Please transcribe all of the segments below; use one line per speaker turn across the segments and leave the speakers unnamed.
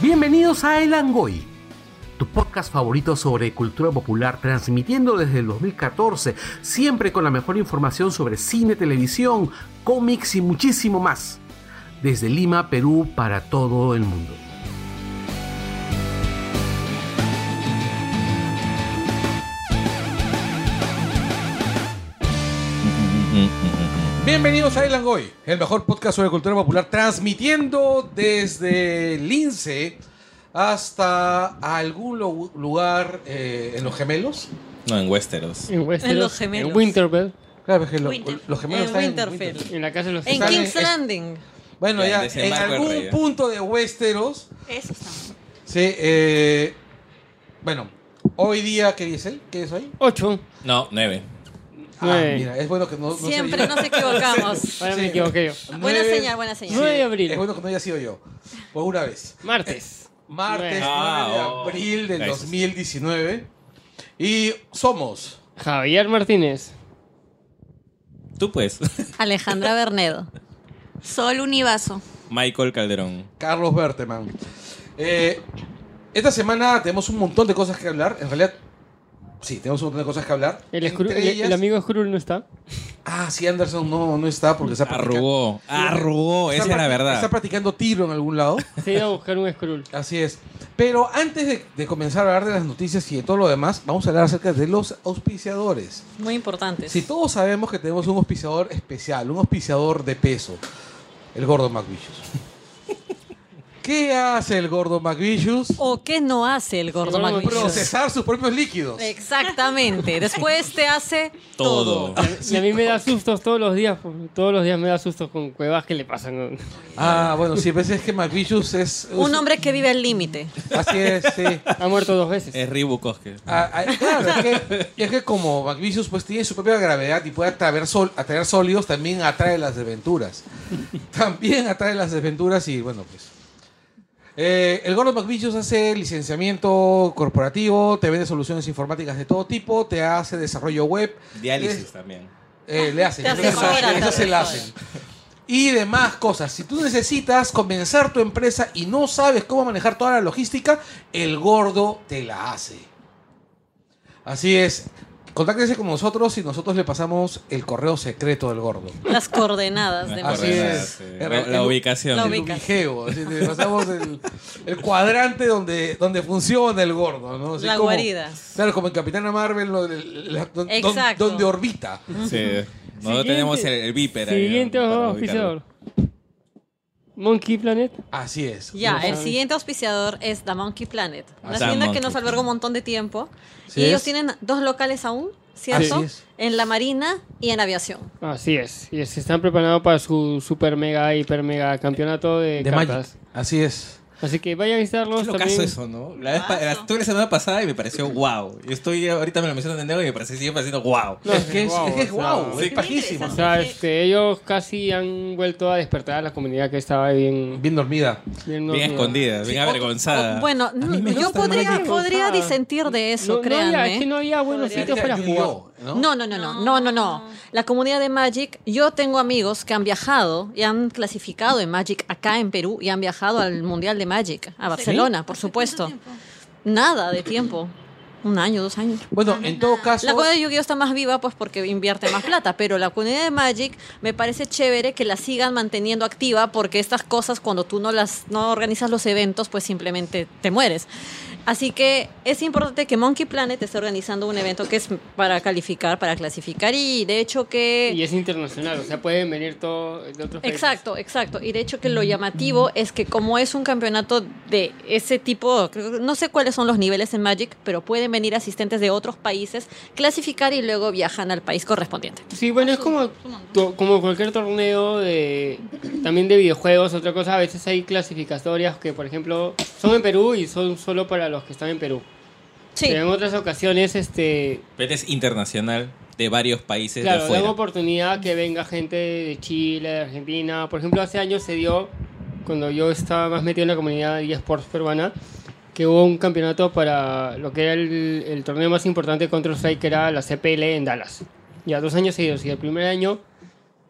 Bienvenidos a El Angoy, tu podcast favorito sobre cultura popular, transmitiendo desde el 2014, siempre con la mejor información sobre cine, televisión, cómics y muchísimo más. Desde Lima, Perú, para todo el mundo.
Bienvenidos a El Angoy, el mejor podcast sobre cultura popular, transmitiendo desde Lince hasta algún lu- lugar eh, en los gemelos.
No, en Westeros.
En Westeros,
En los gemelos.
en Winterfell,
Claro, es que lo-
Winter-
los gemelos
en
están
Winterfell.
en Winterfell.
en la casa de los
En
Están en-
King's
es-
Landing.
Bueno,
Ya,
ya,
en
en
desembarco del rey,
algún
ya.
punto de Westeros,
Eso está.
sí, eh, bueno, hoy día, ¿qué dice él? ¿Qué es hoy?
8.
No, nueve.
Ah,
Nueve.
mira, es bueno que no, no sea
Siempre
yo.
nos equivocamos.
Ahora
Sí.
me equivoqué yo.
Buena
Nueve-
señal, buena
Sí,
señal.
Nueve de abril.
Es bueno que no haya sido yo, por una vez.
Martes.
Martes 9
Nueve.
de
Ah, oh.
abril del
Eso sí.
2019 y somos...
Javier Martínez.
Tú pues,
Alejandra Bernedo.
Sol Univaso.
Michael Calderón.
Carlos Berteman. Eh, esta semana tenemos un montón de cosas que hablar. En realidad, sí, tenemos un montón de cosas que hablar.
El,
Entre
Skrull- el-
ellas-
el amigo Skrull no está.
Ah, sí, Anderson no, no está porque está
Arrugó,
practicando-
arrugó,
está
esa es la
practi-
verdad.
Está practicando tiro en algún lado.
Se ha ido a buscar un Skrull.
Así es. Pero antes de, de comenzar a hablar de las noticias y de todo lo demás, vamos a hablar acerca de los auspiciadores.
Muy importante.
Si todos sabemos que tenemos un auspiciador especial, un auspiciador de peso, el gordo McVicious. ¿Qué hace el gordo McVicious?
¿O qué no hace el gordo
Sí, bueno,
McVicious?
Procesar sus propios líquidos.
Exactamente. Después te hace
Todo.
todo.
Y a mí me da sustos todos los días. por- Todos los días me da sustos con cuevas que le pasan.
Ah, bueno, sí, a veces es que McVicious es...
Un hombre que vive al límite.
Así es, sí.
Ha muerto dos veces.
Es Ribu Cosque.
Ah, ah, claro, es que, es que como McVicious pues tiene su propia gravedad y puede atraer, sol, atraer sólidos, también atrae las desventuras. También atrae las desventuras y bueno, pues... Eh, el gordo McVicious hace licenciamiento corporativo, te vende soluciones informáticas de todo tipo, te hace desarrollo web,
Diálisis también.
Eh, le hacen.
Te hacen
Esas-
contratar.
esas se la hacen. Y demás cosas. Si tú necesitas comenzar tu empresa y no sabes cómo manejar toda la logística, el gordo te la hace. Así es. Contáctese con nosotros y nosotros le pasamos el correo secreto del gordo.
Las coordenadas de
Las
Así
McVicious.
coordenadas,
es.
sí.
El-
La, la
el-
ubicación.
la
El
ubica-
ubijeo, así le pasamos el, el cuadrante donde, donde funciona el gordo, ¿no? Así
La
como-
guarida.
Claro, como en Capitana Marvel, lo del- la- don- don-
Exacto.
donde orbita.
Sí. Nosotros
Siguiente-
tenemos el, el Viper ahí,
Siguiente
¿no? Para
auspiciador.
ubicarlo.
Monkey Planet.
Así es.
Ya, el siguiente auspiciador es The Monkey Planet.
Ah,
Una
The
tienda que
Monkey
nos albergó un montón de tiempo.
Sí
y ellos
es.
tienen dos locales aún, ¿cierto?
Así es.
En la Marina y en Aviación.
Así es. Y se están preparando para su super mega, hiper mega campeonato de,
De
cartas.
Magic. Así es.
Así que vayan a visitarlos
Es lo
también.
caso eso, ¿no? La vez pa-
Guaso.
la- tuve la semana pasada y me pareció wow. Y estoy ahorita me lo mencionan de nuevo y me parece sigue pareciendo wow.
No,
es que es,
guau,
es, que es
o sea,
guau, es
sí.
pajísimo.
O sea, este, ellos casi han vuelto a despertar a la comunidad que estaba bien,
Bien dormida.
bien,
Bien
dormida.
escondida, bien avergonzada.
Bueno,
me
yo
gusta
podría,
Magic.
podría
Ah.
disentir de
No,
eso,
no
créanme.
había- es que no había buenos sitios para jugar.
Yo,
No, no, no, no, no, no, no. La comunidad de Magic, yo tengo amigos que han viajado y han clasificado en Magic acá en Perú y han viajado al Mundial de Magic, a Barcelona, por supuesto. Nada de tiempo. Un año, dos años.
Bueno, en todo caso,
La comunidad de Yu-Gi-Oh está más viva pues porque invierte más plata, pero la comunidad de Magic me parece chévere que la sigan manteniendo activa porque estas cosas cuando tú no las no organizas los eventos pues simplemente te mueres. Así que es importante que Monkey Planet esté organizando un evento que es para calificar, para clasificar y de hecho que
Y es internacional, o sea, pueden venir todos de otros países.
Exacto, exacto. Y de hecho que lo llamativo es que como es un campeonato de ese tipo, creo- no sé cuáles son los niveles en Magic, pero pueden venir asistentes de otros países, clasificar y luego viajan al país correspondiente.
Sí, bueno, es como, to- como cualquier torneo de también de videojuegos, otra cosa, a veces hay clasificatorias que, por ejemplo, son en Perú y son solo para los que están en Perú.
Sí.
Pero en otras ocasiones, este,
Pero es internacional de varios países de
Claro, dan
afuera.
oportunidad que venga gente de Chile, de Argentina. Por ejemplo, hace años se dio, cuando yo estaba más metido en la comunidad de eSports peruana, que hubo un campeonato para lo que era el, el torneo más importante de Counter-Strike, que era la CPL en Dallas. Ya dos años seguidos. Y el primer año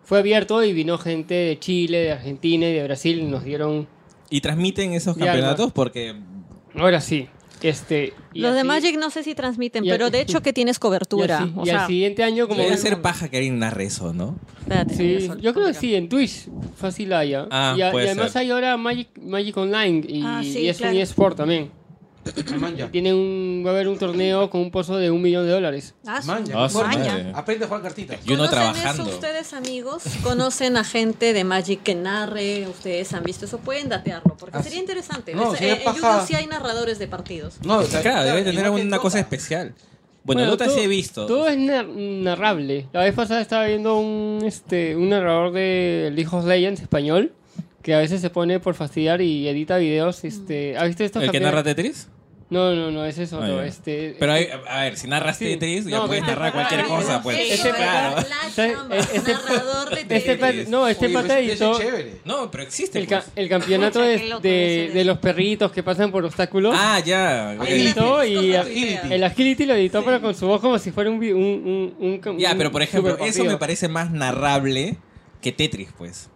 fue abierto y vino gente de Chile, de Argentina y de Brasil. y Nos dieron
Y transmiten esos
Ya,
campeonatos porque
Ahora sí. Este, y
Los de
así-
Magic no sé si transmiten,
y así-
pero de hecho que tienes
y
cobertura.
así-
o
y
sea,
al siguiente año, como.
Podría ser paja que alguien narre eso, ¿no?
espérate,
Sí,
Eh, eso-
yo creo que sí, en Twitch fácil hay. ¿ah?
Ah,
y, a- y
puede
además
ser.
hay ahora Magic, Magic Online y,
Ah, sí,
y es
claro.
un eSport también.
Manja.
Tienen un, va a haber un torneo con un pozo de un millón de dólares.
Ah, su-
Manja.
Ah, su
Bueno,
madre.
Aprende a jugar cartitas.
Y uno
¿Conocen
trabajando.
Eso, ustedes amigos conocen a gente de Magic que narre, ustedes han visto eso, pueden datearlo, porque
Ah,
sería
sí.
interesante.
No,
Es-
sería
eh, en YouTube
paja.
sí hay narradores de partidos.
No, o sea,
Claro, debe tener
igual que
alguna
Dota.
cosa especial. Bueno, Dota
todo-
sí he visto.
Todo es nar- narrable. La vez pasada estaba viendo un, este, un narrador de League of Legends español que a veces se pone por fastidiar y edita
Mm.
videos. Este, ¿Has visto estos
¿El que
campeones?
narra Tetris?
No, no, no, ese es otro.
Ah, ya.
este,
Pero hay- a ver, si narras
Sí.
Tetris, ya
No,
puedes
pero-
narrar cualquier
Ah,
cosa, pues.
eso
Este-
es
claro.
la
Este-
chamba,
este-
narrador de
este
televisión.
pa- no, este
Oye,
pata
pues, ese
editó
es chévere.
No, pero existe.
el, ca-
pues.
el campeonato
Pucha,
de,
qué loco
de,
ese de-
de los perritos que pasan por obstáculos.
Ah, ya. ok.
Ahí la
editó
tienes
y-
con tu idea.
Agility.
El Agility lo editó pero con su voz como si fuera un... vi- un, un- un- un-
Ya, pero por ejemplo, eso
superpartido.
me parece más narrable que Tetris, pues.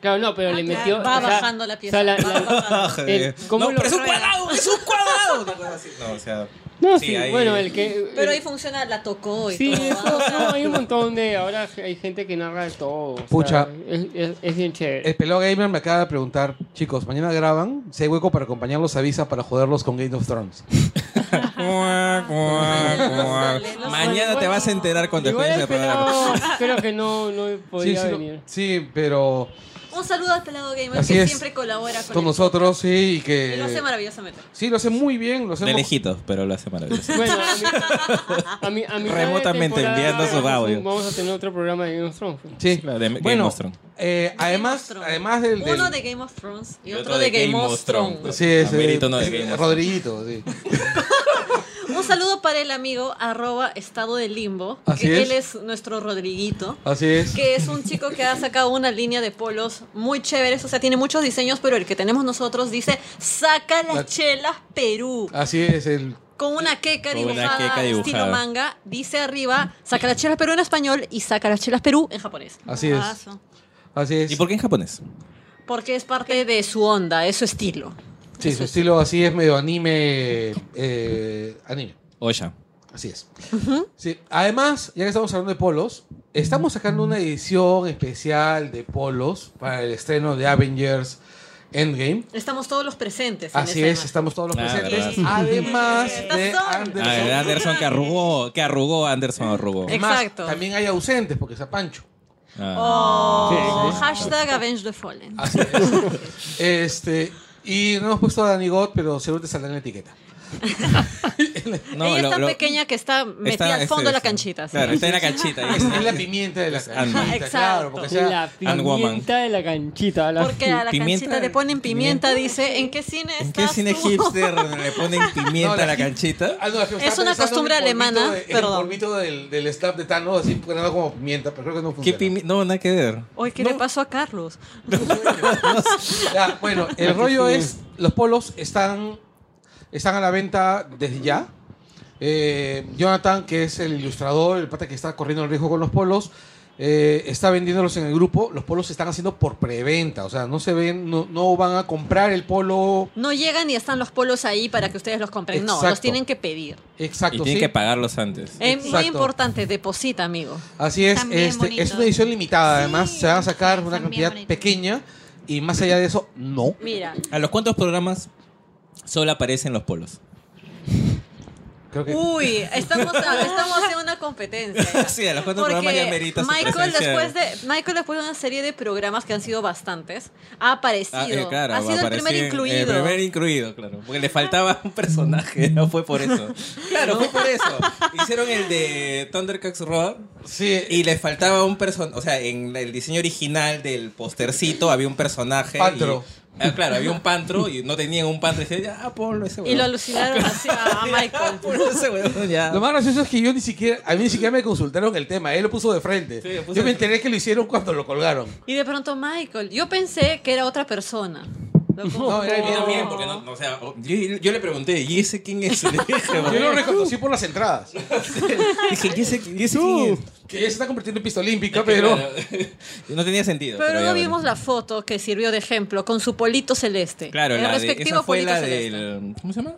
Claro, no, pero le
Ah, claro,
metió...
va
o sea,
bajando la
o sea,
pieza,
la-
va
la-
bajando.
Joder.
Eh, ¿cómo
no,
lo
pero es un
ruedas?
cuadrado, es un cuadrado. Una cosa así. No, o sea,
No,
Sí,
sí,
ahí-
bueno, el que...
Pero ahí funciona, la tocó y
Sí,
todo.
eso, no, hay un montón de... Ahora hay gente que narra de todo. o sea,
Pucha.
es, es- es bien
El
chévere.
pelado gamer me acaba de preguntar, chicos, mañana graban, si hay hueco para acompañarlos avisa para joderlos con Game of Thrones.
Cuac, cuac, cuac.
sale, no
Mañana te vas a enterar cuando
Igual
escuches
el
el programa.
pelado creo que no, no
Sí,
podía
sí, lo-
venir.
sí, pero
Un saludo al pelado gamer
Así
que
es.
siempre colabora con,
con
el-
nosotros eh, sí y
y lo hace
que
maravillosamente.
sí lo hace muy bien, lo
De
hacemos.
lejitos, pero lo hace maravilloso.
Bueno, a, mi, a, mi- a mitad de
Remotamente
temporada
enviando su
vamos-
audio.
Vamos a tener otro programa de Game of Thrones. pues.
Sí.
Claro, de Game
bueno,
of Thrones.
eh,
Game of
además
Thrones.
además del, del-
Uno de Game of Thrones y otro, de Game, of Thrones.
Sí, ese-
Amberito no de
eh,
Game of Thrones.
Rodriguito, sí.
Un saludo para el amigo arroba estado de limbo.
Así
que
es.
Él es nuestro Rodriguito.
Así es.
Que es un chico que ha sacado una línea de polos muy chéveres. O sea, tiene muchos diseños, pero el que tenemos nosotros dice: Saca las
La-
chelas Perú.
Así es el
Con una queca
Con una
dibujada,
queca dibujada.
estilo manga. Dice arriba: Saca las chelas Perú en español y saca las chelas Perú en japonés.
así es.
Ah, eso.
Así
Pues
es.
¿Y por qué en japonés?
Porque es parte de su onda, es su estilo.
Sí, su estilo así es medio anime eh, anime.
Oya.
Así es. Sí. Además, ya que estamos hablando de polos, estamos sacando una edición especial de polos para el estreno de Avengers Endgame.
Estamos todos los presentes. en
Así
esa
es,
imagen.
estamos todos los
Ah,
presentes.
verdad.
Además de
Estás solo.
Ah,
Anderson.
el Anderson que arrugó, que arrugó, Anderson arrugó.
Además,
Exacto.
También hay ausentes porque está Pancho.
Ah.
Oh,
Sí, sí.
hashtag Avenge the Fallen.
Así es. este, y no hemos puesto a Danny God, pero seguro te saldrá en la etiqueta.
No,
Ella
lo-
es tan
lo-
pequeña que está metida
está-
al fondo de
este,
la
este.
canchita. sí.
Claro, está en la canchita. ahí está.
Es la pimienta de la canchita,
Exacto.
claro, porque sea-
la
And woman.
pimienta de la canchita. La
Porque a la
Pimienta-
canchita le ponen pimienta,
pimienta.
dice. ¿En qué cine
¿En
estás
qué cine
tú?
hipster le ponen pimienta
No, la
a la
hip-
canchita?
Ah, no, que
Es
estaba
una
pensando en el
costumbre
polvito
alemana,
de-
perdón.
El polvito del, del staff de Thanos, así poniendo como pimienta, pero creo que no
¿Qué
funciona.
pimi- No, nada que ver.
Oye, ¿qué le pasó a Carlos?
Ya, bueno, el rollo es, los polos están, están a la venta desde ya. Eh, Jonathan, que es el ilustrador, el pata que está corriendo el riesgo con los polos, eh, está vendiéndolos en el grupo. Los polos se están haciendo por preventa, o sea, no se ven, no, no van a comprar el polo
No llegan y están los polos ahí para que ustedes los compren. No, los
Exacto.
tienen que pedir.
exacto.
Y tienen
sí.
que pagarlos antes.
Es muy
Exacto.
importante, deposita, amigo.
Así es,
Están bien
este, es
bonitos.
una edición limitada, además
Sí,
se va a sacar
sí,
una
están bien
cantidad
bonitos.
pequeña y más allá de eso, no.
Mira,
¿A los cuántos programas solo aparecen los polos?
Creo que
uy, estamos, a- estamos en una competencia.
Sí, a los cuantos programas ya
Porque
merita su
Michael
presencia.
después, de, Michael, después de una serie de programas que han sido bastantes, ha aparecido.
Ah, eh, claro,
ha sido el
apareció
primer
en-
incluido.
El primer incluido, claro. Porque le faltaba un personaje, no fue por eso. Claro, fue por eso. Hicieron el de Thundercats Roar
sí,
y le faltaba un personaje. O sea, en el diseño original del postercito había un personaje. y-
Pantro.
Ah, claro, había un pantro y no tenían un pantro. Y decían, ya, ah, ponlo ese
Y
weón.
lo alucinaron así a, a
Ah,
Michael.
ponlo ese weón, ya.
Lo más gracioso es que yo ni siquiera, a mí ni siquiera me consultaron el tema, él lo puso de frente.
Sí, lo puso
yo me
de frente.
enteré que lo hicieron cuando lo colgaron.
Y de pronto Michael, yo pensé que era otra persona. Lo
No, era el
Yo
confundí.
también, porque no- no, o sea, oh, yo, yo le pregunté, ¿y ese quién es? Le dije,
Yo lo
weón.
reconocí por las entradas.
Dije, ¿y ese, y ese quién es?
Que ya se está convirtiendo en pista olímpica, pero
no tenía sentido.
Pero
ya,
luego
bueno.
vimos la foto que sirvió de ejemplo con su polito celeste.
Claro,
el
la de,
Eh, respectivo
esa fue
polito
la
celeste.
del. ¿Cómo se llama?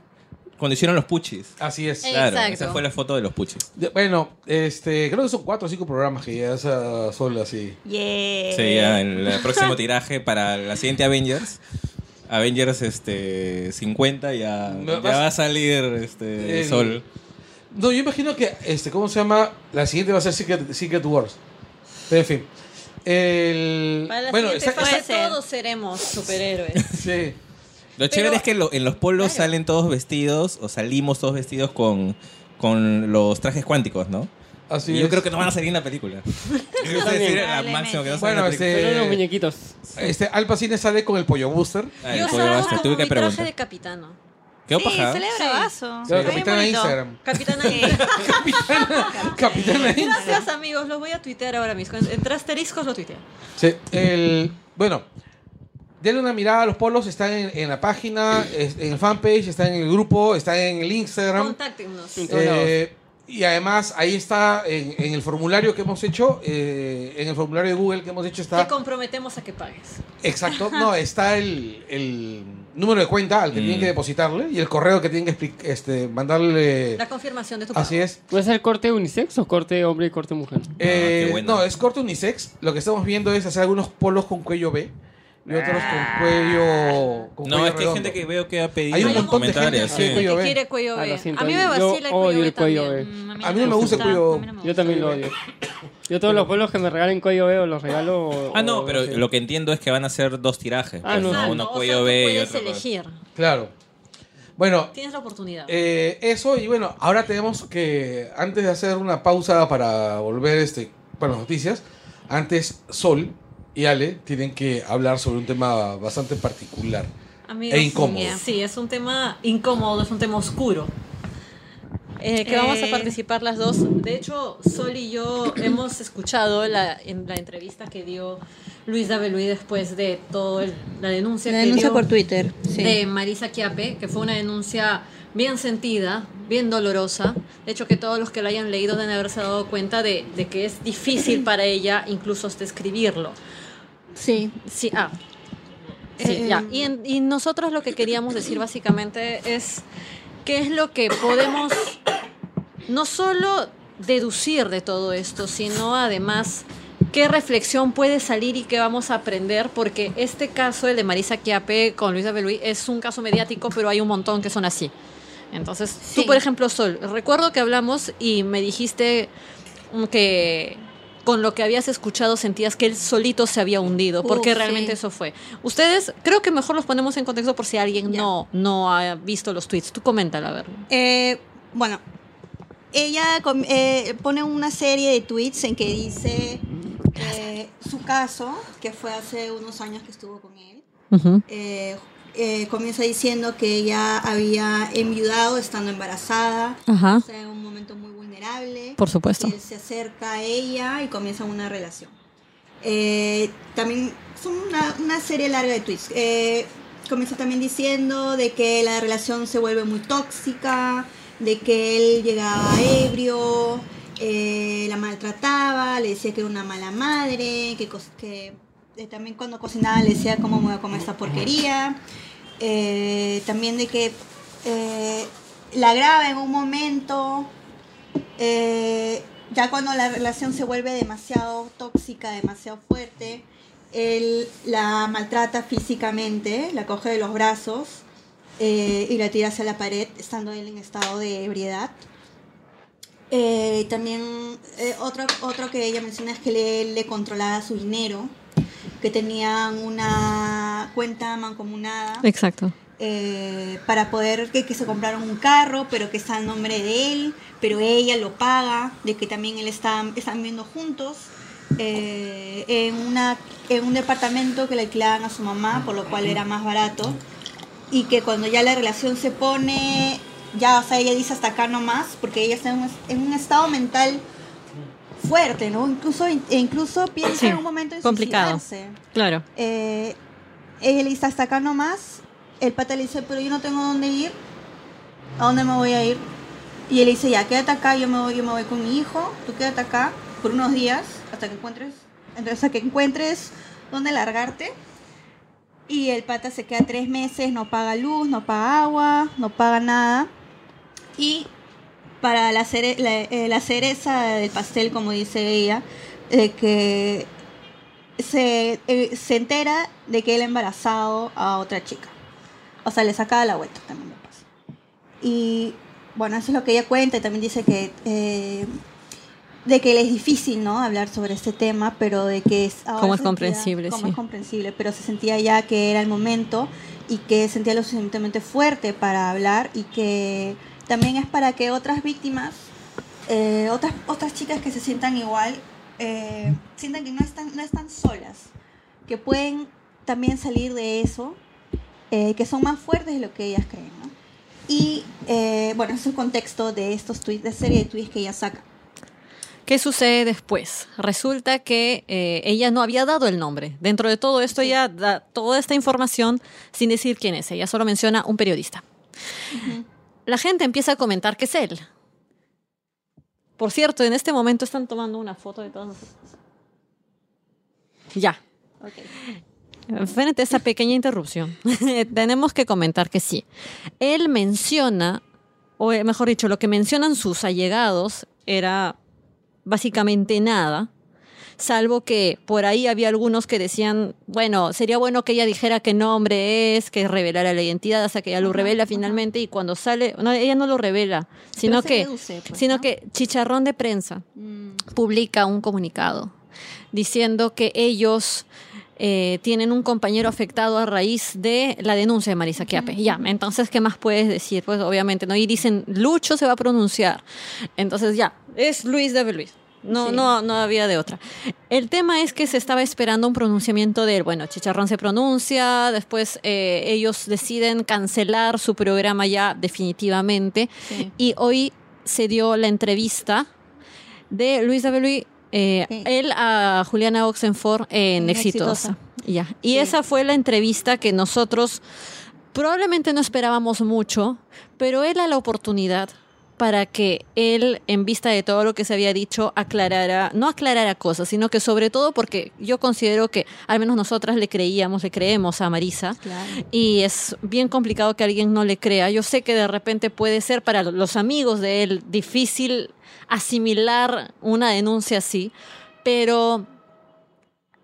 Cuando hicieron los puchis.
Así es.
Eh.
Claro,
Exacto.
esa fue la foto de los puchis.
De- Bueno, este, creo que son cuatro o cinco programas que ya esa sola así.
Yeah.
Eh.
Sí, ya en el próximo tiraje para la siguiente Avengers. Avengers este 50 ya,
Me
ya
vas-
va a salir este
El-
sol.
No, yo imagino que, este, ¿cómo se llama? La siguiente va a ser Secret, Secret Wars. Pero, en fin. El-
Para la
bueno,
siguiente
está-
fase,
está-
Pues todos seremos superhéroes.
sí.
Lo chévere es que lo- en los polos salen todos vestidos o salimos todos vestidos con, con los trajes cuánticos, ¿no?
Así
Y yo
es.
creo que no van a salir en la película. Yo
también.
máximo que no
Bueno,
salgan en la película.
este-
Fueron los muñequitos.
Este, Al Pacino sale con el pollo booster.
Ah, el
Yo
pollo
salgo
basta,
con
tuve
mi
que
traje de
preguntar.
capitana.
¿Qué
Sí, sale bravazo.
Claro,
Está bien
capitana
bonito.
Instagram.
Capitana India.
Capitana Instagram.
Gracias, amigos. Los voy a tuitear ahora mismo. Entre asteriscos lo tuitea.
Sí, el, bueno, denle una mirada a los polos, están en, en la página, es- en el fanpage, están en el grupo, están en el Instagram.
Contáctenos.
En todos lados.
Eh, y además ahí está en, en el formulario que hemos hecho, eh, en el formulario de Google que hemos hecho
Te
está...
comprometemos a que pagues.
Exacto, no, está el, el número de cuenta al que
Mm.
tienen que depositarle y el correo que tienen que expli- este, mandarle...
La confirmación de tu pago.
Así es.
¿Puede ser corte unisex o corte hombre y corte mujer?
Eh,
Ah, qué bueno.
no, es corte unisex. Lo que estamos viendo es hacer algunos polos con cuello B y otros con cuello. Con
No, es que
cuello
hay
redondo.
gente que veo que ha pedido
Hay un
en los
montón de gente
comentarios.
que
sí.
cuello
Que
B.
quiere cuello
Ah,
B.
lo siento,
a mí me
yo
vacila el
odio
cuello B
el cuello
también.
B.
Mm,
A mí no me gusta el cuello-
a mí no me
Yo
gusta.
también lo odio. Yo todos los pueblos que me regalen cuello veo los regalo. o-
Ah, no,
o-
pero lo que entiendo es que van a ser dos tirajes.
Ah,
pues,
no.
¿no?
Exacto,
Uno
o sea,
cuello
tú
B y
puedes
otro.
elegir.
Claro. Bueno,
Tienes la oportunidad.
eh, eso y bueno, ahora tenemos que. Antes de hacer una pausa para volver este, para las noticias, antes Sol y Ale tienen que hablar sobre un tema bastante particular.
Amigos,
e incómodo.
Sí, es un tema incómodo, es un tema oscuro. Eh, que vamos a
Eh.
participar las dos. De hecho, Sol y yo hemos escuchado la, en la entrevista que dio Luis Dabeluí después de toda la denuncia
La
que
denuncia
dio
por Twitter. Sí.
de Marisa Quiape, que fue una denuncia bien sentida, bien dolorosa. De hecho, que todos los que lo hayan leído deben haberse dado cuenta de, de que es difícil para ella incluso hasta escribirlo.
Sí.
Sí, ah. Sí,
Eh,
ya. Y, en- y nosotros lo que queríamos decir básicamente es qué es lo que podemos no solo deducir de todo esto, sino además qué reflexión puede salir y qué vamos a aprender, porque este caso, el de Marisa Quiape con Luisa Beluí, es un caso mediático, pero hay un montón que son así. Entonces, tú,
Sí.
por ejemplo, Sol, recuerdo que hablamos y me dijiste mm, que con lo que habías escuchado sentías que él solito se había hundido,
Uf,
porque realmente
sí.
eso fue. Ustedes, creo que mejor los ponemos en contexto por si alguien
Ya.
no, no ha visto los tweets. Tú coméntala, a ver.
Eh, bueno, ella com- eh, pone una serie de tweets en que dice eh, su caso, que fue hace unos años que estuvo con él. eh, eh, comienza diciendo que ella había enviudado estando embarazada.
Ajá.
O sea, en un momento muy vulnerable.
Por supuesto.
Él se acerca a ella y comienza una relación. Eh, también son una, una serie larga de tweets. Eh, comienza también diciendo de que la relación se vuelve muy tóxica, de que él llegaba ebrio, eh, la maltrataba, le decía que era una mala madre, que, cos- que eh, también cuando cocinaba le decía cómo me voy a comer esta porquería. Eh, también de que eh, la graba en un momento, eh, ya cuando la relación se vuelve demasiado tóxica, demasiado fuerte, él la maltrata físicamente, la coge de los brazos eh, y la tira hacia la pared, estando él en estado de ebriedad. Eh, también eh, otro, otro que ella menciona es que le, le controlaba su dinero, que tenían una cuenta mancomunada
Exacto.
eh, para poder que, que se compraron un carro, pero que está el nombre de él, pero ella lo paga, de que también él está, están viviendo juntos eh, en, una, en un departamento que le alquilaban a su mamá, por lo cual era más barato, y que cuando ya la relación se pone, ya, o sea, ella dice hasta acá nomás, porque ella está en un, en un estado mental fuerte, ¿no? Incluso, e incluso piensa
Sí,
en un momento en
complicado.
suicidarse.
Claro.
Eh, ella le dice hasta acá nomás. El pata le dice, pero yo no tengo dónde ir. ¿A dónde me voy a ir? Y él le dice, ya, quédate acá, yo me voy, yo me voy con mi hijo. Tú quédate acá por unos días hasta que encuentres, entonces, hasta que encuentres dónde largarte. Y el pata se queda tres meses, no paga luz, no paga agua, no paga nada. Y para la, cere- la, eh, la cereza del pastel, como dice ella, de que se, eh, se entera de que él ha embarazado a otra chica. O sea, le saca la vuelta también de paso. Y bueno, eso es lo que ella cuenta y también dice que... eh, de que le es difícil, ¿no? Hablar sobre este tema, pero de que es... ahora
Como es
se
comprensible,
como
sí.
es comprensible, pero se sentía ya que era el momento y que sentía lo suficientemente fuerte para hablar y que también es para que otras víctimas, eh, otras, otras chicas que se sientan igual, eh, sientan que no están, no están solas, que pueden también salir de eso, eh, que son más fuertes de lo que ellas creen. ¿no? Y eh, bueno, ese es el contexto de estos tweets, de serie de tweets que ella saca.
¿Qué sucede después? Resulta que eh, ella no había dado el nombre. Dentro de todo esto, ella da toda esta información sin decir quién es. Ella solo menciona un periodista. La gente empieza a comentar que es él. Por cierto, en este momento están tomando una foto de todas nosotros. Ya. Frente a esta pequeña interrupción, tenemos que comentar que sí. Él menciona, o eh, mejor dicho, lo que mencionan sus allegados era básicamente nada, salvo que por ahí había algunos que decían, bueno, sería bueno que ella dijera qué nombre es, que revelara la identidad, hasta que ella lo
Ajá,
revela
ajá.
finalmente y cuando sale, no, ella no lo revela, sino
Pero se
que,
deduce, pues,
sino
¿no?
que Chicharrón de Prensa
Mm.
publica un comunicado diciendo que ellos eh, tienen un compañero afectado a raíz de la denuncia de Marisa Quiape. Ya, entonces, ¿qué más puedes decir? Pues obviamente, ¿no? Y dicen, Lucho se va a pronunciar. Entonces, ya, es Luis de Luis. No,
Sí.
no, no había de otra. El tema es que se estaba esperando un pronunciamiento de él. Bueno, Chicharrón se pronuncia, después eh, ellos deciden cancelar su programa ya definitivamente.
Sí.
Y hoy se dio la entrevista de Luis Abelui, eh,
Sí.
él a Juliana Oxenford en
En
Exitosa.
Exitosa.
Ya. Y
Sí.
esa fue la entrevista que nosotros probablemente no esperábamos mucho, pero él a la oportunidad para que él, en vista de todo lo que se había dicho, aclarara, no aclarara cosas, sino que sobre todo porque yo considero que al menos nosotras le creíamos, le creemos a Marisa,
Claro.
y es bien complicado que alguien no le crea. Yo sé que de repente puede ser para los amigos de él difícil asimilar una denuncia así, pero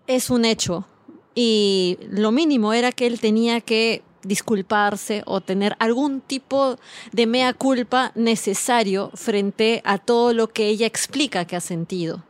es un hecho. Y lo mínimo era que él tenía que disculparse o tener algún tipo de mea culpa necesario frente a todo lo que ella explica que ha sentido.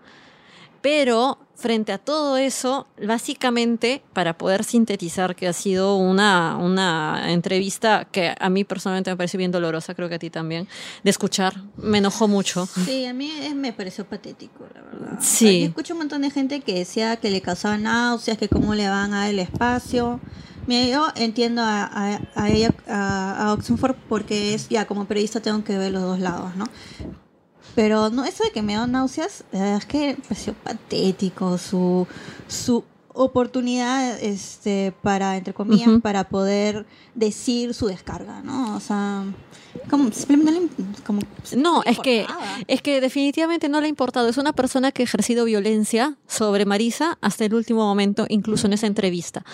Pero frente a todo eso, básicamente, para poder sintetizar que ha sido una, una entrevista que a mí personalmente me parece bien dolorosa, creo que a ti también, de escuchar, me enojó mucho.
Sí, a mí eh, me pareció patético, la verdad.
Sí.
O sea, yo escucho un montón de gente que decía que le causaba náuseas, que cómo le van a dar el espacio. Mira, yo entiendo a, a- a ella, a, a Oxenford, porque es, ya, como periodista tengo que ver los dos lados, ¿no? Pero no, eso de que me da náuseas, la verdad es que me pareció patético su, su oportunidad, este, para, entre comillas,
Ujú.
para poder decir su descarga, ¿no? O sea, como simplemente no le imp- como
No,
le
es que,
importaba.
es que definitivamente no le ha importado. Es una persona que ha ejercido violencia sobre Marisa hasta el último momento, incluso en esa entrevista.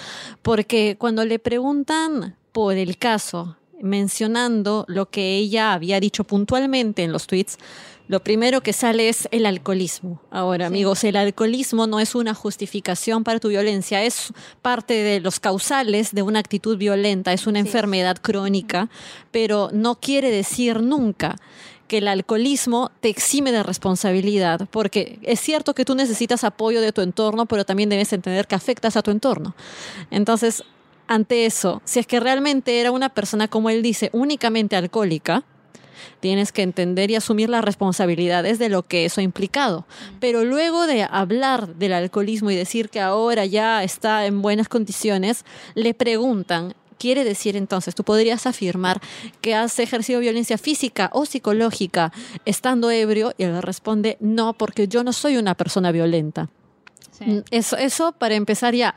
Porque cuando le preguntan por el caso, mencionando lo que ella había dicho puntualmente en los tweets, lo primero que sale es el alcoholismo. Ahora, amigos, el alcoholismo no es una justificación para tu violencia, es parte de los causales de una actitud violenta, es una
Así es.
enfermedad crónica, pero no quiere decir nunca que el alcoholismo te exime de responsabilidad, porque es cierto que tú necesitas apoyo de tu entorno, pero también debes entender que afectas a tu entorno. Entonces, ante eso, si es que realmente era una persona, como él dice, únicamente alcohólica, tienes que entender y asumir las responsabilidades de lo que eso ha implicado. Pero luego de hablar del alcoholismo y decir que ahora ya está en buenas condiciones, le preguntan, quiere decir entonces, tú podrías afirmar que has ejercido violencia física o psicológica estando ebrio y él responde, no, porque yo no soy una persona violenta. Mm, Eso, eso para empezar ya.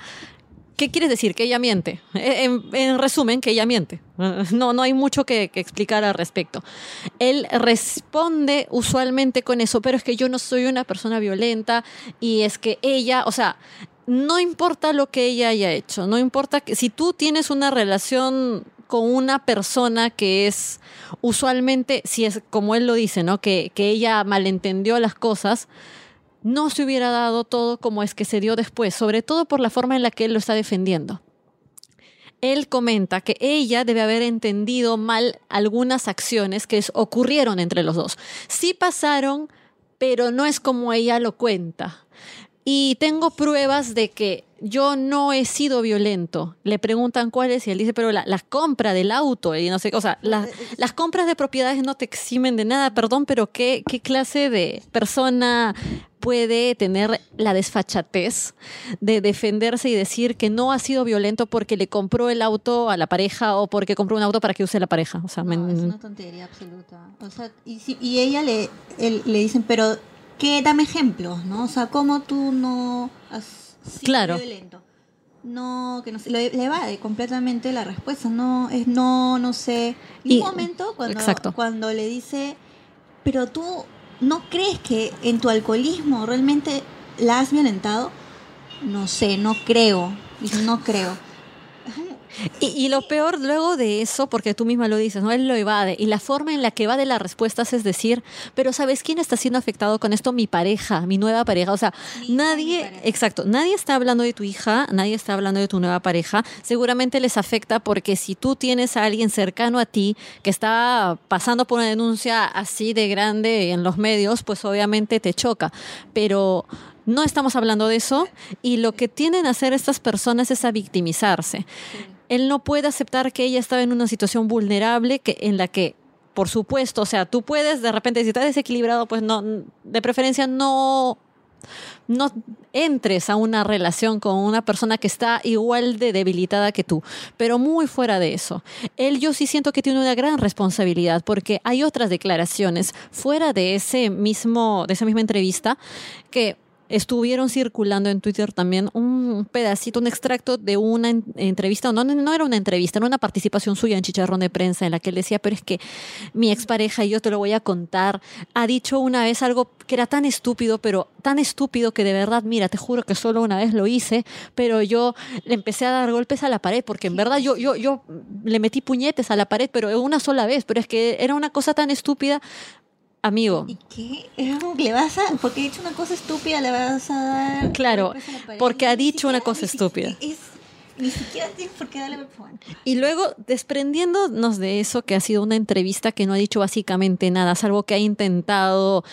¿Qué quieres decir? Que ella miente. Eh, En, en resumen, que ella miente. No, no hay mucho que, que explicar al respecto. Él responde usualmente con eso, pero es que yo no soy una persona violenta y es que ella, o sea, no importa lo que ella haya hecho, no importa que si tú tienes una relación con una persona que es usualmente, si es como él lo dice, ¿no? Que, que ella malentendió las cosas, no se hubiera dado todo como es que se dio después, sobre todo por la forma en la que él lo está defendiendo. Él comenta que ella debe haber entendido mal algunas acciones que es- ocurrieron entre los dos. Sí pasaron, pero no es como ella lo cuenta. Y tengo pruebas de que yo no he sido violento. Le preguntan cuáles y él dice, pero la, la compra del auto y no sé, qué, o sea, la- las compras de propiedades no te eximen de nada, perdón, pero ¿qué, qué clase de persona puede tener la desfachatez de defenderse y decir que no ha sido violento porque le compró el auto a la pareja o porque compró un auto para que use la pareja? O sea, me-
No, es una tontería absoluta. O sea, y, si- y ella le, él- le dicen, pero ¿qué? Dame ejemplos, ¿no? O sea, ¿cómo tú no has sido
Claro.
violento? No, que no sé, le, le evade completamente la respuesta, no, es no, no sé. Y,
Y-
un momento cuando,
exacto.
cuando le dice, pero tú no crees que en tu alcoholismo realmente la has violentado, no sé, no creo, Dice, no creo.
Y, y lo peor luego de eso, porque tú misma lo dices, ¿no? Él lo evade. Y la forma en la que evade las respuestas es decir, pero ¿sabes quién está siendo afectado con esto? Mi pareja, mi nueva pareja. O sea,
Mi hija y mi
nadie,
pareja.
exacto, nadie está hablando de tu hija, nadie está hablando de tu nueva pareja. Seguramente les afecta porque si tú tienes a alguien cercano a ti que está pasando por una denuncia así de grande en los medios, pues obviamente te choca. Pero no estamos hablando de eso y lo que tienen a hacer estas personas es a victimizarse. Él no puede aceptar que ella estaba en una situación vulnerable que, en la que, por supuesto, o sea, tú puedes de repente, si estás desequilibrado, pues no, de preferencia no, no entres a una relación con una persona que está igual de debilitada que tú. Pero muy fuera de eso, él yo sí siento que tiene una gran responsabilidad porque hay otras declaraciones fuera de ese mismo, de esa misma entrevista que estuvieron circulando en Twitter también un pedacito, un extracto de una en- entrevista, no, no era una entrevista, era una participación suya en Chicharrón de Prensa en la que él decía, pero es que mi expareja, y yo te lo voy a contar, ha dicho una vez algo que era tan estúpido, pero tan estúpido que de verdad, mira, te juro que solo una vez lo hice, pero yo le empecé a dar golpes a la pared, porque en verdad yo, yo, yo le metí puñetes a la pared, pero una sola vez, pero es que era una cosa tan estúpida, amigo.
¿Y qué? Es como que le vas a. Porque ha dicho una cosa estúpida, le vas a dar.
Claro,
golpes a la pared.
porque ha
Ni
dicho una
siquiera-
cosa
ni siquiera-
estúpida.
es- ni siquiera tienes por qué darle golpe.
Y luego, desprendiéndonos de eso, que ha sido una entrevista que no ha dicho básicamente nada, salvo que ha intentado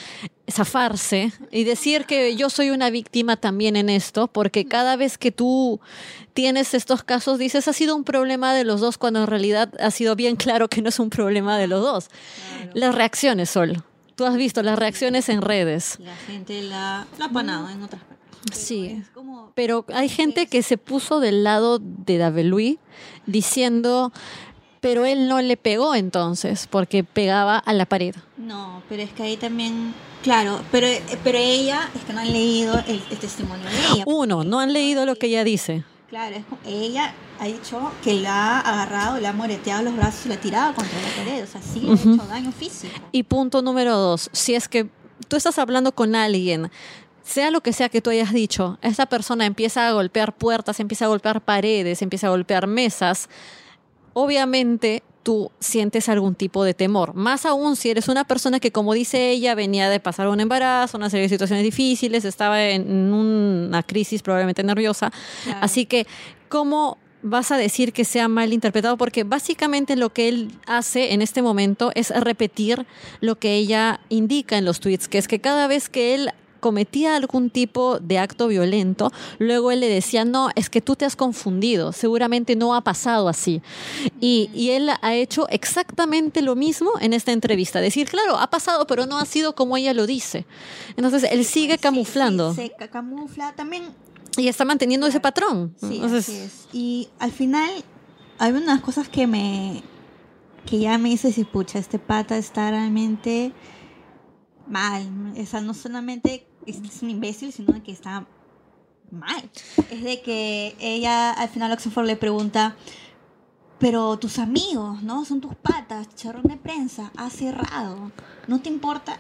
zafarse y decir que yo soy una víctima también en esto, porque cada vez que tú tienes estos casos, dices, ha sido un problema de los dos, cuando en realidad ha sido bien claro que no es un problema de los dos. Las reacciones, Sol. Tú has visto las reacciones en redes.
La gente la. La ha apanado en otras partes. Pero
Mm. Sí.
Es como.
Pero hay gente que se puso del lado de Daveluy diciendo, pero él no le pegó entonces, porque pegaba a la pared.
No, pero es que ahí también. Claro, pero, pero ella. Es que no han leído el, el testimonio de ella.
Uno, no han leído lo que ella dice.
Claro, es como- ella ha dicho que la ha agarrado, la ha moreteado los brazos y la ha tirado contra la pared. O sea, sí le ha
Ujú.
hecho daño físico.
Y punto número dos, si es que tú estás hablando con alguien, sea lo que sea que tú hayas dicho, esa persona empieza a golpear puertas, empieza a golpear paredes, empieza a golpear mesas, obviamente tú sientes algún tipo de temor. Más aún si eres una persona que, como dice ella, venía de pasar un embarazo, una serie de situaciones difíciles, estaba en una crisis probablemente nerviosa.
Claro.
Así que, ¿cómo vas a decir que sea mal interpretado? Porque básicamente lo que él hace en este momento es repetir lo que ella indica en los tweets, que es que cada vez que él cometía algún tipo de acto violento, luego él le decía, no, es que tú te has confundido, seguramente no ha pasado así. Y, y él ha hecho exactamente lo mismo en esta entrevista, decir, claro, ha pasado, pero no ha sido como ella lo dice. Entonces, él sigue
Pues Sí, sí,
camuflando
se ca- camufla. También
y está manteniendo ese patrón.
Sí,
Entonces,
así es. Y al final, hay unas cosas que me. que ya me hice decir, pucha, este pata está realmente mal. O sea, no solamente es, es un imbécil, sino que está mal. Es de que ella, al final, Oxford le pregunta. Pero tus amigos, ¿no? Son tus patas, charrón de prensa, ha cerrado. ¿No te importa?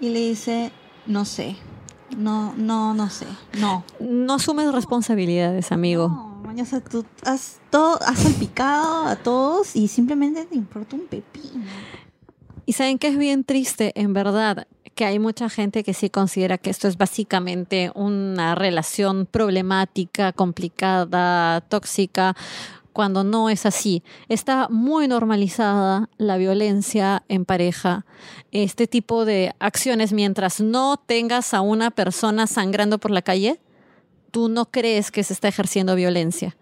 Y le dice, no sé. No, no, no sé. No.
No asumes responsabilidades, amigo.
No, man, o sea, tú has, todo, has salpicado a todos y simplemente te importa un pepino.
Y saben que es bien triste, en verdad, que hay mucha gente que sí considera que esto es básicamente una relación problemática, complicada, tóxica, cuando no es así. Está muy normalizada la violencia en pareja, este tipo de acciones, mientras no tengas a una persona sangrando por la calle, tú no crees que se está ejerciendo violencia.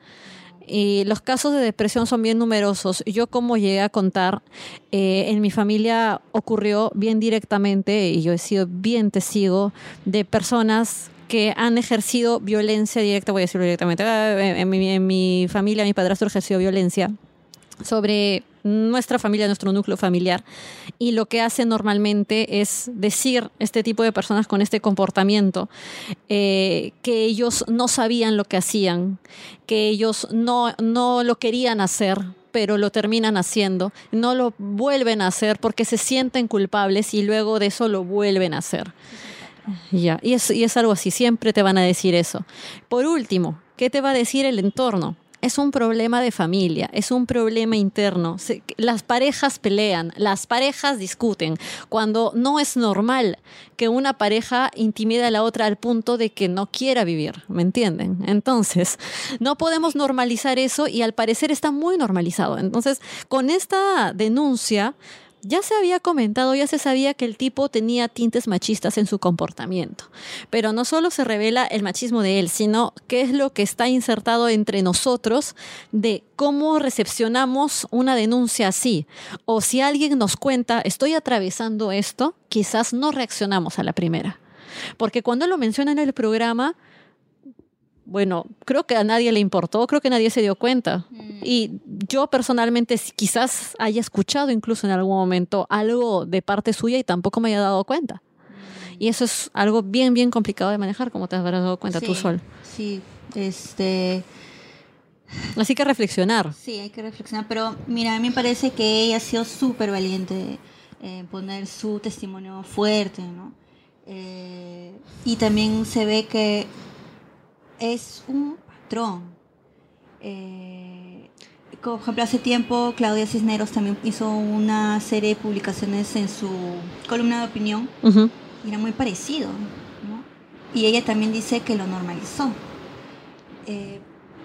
Y los casos de depresión son bien numerosos. Yo como llegué a contar, eh, en mi familia ocurrió bien directamente, y yo he sido bien testigo, de personas que han ejercido violencia directa, voy a decirlo directamente, ah, en, en mi, en mi familia, mi padrastro ejerció violencia sobre nuestra familia, nuestro núcleo familiar. Y lo que hace normalmente es decir este tipo de personas con este comportamiento eh, que ellos no sabían lo que hacían, que ellos no, no lo querían hacer pero lo terminan haciendo, no lo vuelven a hacer porque se sienten culpables y luego de eso lo vuelven a hacer. Ya, y es, y es algo así, siempre te van a decir eso. Por último, ¿qué te va a decir el entorno? Es un problema de familia, es un problema interno. Se- Las parejas pelean, las parejas discuten, cuando no es normal que una pareja intimide a la otra al punto de que no quiera vivir, ¿me entienden? Entonces, no podemos normalizar eso y al parecer está muy normalizado. Entonces, con esta denuncia, ya se había comentado, ya se sabía que el tipo tenía tintes machistas en su comportamiento. Pero no solo se revela el machismo de él, sino qué es lo que está insertado entre nosotros de cómo recepcionamos una denuncia así. O si alguien nos cuenta, estoy atravesando esto, quizás no reaccionamos a la primera. Porque cuando lo mencionan en el programa, bueno, creo que a nadie le importó, creo que nadie se dio cuenta. Y yo personalmente si- quizás haya escuchado incluso en algún momento algo de parte suya y tampoco me haya dado cuenta. Y eso es algo bien, bien complicado de manejar, como te habrás dado cuenta tú
Sí,
sol.
Sí, este...
Así que reflexionar.
Sí, hay que reflexionar, pero mira, a mí me parece que ella ha sido súper valiente en poner su testimonio fuerte, ¿no? Eh, y también se ve que es un patrón. Eh, como por ejemplo, hace tiempo Claudia Cisneros también hizo una serie de publicaciones en su columna de opinión
Ujú.
y era muy parecido, ¿no? Y ella también dice que lo normalizó. Eh,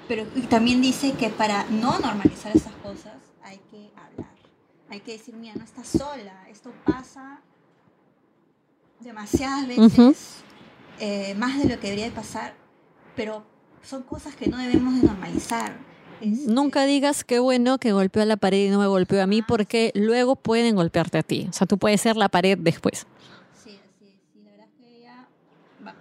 pero y también dice que para no normalizar esas cosas hay que hablar. Hay que decir, mira, no estás sola, esto pasa demasiadas veces,
Ujú.
eh, más de lo que debería de pasar, pero son cosas que no debemos de normalizar. Este,
Nunca digas qué bueno que golpeó a la pared y no me golpeó a mí, porque luego pueden golpearte a ti. O sea, tú puedes ser la pared después.
Sí, así es. Y la verdad es que ella va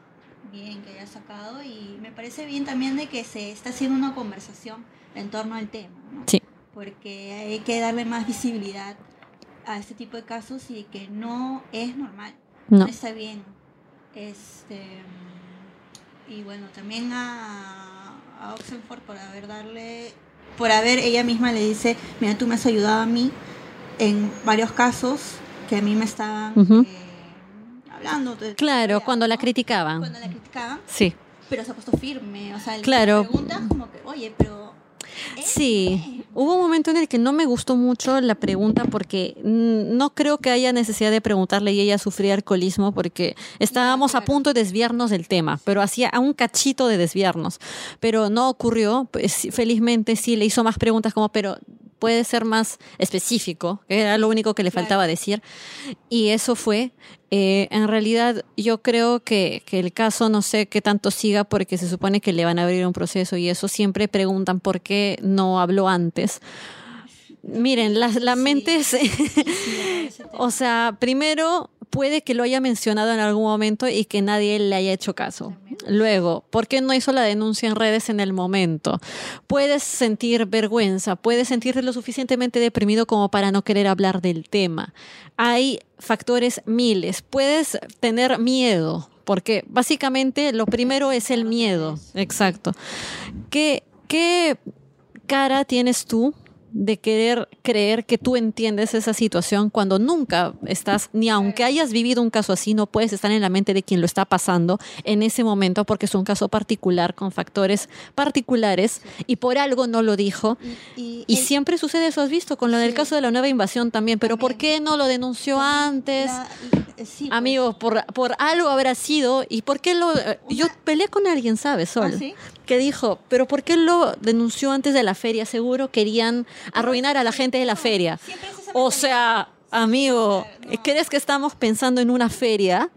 bien que haya sacado y me parece bien también de que se está haciendo una conversación en torno al tema, ¿no?
Sí.
Porque hay que darle más visibilidad a este tipo de casos y que no es normal, no,
No.
está bien. Este mm, y bueno, también a, a Oxenford por haber darle por haber ella misma le dice, mira, tú me has ayudado a mí en varios casos que a mí me estaban
Ujú.
eh, hablando. de-
Claro,
de-
cuando la
¿no?
criticaban.
Cuando la criticaban,
Sí.
pero se ha puesto firme. O sea, le
Claro.
preguntas como que, oye, pero... ¿eh?
Sí, hubo un momento en el que no me gustó mucho la pregunta porque mm, no creo que haya necesidad de preguntarle y ella sufría alcoholismo porque estábamos a
claro.
punto de desviarnos del tema, pero hacía a un cachito de desviarnos, pero no ocurrió, pues, sí, felizmente sí le hizo más preguntas como, pero puede ser más específico, que era lo único que le
Claro.
faltaba decir. Y eso fue, eh, en realidad yo creo que, que el caso no sé qué tanto siga porque se supone que le van a abrir un proceso y eso siempre preguntan por qué no habló antes. Miren, la, la
Sí.
mente es...
Sí, ese tema.
o sea, primero puede que lo haya mencionado en algún momento y que nadie le haya hecho caso. Luego, ¿por qué no hizo la denuncia en redes en el momento? Puedes sentir vergüenza, puedes sentirte lo suficientemente deprimido como para no querer hablar del tema. Hay factores miles. Puedes tener miedo, porque básicamente lo primero es el miedo. Exacto. ¿Qué, qué cara tienes tú de querer creer que tú entiendes esa situación cuando nunca estás, ni aunque hayas vivido un caso así, no puedes estar en la mente de quien lo está pasando en ese momento porque es un caso particular con factores particulares y por algo no lo dijo.
Y,
Y
el-
siempre sucede eso, has visto, con lo del
Sí.
caso de la nueva invasión también, pero ¿por
También.
qué no lo denunció antes?
la- y- eh, sí, pues.
Amigos, por, por algo habrá sido, y por qué lo... eh, Yo peleé con alguien, ¿sabes, Sol?
¿Ah, sí?
Que dijo, pero ¿por qué lo denunció antes de la feria? Seguro querían arruinar a la gente de la feria.
Siempre es esa
O
mentalidad.
sea, amigo, ¿crees que estamos pensando en una feria?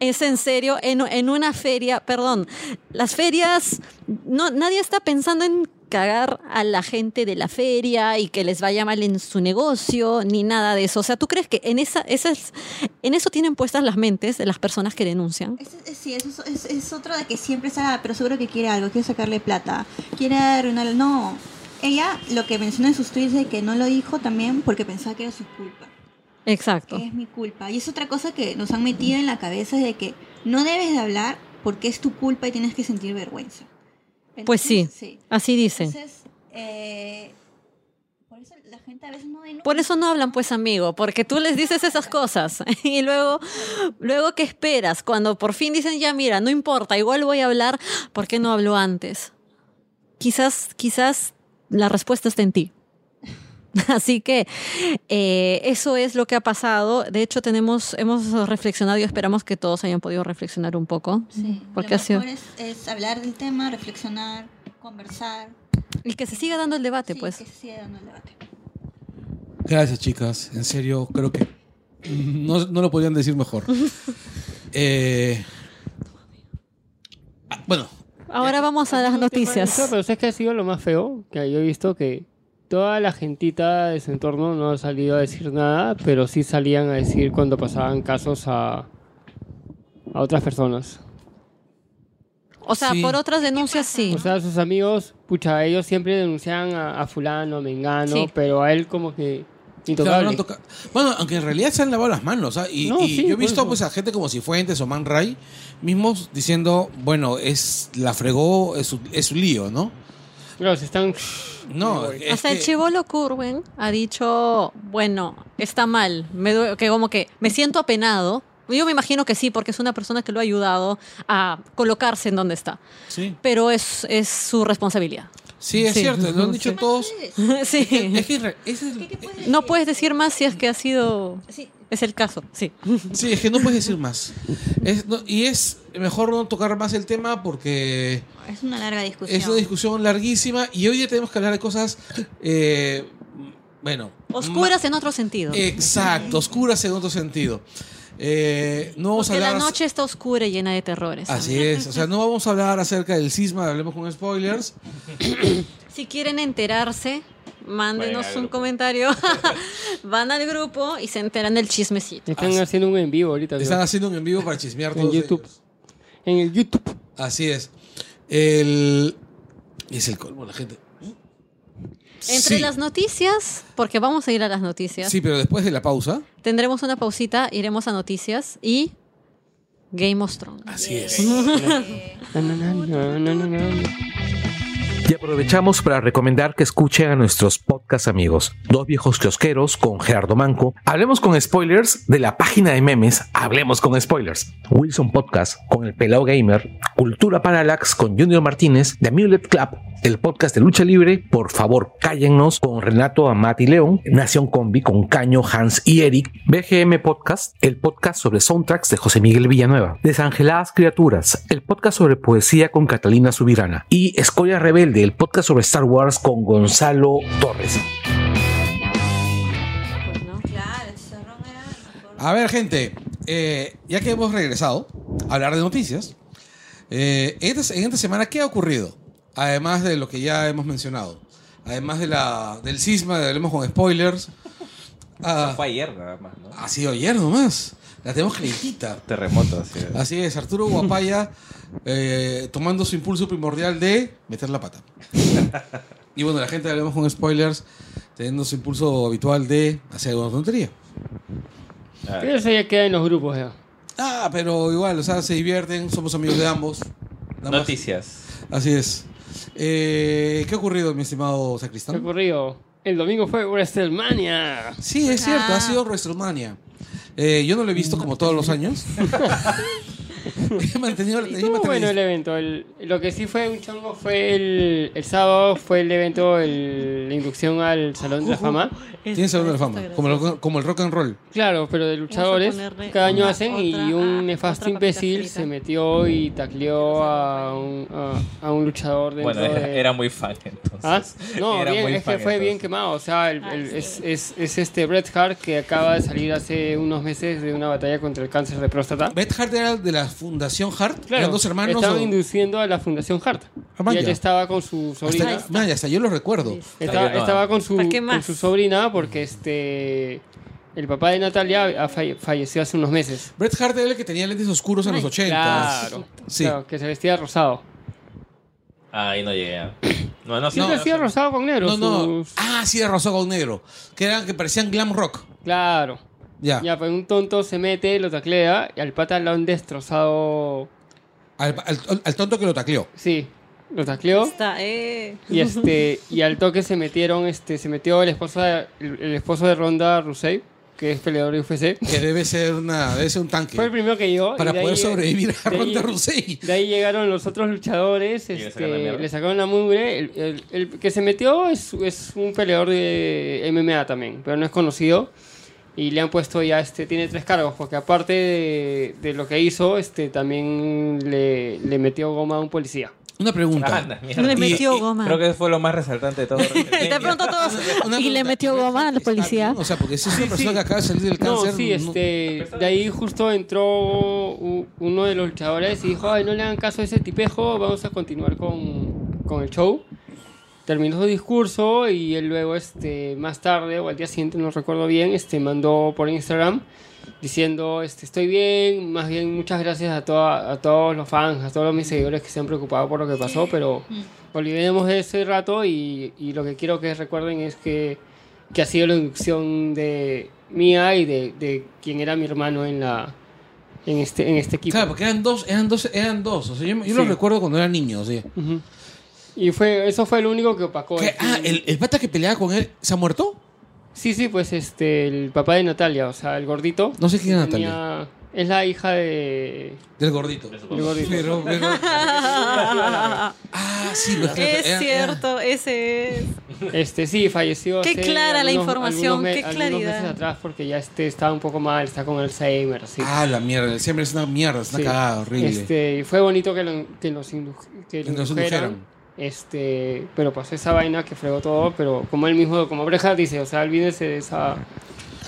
es en serio, en, en una feria, perdón, las ferias, no, nadie está pensando en cagar a la gente de la feria y que les vaya mal en su negocio, ni nada de eso. O sea, ¿tú crees que en, esa, esas, en eso tienen puestas las mentes de las personas que denuncian?
Es- es- sí, eso es, es- es otro de que siempre está, pero seguro que quiere algo, quiere sacarle plata, quiere arruinarle. No, ella lo que menciona en sus tweets de que no lo dijo también porque pensaba que era su culpa.
Exacto.
Es mi culpa. Y es otra cosa que nos han metido en la cabeza de que no debes de hablar porque es tu culpa y tienes que sentir vergüenza.
Pues sí.
Entonces, sí.
Así dicen.
Entonces, eh, por eso la gente a veces no denuncia.
Por eso no hablan, pues, amigo, porque tú les dices esas cosas y luego, luego ¿qué esperas? Cuando por fin dicen, ya mira, no importa, igual voy a hablar, ¿por qué no habló antes? Quizás, quizás la respuesta está en ti. Así que eh, eso es lo que ha pasado. De hecho, tenemos, hemos reflexionado y esperamos que todos hayan podido reflexionar un poco.
Sí,
Porque
lo
ha sido-
mejor es, es hablar del tema, reflexionar, conversar.
Y que se siga dando el debate,
Sí,
pues.
que se siga dando el debate.
Gracias, chicas. En serio, creo que no, no lo podían decir mejor. Eh, ah, bueno,
Ahora vamos a las
Claro,
noticias.
Pero ¿sabes qué ha sido lo más feo? Que yo he visto que toda la gentita de su entorno no ha salido a decir nada, pero sí salían a decir cuando pasaban casos a, a otras personas.
O sea,
Sí.
por otras denuncias sí.
O sea, sus amigos, pucha, ellos siempre denunciaban a, a fulano, mengano,
Sí.
pero a él como que
claro, no
intocable.
han toca- bueno, aunque en realidad se han lavado las manos. ¿ah? Y,
No,
y
sí,
yo he
por
visto
eso.
pues, a gente como Cifuentes o Man Ray mismos diciendo, bueno, es la fregó, es su, es su lío, ¿no?
Claro, se están...
No, es
Hasta el
que-
chivolo Curwen ha dicho, bueno, está mal, me due- que como que me siento apenado. Yo me imagino que sí, porque es una persona que lo ha ayudado a colocarse en donde está.
Sí,
Pero es, es su responsabilidad.
sí, es
Sí.
cierto, lo han dicho
Más
todos.
puedes-
sí.
Es que, en re- ese es el-
¿qué- qué puedes
No
decir?
puedes decir más si es que ha sido...
Sí,
Es el caso, sí.
Sí, es que no puedes decir más. Es- no- y es mejor no tocar más el tema porque
es una larga discusión.
es una discusión larguísima y hoy ya tenemos que hablar de cosas, eh, bueno...
Oscuras en otro sentido.
ma- Exacto, oscuras en otro sentido. Eh, no vamos
Porque
a
la
hablar...
noche está oscura y llena de terrores.
Así
amigo.
es, o sea, no vamos a hablar acerca del cisma, hablemos con spoilers.
Si quieren enterarse,
Vayan
mándenos
al
un
grupo.
comentario. Van al grupo y se enteran del chismecito.
Están haciendo un en vivo ahorita. creo.
Están haciendo un en vivo para chismear
En
todos
YouTube.
ellos.
En el YouTube.
Así es. El... Es el colmo la gente.
Entre
Sí,
las noticias, porque vamos a ir a las noticias,
Sí, pero después de la pausa.
tendremos una pausita, iremos a noticias y Game of Thrones.
Así es.
Na, na, na, na, na, na, na.
Y aprovechamos para recomendar que escuchen a nuestros podcast amigos, Dos Viejos Kiosqueros con Gerardo Manco. Hablemos con spoilers de la página de memes Hablemos con Spoilers. Wilson Podcast con el Pelao Gamer. Cultura Parallax con Junior Martínez. The Amulet Club, el podcast de lucha libre. Por favor, cállennos con Renato Amati León. Nación Combi con Caño, Hans y Eric. BGM Podcast, el podcast sobre soundtracks de José Miguel Villanueva. Desangeladas Criaturas, el podcast sobre poesía con Catalina Subirana. Y Escoria Rebelde, el podcast sobre Star Wars con Gonzalo Torres.
Pues, ¿no?
Claro, el chicharrón era mejor.
A ver, gente, eh, ya que hemos regresado a hablar de noticias, eh, en esta- en esta semana, ¿qué ha ocurrido? Además de lo que ya hemos mencionado, además de la, del cisma, de hablemos con spoilers,
Eso
ah,
fue ayer nada más, ¿no?
ha sido ayer nomás, la tenemos calientita.
Terremoto, así
Ah,
es.
Así es, Arturo Guapaya eh, tomando su impulso primordial de meter la pata. Y bueno, la gente, hablemos con spoilers, teniendo su impulso habitual de hacer alguna tontería.
Ah,
Pero eso ya queda en los grupos ya.
Ah, pero igual, o sea, se divierten, somos amigos de ambos. Nada más.
Noticias.
Así es. Eh, ¿Qué ha ocurrido, mi estimado
¿Qué ha
Sacristán?
ocurrido? El domingo fue WrestleMania.
Sí, es cierto,
Ah.
ha sido WrestleMania. Eh, yo no lo he visto como todos los años. he mantenido la he
Estuvo
mantenido-
bueno el evento. El- lo que sí fue un chongo fue el, el sábado, fue el evento, el- la inducción al Salón de la Fama.
Tiene Salón de la Fama, como, lo- como el rock and roll.
Claro, pero de luchadores
ponerle
cada año
una-
hacen y
otra- ah,
un nefasto
otra papita
imbécil
frita.
se metió y tacleó a un, a, a un luchador dentro
Bueno, era,
de...
era muy fan entonces.
¿Ah? No,
Era
bien,
muy
es
fan,
que fue bien
entonces.
quemado. O sea, el- el-
Ay,
es,
sí.
es- es este Bret Hart que acaba de salir hace unos meses de una batalla contra el cáncer de próstata.
Beth Hart era de la Fundación Hart,
Claro,
eran dos hermanos.
estaban
o-
induciendo a la Fundación Hart.
Ah, man,
y él
ya.
estaba con su sobrina.
Hasta, man, hasta yo lo recuerdo.
Estaba,
Ay, no,
estaba
ah.
con, su,
¿Para qué
con
más?
su sobrina porque este el papá de Natalia ha falle- falleció hace unos meses.
Bret Hart era el que tenía lentes oscuros en los 80.
Claro,
Sí.
claro, que se vestía de rosado.
Ahí no llegué. ah. No, no, sí,
Siempre
no,
hacía
sí.
rosado con negro.
No, no.
sus-
Ah, sí, de rosado con negro. Que eran que parecían glam rock.
Claro.
Ya.
Ya, pues un tonto se mete, lo taclea y al pata lo han destrozado.
Al, al- al tonto que lo tacleó.
Sí, lo tacleó.
Está, eh.
Y este y al toque se metieron, este, se metió el esposo de, el, el esposo de Ronda Rousey, que es peleador de UFC.
Que debe ser una, debe ser un tanque.
Fue el primero que llegó. y
Para
de ahí-
poder sobrevivir a
de ahí-
Ronda Rousey.
De ahí llegaron los otros luchadores,
Y le
este,
sacaron la mierda.
le sacaron la mugre. El, el- el que se metió es, es un peleador de MMA también, pero no es conocido. Y le han puesto ya, este, tiene tres cargos, porque aparte de, de lo que hizo, este, también le, le metió goma a un policía.
Una
Ah,
pregunta.
anda, mierda.
Le
Y-
metió
y-
goma.
Creo que fue lo más resaltante de todo.
De pronto todos.
Una
y le
pregunta.
metió goma a la policía.
O sea, porque si es una
Sí,
persona
sí.
que acaba de salir del
No,
cáncer.
sí, este, de ahí justo entró u- uno de los luchadores y dijo, ay, no le hagan caso a ese tipejo, vamos a continuar con, con el show. Terminó su discurso y él luego, este, más tarde o al día siguiente, no recuerdo bien, este, mandó por Instagram diciendo, este, estoy bien, más bien muchas gracias a, toda, a todos los fans, a todos mis seguidores que se han preocupado por lo que pasó, pero olvidemos de ese rato y, y lo que quiero que recuerden es que, que ha sido la inducción de mía y de, de quien era mi hermano en la en este en este equipo.
Claro, porque eran dos, eran dos, eran dos. O sea, yo, yo los
Sí.
recuerdo cuando era niño. O sea.
Ujú. Y fue eso fue lo único que opacó.
Que-
el-
Ah, el, el pata que peleaba con él, ¿se ha muerto?
Sí, sí, pues este el papá de Natalia, o sea, el gordito.
No sé quién era
tenía-
Natalia.
es la hija de
Del gordito.
el gordito.
Pero, pero- ah, sí, lo
es
era-
cierto, ese es.
Este sí, falleció.
Qué
hace
clara la información,
algunos me-
qué
algunos
claridad.
meses atrás porque ya este estaba un poco mal, está con Alzheimer, sí.
era- Ah, la mierda. Siempre es una mierda, es una
Sí.
cagada horrible.
Este, y fue bonito que, lo- que los indu- que
Que
lo
nos indujeran.
indujeran. Este, pero pasó esa vaina que fregó todo, pero como él mismo, como Breja dice, o sea, olvídese de esa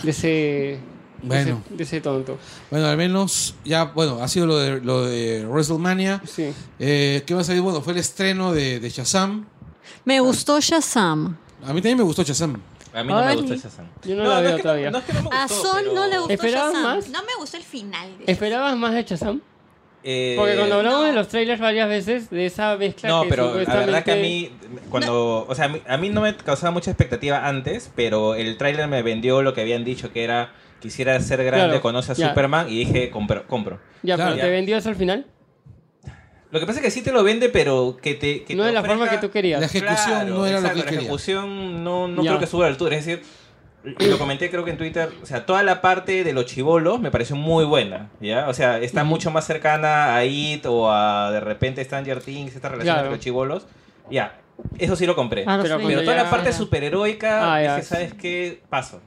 de ese de
Bueno.
ese- de ese tonto.
Bueno, al menos ya, bueno, ha sido lo de, lo de WrestleMania.
Sí.
Eh, ¿Qué más ha habido? Bueno, fue el estreno de, de Shazam.
Me gustó Shazam.
A mí también me gustó Shazam.
A mí no me
Ay.
gusta Shazam.
Yo no la veo
es que
todavía.
no es que no me
A
gustó,
Sol no
pero-
le gustó
¿Esperaban
Shazam.
más?
No me gustó el final. de-
¿Esperabas más de Chazam?
Eh,
Porque cuando hablamos
no.
de los trailers varias veces de esa mezcla
No,
que
pero la
supuestamente-
verdad que a mí, cuando, o sea, a mí, a mí no me causaba mucha expectativa antes, pero el tráiler me vendió lo que habían dicho, que era, quisiera ser grande,
Claro,
conoce a
ya.
Superman, y dije, compro, compro.
ya
Claro,
pero
ya.
te vendió eso al final,
Lo que pasa es que sí te lo vende, pero que te... que
no
te
de la forma que
ofrezca-
tú querías.
La ejecución
Claro,
no era
exacto,
lo que
La
quería.
ejecución no, no
Ya.
creo que suba a la altura. Es decir, lo comenté creo que en Twitter. O sea, toda la parte de los chivolos me pareció muy buena. ¿ya? O sea, está mucho más cercana a IT o a de repente Stranger Things, esta relación
Claro.
entre los chivolos. Ya, eso sí lo compré.
Ah, no
Pero
Pero
sé.
cuando
toda
ya-
la parte superheroica,
Ah,
es
ya.
que sabes qué, paso.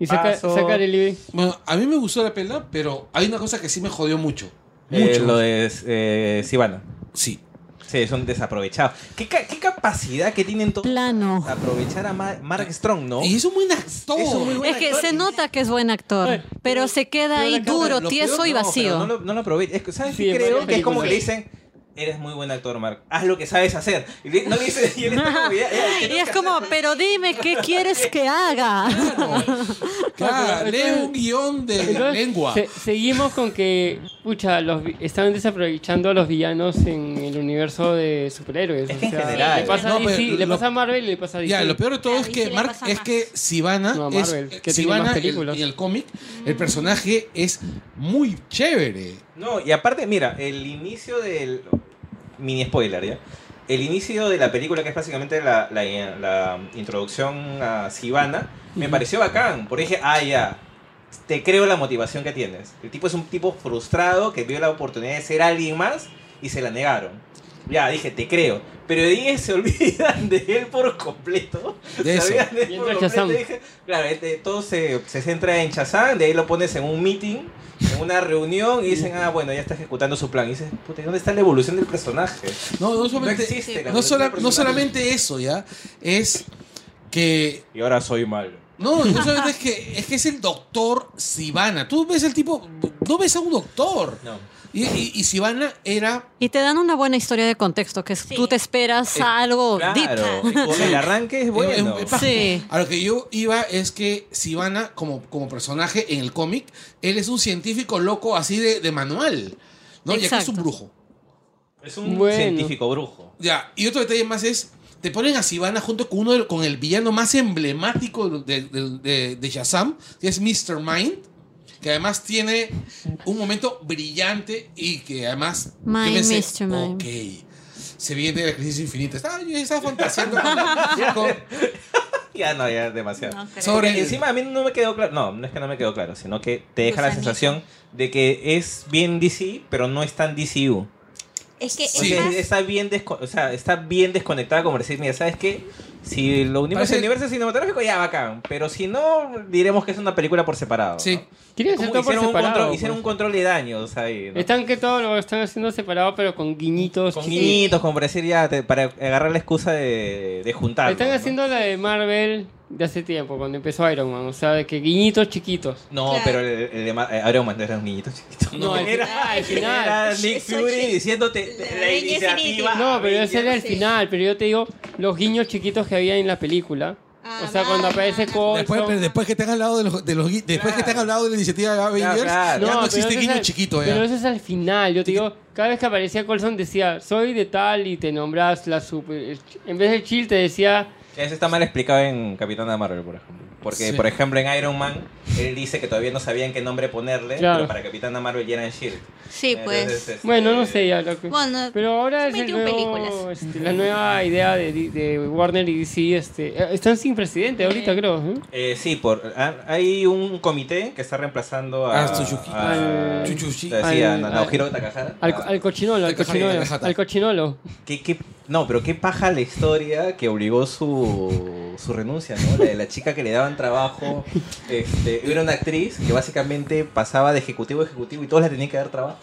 Y saca,
paso.
sacar el libro.
Bueno, a mí me gustó la pela, pero hay una cosa que sí me jodió mucho. Mucho.
Eh, lo de eh, Sivana.
Sí.
Sí, son desaprovechados. ¿Qué, ca- qué capacidad que tienen todos
Plano.
para aprovechar a Ma- Mark Strong, no?
Y es un buen actor.
Es un muy buen
Es que
actor.
se nota que es buen actor, pero se queda ahí
Pero
duro,
lo
tieso
peor,
y
no, pero No,
vacío.
lo, no lo aprovecha. Es que, ¿Sabes
Sí,
qué
en
creo?
varias
Que es como que le
películas.
dicen, eres muy buen actor, Mark. Haz lo que sabes hacer. Y le- no le dicen, y él está como, ya, ya, ¿qué
Y
tengo
es
que
como,
hacer?
pero dime, ¿qué quieres que haga?
Claro, lee un guión de
Entonces,
lengua.
se- seguimos con que, pucha, los vi- están desaprovechando a los villanos en el universo de superhéroes.
Es
o
que en
sea,
general.
Le pasa,
No,
a DC,
pero
le
lo-
pasa a Marvel y le pasa a DC.
Ya, lo peor de todo
Ah,
es
y
que
sí le
Mark,
pasa
es
más.
que Sivana
No,
es
Marvel, que tiene
Sivana
más
el-
películas.
y el cómic, el personaje es muy chévere.
No, y aparte, mira, el inicio del. Mini spoiler, ¿ya? el inicio de la película, que es básicamente la, la- la introducción a Sivana, me pareció bacán. Porque dije, ah, ya, te creo la motivación que tienes. El tipo es un tipo frustrado que vio la oportunidad de ser alguien más y se la negaron. Ya, dije, te creo. Pero de ahí se olvidan de él por completo.
De eso.
Se olvidan de él
Y
por
entra
completo.
Shazam.
Dije, claro, este, todo se, se centra en Chazán, de ahí lo pones en un meeting, en una reunión y dicen, ah, bueno, ya está ejecutando su plan. Y dices, puta, ¿y ¿dónde está la evolución del personaje?
No, no
No
solamente, eh,
existe. la
no,
evolución
sola-
del
no
personaje.
solamente eso, ¿ya? Es que
Y ahora soy malo.
No, no solamente es que, es que es el doctor Sivana. Tú ves el tipo, no ves a un doctor.
No.
Y, y, y Sivana era...
Y te dan una buena historia de contexto, que es- tú te esperas algo
Eh, Claro,
deep.
con el arranque es bueno.
es- es paja.
Sí.
A lo que yo iba es que Sivana, como, como personaje en el cómic, él es un científico loco así de, de manual. ¿no? Y aquí es
Exacto.
un brujo.
Es un
Bueno.
científico brujo.
Ya, y otro detalle más es, te ponen a Sivana junto con uno del- con el villano más emblemático de, de- de- de Shazam, que es Mr. Mind, que además tiene un momento brillante y que además... yo
Mind,
pensé,
Mr. Mind.
Ok, se viene la crisis infinita. Estaba, yo estaba fantaseando con- con-
Ya no, ya es demasiado.
No creo.
sobre...
Porque encima a mí no me quedó claro. No, no es que no me quedó claro, sino que te deja la
Gusanito.
sensación de que es bien DC, pero no es tan DCU.
Es que
O
Sí.
es
sea,
más-
está, bien desco- o sea, está bien desconectada como decir, mira, ¿sabes qué? Si lo unimos
Parece-
al universo cinematográfico, ya bacán. Pero si no, diremos que es una película por separado.
Sí.
¿no?
Quieren
Como
hacer todo por
hicieron, un
separado.
control, hicieron un
pues.
control de daños ahí. ¿no?
Están que todo lo están haciendo separado, pero con guiñitos.
Con
Sí.
guiñitos, como por decir ya, te- para agarrar la excusa de, de juntar.
Están haciendo la de Marvel de hace tiempo, cuando empezó Iron Man. O sea, de que guiñitos chiquitos.
No,
Claro.
pero el, el de Ma- eh, Iron Man no era un niñito chiquito.
No, al final, al final.
Era Nick
Eso
Fury
sí.
diciéndote
La
la,
Liga
iniciativa.
Definitiva.
No, pero ese era el
sí.
final. Pero yo te digo, los guiños chiquitos que había en la película.
Ah,
o sea, cuando
vale,
aparece
vale.
Colson.
Después, pero después que te han hablado de los, de los gui- después que te han hablado de la iniciativa de Avengers,
claro.
ya no,
pero
existe
ese es
guiño
al-
este chiquito. ya.
Pero eso es al final. Yo te digo, cada vez que aparecía Colson decía, soy de tal y te nombras la super. En vez de chill te decía,
Eso está mal explicado en Capitana Marvel, por ejemplo. Porque,
Sí.
por ejemplo, en Iron Man, él dice que todavía no sabían qué nombre ponerle,
Claro.
pero para Capitana Marvel ya era en S.H.I.E.L.D.
Sí, pues.
Entonces, este,
bueno, no sé ya lo que.
Bueno,
Pero ahora
Son
es el
21
nuevo,
películas.
este, la nueva idea de, Di- de Warner y DC. Este, eh, están sin presidente ahorita,
Eh.
creo. ¿eh?
eh, sí, por, ah, hay un comité que está reemplazando a...
Ah, Tsuyuki.
a-
Al-
Chuchushi.
te decía,
al-
a
al-
Naohiro Takahata.
Al,
Ah.
al cochinolo, al
Deja-
cochinolo.
deja-
Al cochinolo.
¿Qué- qué- no, pero qué paja la historia que obligó su, su renuncia, ¿no? La de la chica que le daban trabajo. Este, era una actriz que básicamente pasaba de ejecutivo a ejecutivo y todos le tenían que dar trabajo.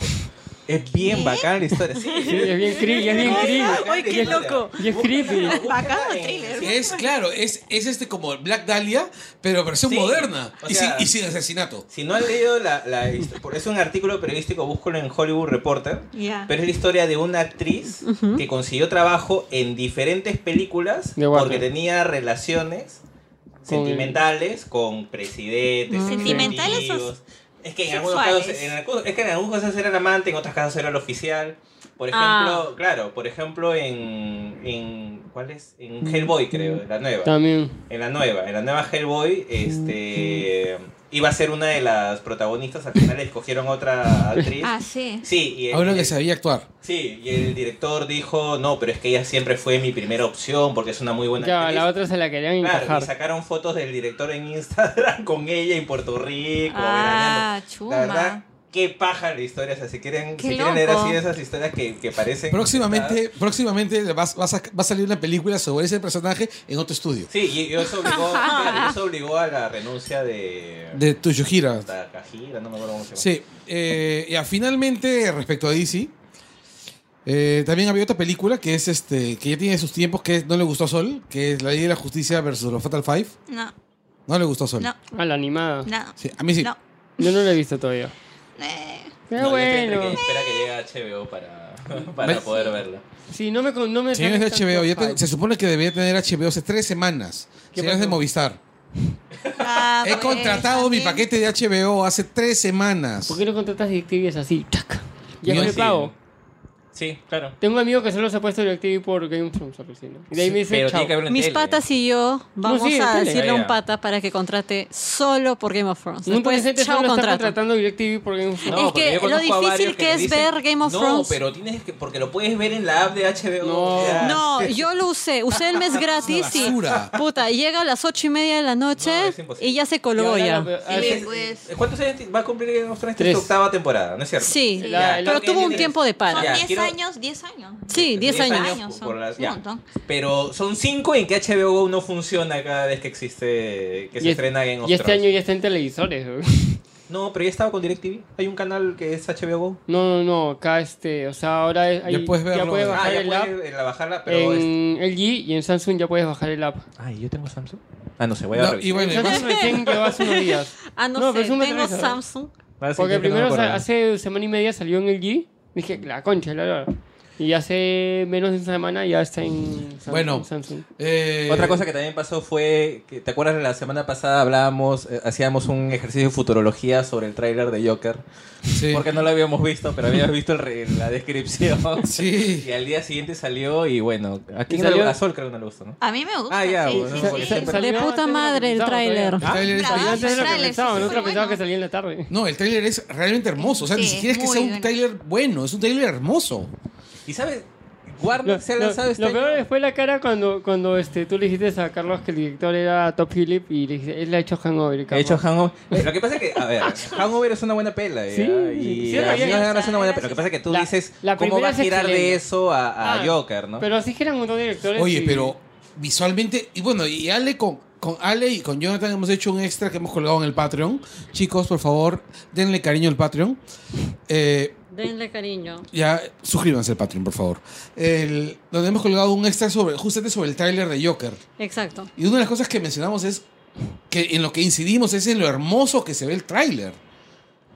Es bien bacán la historia. Sí,
Sí, es bien creepy, es bien creepy.
Ay,
qué
loco.
Y es creepy.
bacán el thriller.
Es claro, es, es este como Black Dahlia, pero versión
Sí,
moderna
o
y,
sea-
sin, y sin asesinato.
Si no han leído la, la histo- por eso un artículo periodístico, búscalo en Hollywood Reporter.
Ya.
Pero es la historia de una actriz que consiguió trabajo en diferentes películas
De Warner.
porque tenía relaciones sentimentales con presidentes,
Mm.
¿Sentimentales o
ejecutivos. es que en algunos
sexuales?
casos en algunos- es que en algunos casos era el amante, en otros casos era el oficial. Por ejemplo,
Ah.
claro, por ejemplo en, en ¿cuál es? En Hellboy creo, la nueva.
También.
En la nueva, en la nueva Hellboy, este iba a ser una de las protagonistas, al final escogieron otra actriz.
Ah, sí.
Sí, y el,
Ahora que sabía actuar.
sí, y el director dijo, no, pero es que ella siempre fue mi primera opción porque es una muy buena
Ya,
actriz.
la otra se la querían
Claro, y
encajar.
sacaron fotos del director en Instagram con ella en Puerto Rico.
Ah,
veraneando. La verdad,
chuma.
qué paja la historia. O sea, si quieren,
Qué
si quieren leer
loco.
así esas historias que, que parecen...
Próximamente, próximamente vas- vas a- va, a, salir una película sobre ese personaje en otro estudio.
Sí, y eso obligó, claro, eso obligó a la renuncia de...
De Tuyuhira.
Takahira, no me acuerdo cómo se llama.
Sí. eh, ya, finalmente, respecto a DC, eh, también había otra película que es este que ya tiene sus tiempos que no le gustó a Sol, que es La Ley de la Justicia versus los Fatal Five.
No,
No le gustó a Sol.
no,
A la animada.
no.
Sí, a mí sí.
No.
Yo no la he visto todavía.
Eh,
Pero
No, yo estoy entre
bueno.
que espera que llegue a HBO para, para
¿Ves?
poder verla.
Sí, no me. con- No me
Señores de
tanto
HBO, ya te-
hype.
se supone que debería tener HBO hace tres semanas.
¿Qué
Señores de
pasó?
Movistar.
ah,
He
pues,
eh,
contratado mi
también.
paquete de HBO hace tres semanas.
¿Por qué no contratas directivas así? Chac. Ya
Yo
me
sí.
pago.
Sí, claro.
Tengo un amigo que solo se ha puesto DirecTV por Game of Thrones, alucina. Y de ahí me dice,
pero
chao.
tiene que haber una
Mis
tele.
patas y yo vamos
sí,
a
dale.
decirle a un
Ya.
pata para que contrate solo por Game of Thrones.
Un montón de
Después,
gente
chao
solo está
contrato.
contratando DirecTV por Game of Thrones.
No, Es
porque
que
yo conozco
lo
a varios
difícil que
me
es ver Game of
no,
Thrones".
pero tienes que, porque lo puedes ver en la app de HBO.
No.
Ya.
No, yo lo usé. Usé el mes gratis y.
basura.
Puta, llega a las ocho y media de la
No,
noche
es imposible.
y ya se
Y
colgó
ahora
ya.
la-
Sí,
hace-
pues.
¿Cuántos años ti- va a cumplir Game of Thrones? Esta es
Tres.
su octava temporada, ¿no es cierto?
Sí,
la- la-
pero
creo que
tuvo un
tiene-
tiempo de
Son
para.
Ya,
10
quiero-
años, 10 años.
Sí, 10
10
años.
años,
por
son
las-
un
ya.
montón.
Pero son 5 en que HBO Go no funciona cada vez que existe, que se
y es-
estrena Game of
Y este
Thrones.
año ya está en televisores. güey.
No, pero ya estaba con DirecTV. Hay un canal que es HBO Go.
No, no, no, acá este, o sea, ahora es-
Ya puedes verlo,
puedes
güey.
bajar
Ah, ya
el app
puede la bajarla, pero este es...
en LG y en Samsung ya puedes bajar el app.
Ay, ¿yo tengo Samsung? Ah, no sé, voy a
No,
revisar.
y bueno, y
En
más-
Samsung recién lleva hace unos días.
Ah, no,
No, pero
sé,
es un
tengo
retrovisor.
Samsung.
Va a decir
Porque
que no me
primero o sea,
acuerdo.
hace semana y media salió en LG. Dije, la concha, la verdad. Y hace menos de una semana ya está en Samsung.
Bueno.
Samsung.
eh,
Otra cosa que también pasó fue, que, ¿te acuerdas la semana pasada hablábamos, eh, hacíamos un ejercicio de futurología sobre el tráiler de Joker?
sí.
Porque no lo habíamos visto, pero habíamos visto el re- la descripción.
Sí.
Y al día siguiente salió y bueno, aquí
¿Y
no le-
salió?
a Sol creo que no le gustó, ¿no?
A mí me gusta.
Ah, ya,
sí,
bueno,
sí,
porque
sí.
siempre-
De puta madre el tráiler.
El tráiler es-
Ah,
Antes de lo que
tráiler, sí,
pensaba,
sí,
el otro
fue
pensaba que
bueno.
salía en la tarde.
No, el tráiler es realmente hermoso. O sea, ni
Sí,
siquiera es que
muy
sea un
bueno.
tráiler bueno, es un tráiler hermoso.
Y sabes, Warner
Lo,
se ha
lo-
lanzado este
lo peor
año-
fue la cara cuando, cuando este, tú le dijiste a Carlos que el director era Top Philip y le dijiste, él le ha hecho hangover.
He hecho
Carlos.
Hangover. Lo que pasa es que, a ver, Hangover es una buena pela. ¿ya?
Sí,
y
sí,
a
sí,
mí me
sí.
parece una buena pela. Lo que pasa es que tú
La-
dices
la
cómo
primera
va a
es
girar de
excelente.
eso a, a
Ah,
Joker, ¿no?
Pero así que eran un montón de directores.
Oye,
y-
pero visualmente, y bueno, y Ale con, con Ale y con Jonathan hemos hecho un extra que hemos colgado en el Patreon. Chicos, por favor, denle cariño al Patreon. Eh,
Denle cariño.
ya, suscríbanse al Patreon, por favor. El- donde hemos colgado un extra sobre, justamente sobre el tráiler de Joker.
Exacto.
Y una de las cosas que mencionamos es que en lo que incidimos es en lo hermoso que se ve el tráiler.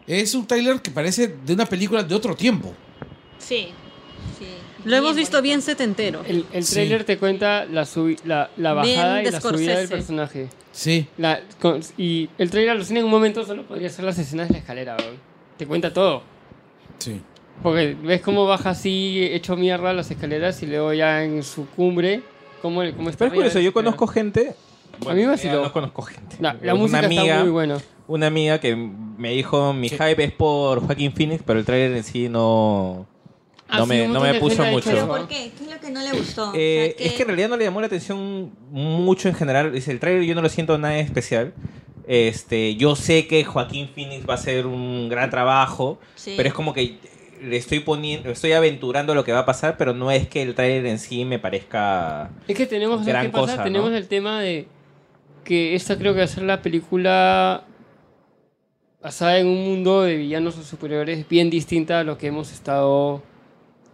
Es un tráiler que parece de una película de otro tiempo.
Sí. sí.
Lo hemos visto
bonito.
bien setentero.
El, el
Sí.
trailer te cuenta la, subi- la, la
Bien
bajada
de
y la subida del
Scorsese.
personaje.
Sí.
La- con- y el trailer alucina en un momento solo podría ser las escenas de la escalera. weón. Te cuenta todo.
Sí.
Porque ves cómo baja así, hecho mierda las escaleras y luego ya en su cumbre, cómo, cómo está.
Pero es curioso,
arriba.
yo conozco gente.
A mí me vaciló.
ya No conozco gente.
La, la música
una amiga,
está muy buena.
Una amiga que me dijo: Mi hype es por Joaquín Phoenix, pero el tráiler en sí no.
Ah,
No
sí,
me- no
un montón
me
de
puso
escenas
mucho.
hechas,
¿Pero
Pero-
¿no?
por qué? ¿Qué es lo que no le gustó? O sea,
Eh,
que-
Es que en realidad no le llamó la atención mucho en general. Dice, el trailer yo no lo siento nada especial. Este, yo sé que Joaquín Phoenix va a hacer un gran trabajo,
Sí.
pero es como que le estoy poniendo, estoy aventurando lo que va a pasar, pero no es que el trailer en sí me parezca.
Es que tenemos, ¿sabes
Gran
qué pasa?
cosa,
tenemos
¿no?
el tema de que esta creo que va a ser la película basada en un mundo de villanos o superiores bien distinta a lo que hemos estado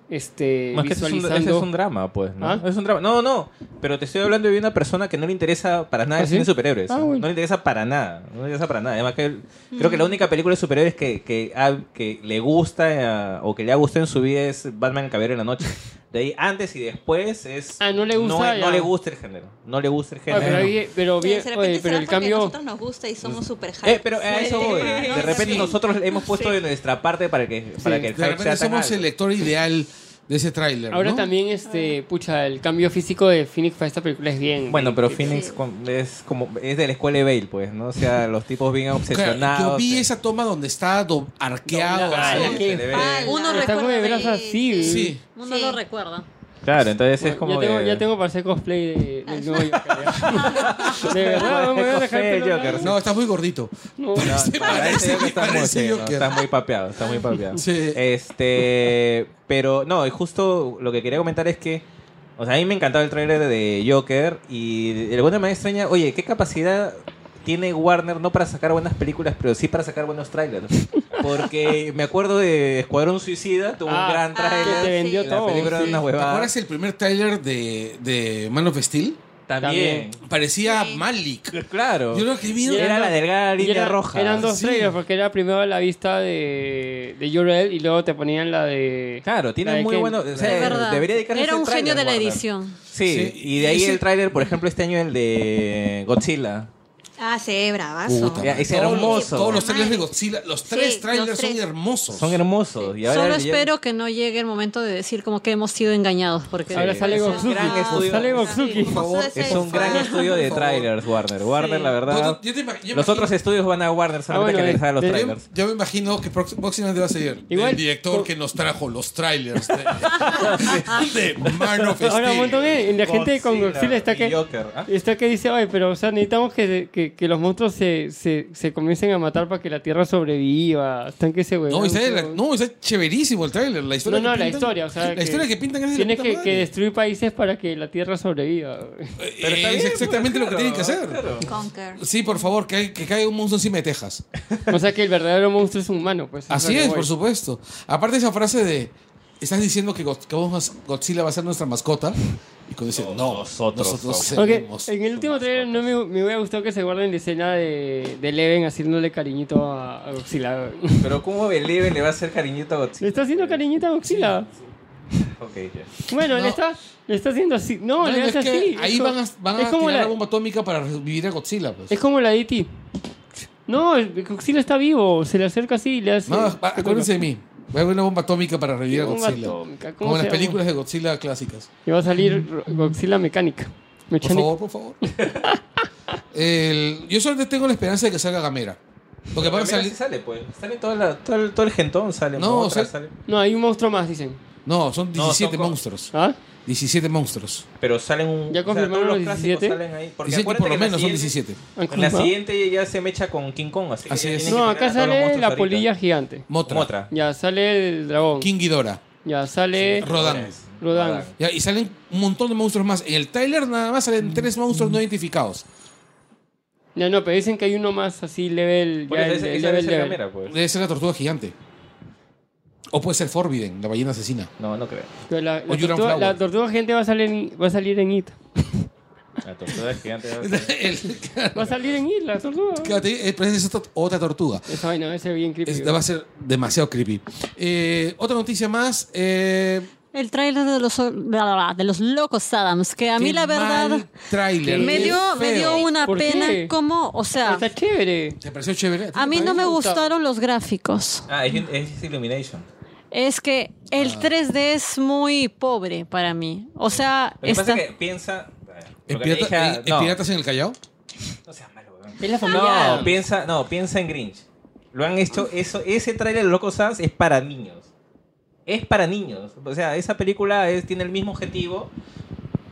este,
Más que ese es, un,
visualizando.
ese es un drama, pues, ¿no?
¿Ah?
Es un drama. No, no, pero te estoy hablando de una persona que no le interesa para nada
¿Ah,
el
sí?
cine de superhéroes.
Ah, bueno.
No le interesa para nada. No le interesa para nada. Además que él- creo que la única película de superhéroes que, que, ha- que le gusta eh, o que le ha gustado en su vida es Batman el Caballero de la Noche. De ahí antes y después es...
Ah, no le gusta,
No,
ya.
le gusta el género. No le gusta el
Ah, pero,
género.
ahí- pero
Que de repente
bien, oye,
será
pero el
porque a
cambio...
nosotros nos gusta y somos super hype.
Eh, pero a eso voy. De repente nosotros hemos puesto de nuestra parte para que, para
Sí.
que el
De
hype sea
repente
tan
somos
alto.
el lector ideal de ese tráiler.
Ahora
¿no?
también, este, pucha, el cambio físico de Phoenix para esta película es bien.
Bueno,
bien
pero
crítico.
Phoenix con- es como es de la escuela de Bale, pues, ¿no? O sea, los tipos bien
Claro,
obsesionados.
yo vi
eh.
esa toma donde está do- arqueado.
Doblada,
así.
Ah,
sí,
qué
se le ve.
espalda.
Uno
Está como de
recuerda
brazos
de-
así.
Sí.
Uno
Sí.
lo recuerda.
Claro, entonces
Bueno,
es como
yo, tengo,
que-
yo tengo para hacer cosplay de, del nuevo Joker. de verdad, no me voy a dejar el pelo
Cosplay de Joker.
No, está muy gordito.
largo.
No,
No.
Se
para ese
parece,
Joker
me
está
parece
muy, sí, no,
Joker.
está muy papeado, está muy papeado.
Sí.
Este, pero no, y justo lo que quería comentar es que o sea, a mí me encantaba el tráiler de Joker y de alguna manera extraña, oye, ¿qué capacidad tiene Warner no para sacar buenas películas, pero sí para sacar buenos trailers? Porque me acuerdo de Escuadrón Suicida, tuvo
Ah,
un gran
ah,
tráiler.
que te vendió
la
todo,
película
sí.
era una
¿Te
huevada.
acuerdas el primer tráiler de, de Man of Steel?
También.
Parecía
Sí.
Malik.
Claro.
Yo lo que vi
Era la delgada
Y
línea
era-
roja.
Eran dos
sí.
trailers, porque era primero la vista de, de Jorel y luego te ponían la de.
Claro,
La
tiene
de
muy
Ken.
bueno. O sea,
Es verdad.
debería dedicarse a
Era
hacer
un genio
trailers,
de la
Warner.
edición.
Sí,
Sí,
y de ahí
ese-
el tráiler, por ejemplo, este año el de Godzilla.
Ah, se ve bravazo.
Puta, Ya, es
Todos los-
hermoso.
Todos los
Madre.
trailers de Godzilla, los tres
Sí,
trailers
los
son
tres.
hermosos.
Son hermosos. Y ahora
Solo
ya-
espero que no llegue el momento de decir como que hemos sido engañados, porque
Ahora sale
eso-
Gotsuki.
gran estudio.
Sale
Sí.
Gotsuki.
Por favor,
Entonces,
Es
por
un gran
favor.
estudio de
Por favor.
trailers, Warner. Warner, la verdad.
Yo- yo te imag- yo
los
imagino-
otros estudios van a Warner
Ah,
solamente
bueno,
que les hagan los
de-
trailers.
Yo me imagino que prox- próximamente va a ser
Igual-
el director que nos trajo los trailers de, de Man of Steel.
Ahora un montón de y la gente con Godzilla está
y
que
Joker, ¿ah?
está que dice, ay, pero o sea, necesitamos que, que, que los monstruos se, se, se comiencen a matar para que la Tierra sobreviva. Están que ese huevón,
No, y está,
ese
la-
huevón.
no, está chéverísimo el tráiler. La historia
No, no,
que
la
pintan-
historia, o sea,
la
que-
historia que pintan es de la
Tienes
puta
que, que
madre.
destruir países para que la Tierra sobreviva.
Eh,
Pero está
es
bien, pues,
exactamente lo que tienen que hacer.
claro.
Conquer.
Sí, por favor, que, que caiga un monstruo encima de Texas.
O sea que el verdadero monstruo es un humano, pues. a
Así
lo que
es,
voy.
por supuesto. Aparte esa frase de, estás diciendo que, Go- que vos- Godzilla va a ser nuestra mascota. Y cuando dicen, no,
Nosotros
nosotros,
Ok,
seremos.
en el último trailer no me, me hubiera gustado que se guarden la escena de, de Leven haciéndole cariñito a, a Godzilla.
Pero ¿cómo Beleve le va a hacer cariñito a
¿Le
Godzilla?
está haciendo cariñito a Godzilla?
Ok, ya.
Bueno,
No.
le está le está haciendo así. No,
No,
le
es
hace
que
así.
Ahí
Es co-
van a, van a
es como
tirar la...
la-
bomba atómica para revivir a Godzilla. Pues.
Es como la de E.T. No, el Godzilla está vivo. Se le acerca así y le hace... este
No, va- acuérdense de mí. Va a haber una bomba atómica para revivir a
Bomba
Godzilla.
atómica, ¿cómo
Como
se
en las
llama?
películas de Godzilla clásicas.
Y va a salir Ro- Godzilla mecánica.
Por
Mechanic.
favor, por favor. El- yo solamente tengo la esperanza de que salga Gamera. Porque van
Pero
a
mira,
salir.
sí sale, pues. Sale toda la- todo, el, todo el gentón, sale.
No,
Mothra,
sale-
sale-
No, hay un monstruo más, dicen.
No, son
No,
17
son co-
monstruos.
¿Ah?
17 monstruos.
Pero salen un.
¿Ya confirmaron
todos
los
clásicos
17?
salen ahí. Porque
17
acuérdate
por lo
que la
menos son
siguiente-
17.
¿Han
En la
confirmado?
siguiente ya se mecha con King Kong. Así, que
Así
ya
es.
tienen que
No,
poner a
acá
todos los
sale
monstruos
la
ahorita.
polilla gigante.
Motra.
Mothra.
Ya sale el dragón.
King Ghidorah.
Ya sale
Rodan.
Rodan.
Ya, y salen un montón de monstruos más. En el trailer nada más
Mm.
salen tres monstruos no identificados.
Ya no, pero dicen que hay uno más así level.
Por
ya
eso
el-
esa-
el
esa debe
level,
ser
level.
Gamera, pues.
Debe ser la tortuga gigante. O puede ser Forbidden, la ballena asesina.
No, no creo.
Pero la, la
O Jordan
tortuga,
Flower.
la tortuga gente va a salir en, va a salir en E IT. Ah,
La tortuga gigante.
El-
Va a salir en IT la tortuga.
Fíjate, eh, pero esa es otra- otra tortuga.
Esa vaina va a ser bien creepy.
Es- va a ser demasiado creepy. Eh, otra noticia más. eh,
El tráiler de los, de los locos Adams, que a mí
qué
la verdad
mal tráiler.
me
Qué
dio, me
feo.
dio una
¿Por qué?
pena como, o sea,
Está chévere.
¿Te pareció chévere?
a mí no me
gusta.
gustaron los gráficos.
Ah, es, es Illumination.
Es que el 3D es muy pobre para mí. O sea,
Lo que pasa
está...
es que piensa.
¿En,
Lo que me
pirata-
dije a-
en- en
no,
Piratas en el Callao?
no seas malo, weón.
Es la familia.
No, piensa, no, piensa en Grinch. Lo han hecho, eso, ese tráiler de Loco Sans es para niños. Es para niños. O sea, esa película es- tiene el mismo objetivo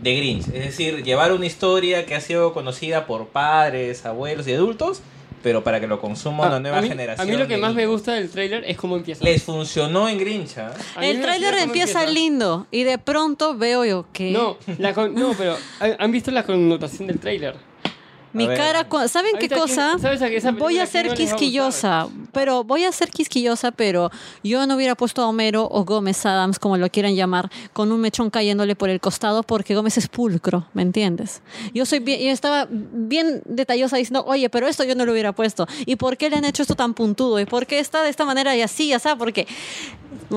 de Grinch. Es decir, llevar una historia que ha sido conocida por padres, abuelos y adultos, pero para que lo consuma una nueva
mí,
generación.
Ah, A mí lo que
de
más me
niños.
gusta del tráiler es cómo empieza.
Les funcionó en Grinch, ¿ah?
A mí
El
me fascina
tráiler
cómo
empieza lindo y de pronto veo yo que
No, la con- no, pero ¿han han visto la connotación del tráiler?
mi
A ver.
cara... cu- ¿Saben qué
Ahorita,
cosa?
¿quién- sabes a qué- esa
Voy
película
a
a quién
ser
no les va a
quisquillosa, pero voy a ser quisquillosa, pero yo no hubiera puesto a Homero o Gómez Adams, como lo quieran llamar, con un mechón cayéndole por el costado, porque Gómez es pulcro, ¿me entiendes? Yo soy bien, yo estaba bien detallosa diciendo, oye, pero esto yo no lo hubiera puesto. ¿Y por qué le han hecho esto tan puntudo? ¿Y por qué está de esta manera y así, ya sabes? Porque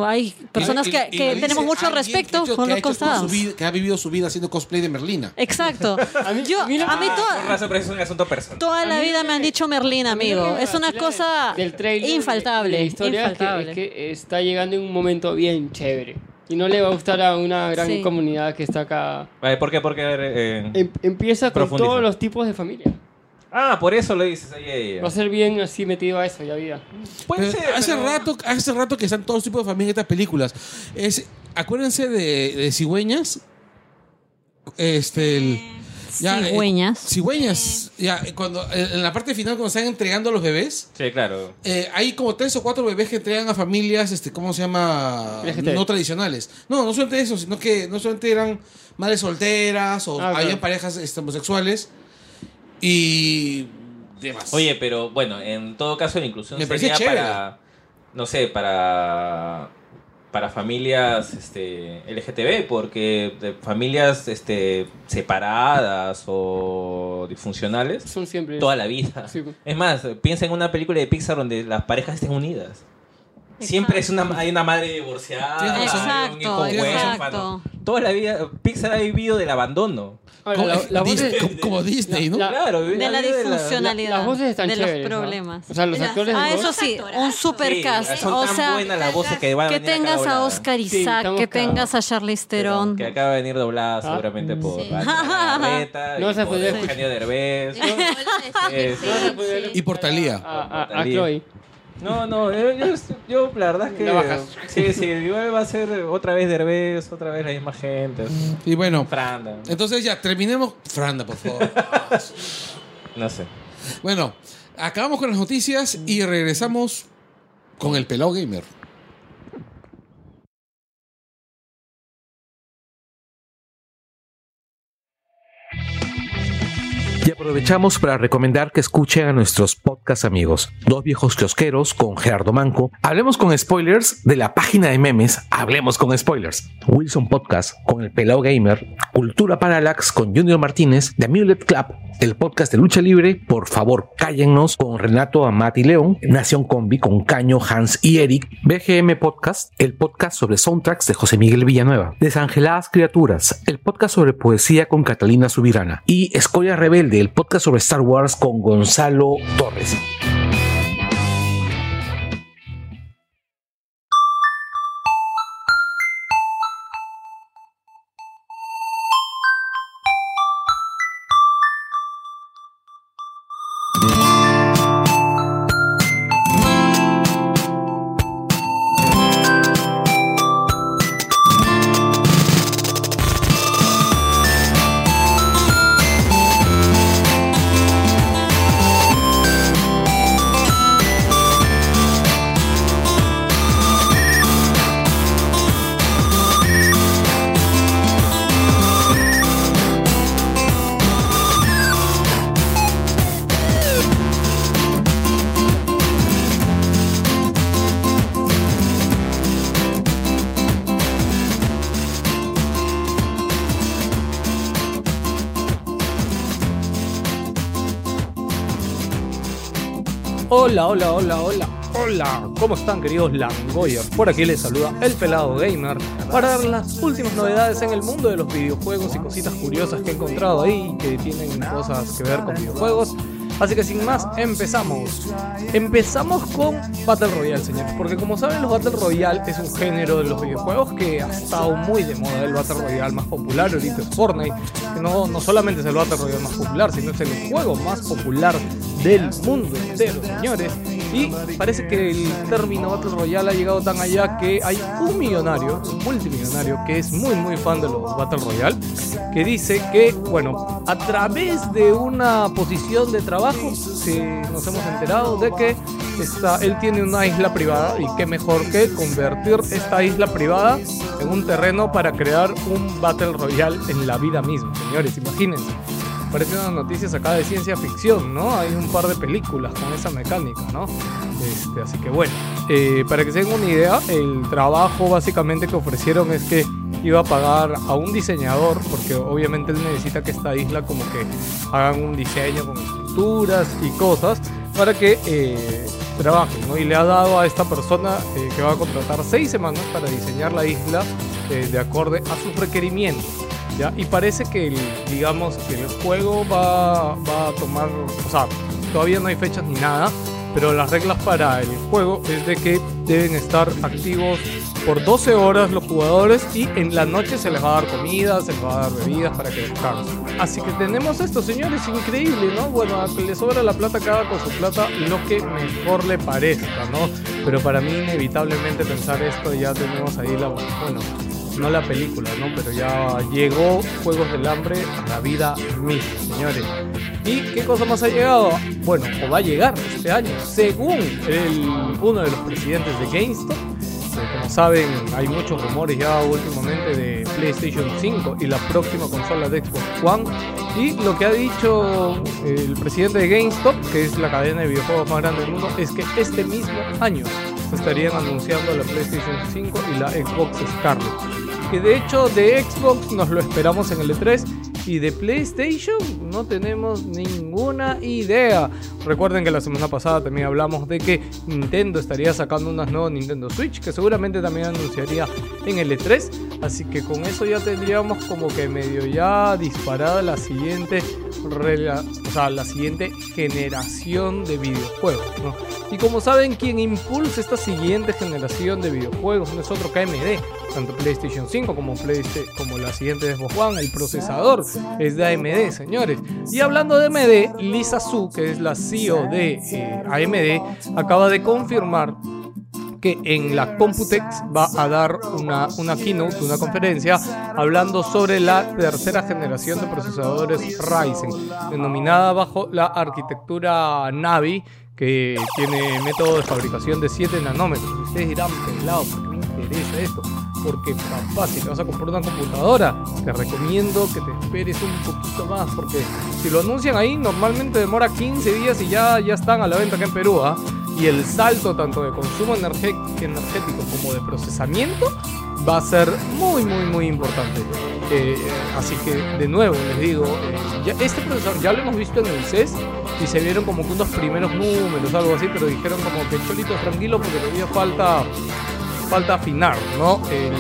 hay personas
Y- y-
que,
y
que
lo
tenemos
dice
mucho
alguien que ha
respeto
hecho-
con Eh,
que ha
los
hecho toda su
costados.
vida- Que ha vivido su vida haciendo cosplay de Merlina.
Exacto. Yo, a mí,
mira-
toda-
Por razón, pero eso es un asunto personal.
Toda la
mí lo
vida
que
me han
me-
dicho Merlín,
a mí lo que
amigo.
me
Es una
fascina
cosa
del tráiler y de- y
Ah, infaltable.
de la historia es que-
infaltable.
Es, que, está llegando en un momento bien chévere. Y no le va a gustar a una gran
Sí.
comunidad que está acá.
A ver, ¿Por qué? Porque. eh,
Em- empieza con
Profundiza.
todos los tipos de familia.
Ah, por eso lo dices. Ahí, ahí, ahí.
Va a ser bien así metido a eso, ya vida.
Puede
Pero
ser,
hace,
pero-
rato, hace rato que están todos tipos de familia en estas películas. Es, acuérdense de, de Cigüeñas. Este. el- ya, eh,
Cigüeñas.
cigüeñas. Ya, eh, cuando, eh, en la parte final, cuando están entregando a los bebés.
Sí, claro.
eh, hay como tres o cuatro bebés que entregan a familias, este, ¿cómo se llama?
LGBT.
No tradicionales. No, no solamente eso, sino que no solamente eran madres solteras o
Ah, claro.
habían parejas este, homosexuales y demás.
Oye, pero bueno, en todo caso la inclusión
Me pareció
sería
chévere.
para, no sé, para para familias este, LGTB, porque de familias este, separadas o disfuncionales,
Son siempre.
toda la vida.
Sí.
Es más, piensa en una película de Pixar donde las parejas estén unidas. Siempre es una, hay una madre divorciada,
Tienes razón.
hay un hijo
Exacto,
huérfano.
exacto.
toda la vida, Pixar ha vivido del abandono.
Ahora,
Como,
la- las
Eh, Dis-
voces-
como- como Disney, ¿no?
La-
Claro, ha
De la
vivido
disfuncionalidad.
las voces están
de
chéveres,
los
¿no?
problemas.
O sea, los
Las-
actores de
Ah,
voz-
eso sí, un
Actorazo.
supercast.
Sí, son
o
tan
sea,
buenas las voces que van a
que
venir a cada
tengas a
volada.
Oscar
Sí,
Isaac,
estamos
que
cagados.
tengas a Charlize Theron.
Que acaba de venir doblada seguramente por
Sí.
Daniela Garreta
Ah, mm, No
y
se
por
puede-
Eugenio Derbez.
Sí,
Sí,
No se puede
sí.
Y por Thalía.
A, a- Ah, a
Talía.
Chloe.
No, no, yo, yo, yo la verdad es que.
La bajas.
Sí, sí, igual va a ser otra vez Derbez, otra vez la misma gente.
Y bueno,
Franda.
entonces ya terminemos. Franda, por favor.
No sé.
bueno, acabamos con las noticias y regresamos con el pelado gamer.
Y aprovechamos para recomendar que escuchen a nuestros podcast amigos, Dos Viejos Kiosqueros con Gerardo Manco, Hablemos con Spoilers de la página de memes Hablemos con Spoilers, Wilson Podcast con el Pelao Gamer, Cultura Parallax con Junior Martínez, The Mulet Club, el podcast de lucha libre, Por favor cállennos con Renato Amati León, Nación Combi con Caño, Hans y Eric, BGM Podcast, el podcast sobre soundtracks de José Miguel Villanueva, Desangeladas Criaturas, el podcast sobre poesía con Catalina Subirana y Escoria Rebelde, el podcast sobre Star Wars con Gonzalo Torres.
Hola, hola, hola, hola, hola. ¿Cómo están queridos Langoyers? Por aquí les saluda el pelado gamer para dar las últimas novedades en el mundo de los videojuegos y cositas curiosas que he encontrado ahí que tienen cosas que ver con videojuegos. Así que sin más, empezamos. Empezamos con Battle Royale, señores, porque como saben los Battle Royale es un género de los videojuegos que ha estado muy de moda, el Battle Royale más popular ahorita es Fortnite, que no, no solamente es el Battle Royale más popular, sino es el juego más popular del mundo entero, señores. Y parece que el término Battle Royale ha llegado tan allá que hay un millonario, un multimillonario, que es muy muy fan de los Battle Royale, que dice que, bueno, a través de una posición de trabajo se- nos hemos enterado de que está, él tiene una isla privada y qué mejor que convertir esta isla privada en un terreno para crear un Battle Royale en la vida misma, señores, imagínense. Parece una noticia sacada de ciencia ficción, ¿no? Hay un par de películas con esa mecánica, ¿no? Este, así que bueno, eh, para que se den una idea, el trabajo básicamente que ofrecieron es que iba a pagar a un diseñador, porque obviamente él necesita que esta isla como que hagan un diseño con estructuras y cosas para que eh, trabajen, ¿no? Y le ha dado a esta persona eh, que va a contratar seis semanas para diseñar la isla eh, de acorde a sus requerimientos. ¿ya? Y parece que, el, digamos, que el juego va, va a tomar, o sea, todavía no hay fechas ni nada, pero las reglas para el juego es de que deben estar activos por 12 horas los jugadores y en la noche se les va a dar comida, se les va a dar bebidas para que descansen. Así que tenemos esto, señores, increíble, ¿no? Bueno, a que le sobra la plata cada con su plata lo que mejor le parezca, ¿no? Pero para mí inevitablemente pensar esto ya tenemos ahí la bueno, no la película, ¿no? Pero ya llegó Juegos del Hambre a la vida misma, señores. ¿Y qué cosa más ha llegado? Bueno, o va a llegar este año, según el, uno de los presidentes de GameStop. Eh, Como saben, hay muchos rumores ya últimamente de PlayStation 5 y la próxima consola de Xbox One. Y lo que ha dicho eh, el presidente de GameStop, que es la cadena de videojuegos más grande del mundo, es que este mismo año se estarían anunciando la PlayStation 5 y la Xbox Scarlet. Que de hecho de Xbox nos lo esperamos en el E3 y de PlayStation no tenemos ninguna idea. Recuerden que la semana pasada también hablamos de que Nintendo estaría sacando unas nuevas Nintendo Switch que seguramente también anunciaría en el E3. Así que con eso ya tendríamos como que medio ya disparada la siguiente, rela- o sea, la siguiente generación de videojuegos. ¿no? Y como saben, quien impulsa esta siguiente generación de videojuegos no es otro que AMD, tanto PlayStation 5 como, Playste- como la siguiente Xbox One, el procesador es de AMD, señores. Y hablando de AMD, Lisa Su, que es la CEO de eh, AMD, acaba de confirmar que en la Computex va a dar una, una keynote, una conferencia, hablando sobre la tercera generación de procesadores Ryzen, denominada bajo la arquitectura Navi, que tiene método de fabricación de 7 nanómetros. Y Ustedes dirán, pelado, ¿por qué me interesa esto? Porque papá, si te vas a comprar una computadora, te recomiendo que te esperes un poquito más, porque si lo anuncian ahí, normalmente demora 15 días y ya, ya están a la venta acá en Perú, ¿ah? y el salto tanto de consumo energe- energético como de procesamiento va a ser muy muy muy importante Eh, eh, así que de nuevo les digo eh, ya- este procesador ya lo hemos visto en el CES y se vieron como que unos primeros números algo así pero dijeron como que cholitos tranquilo porque todavía falta falta afinar, ¿no? El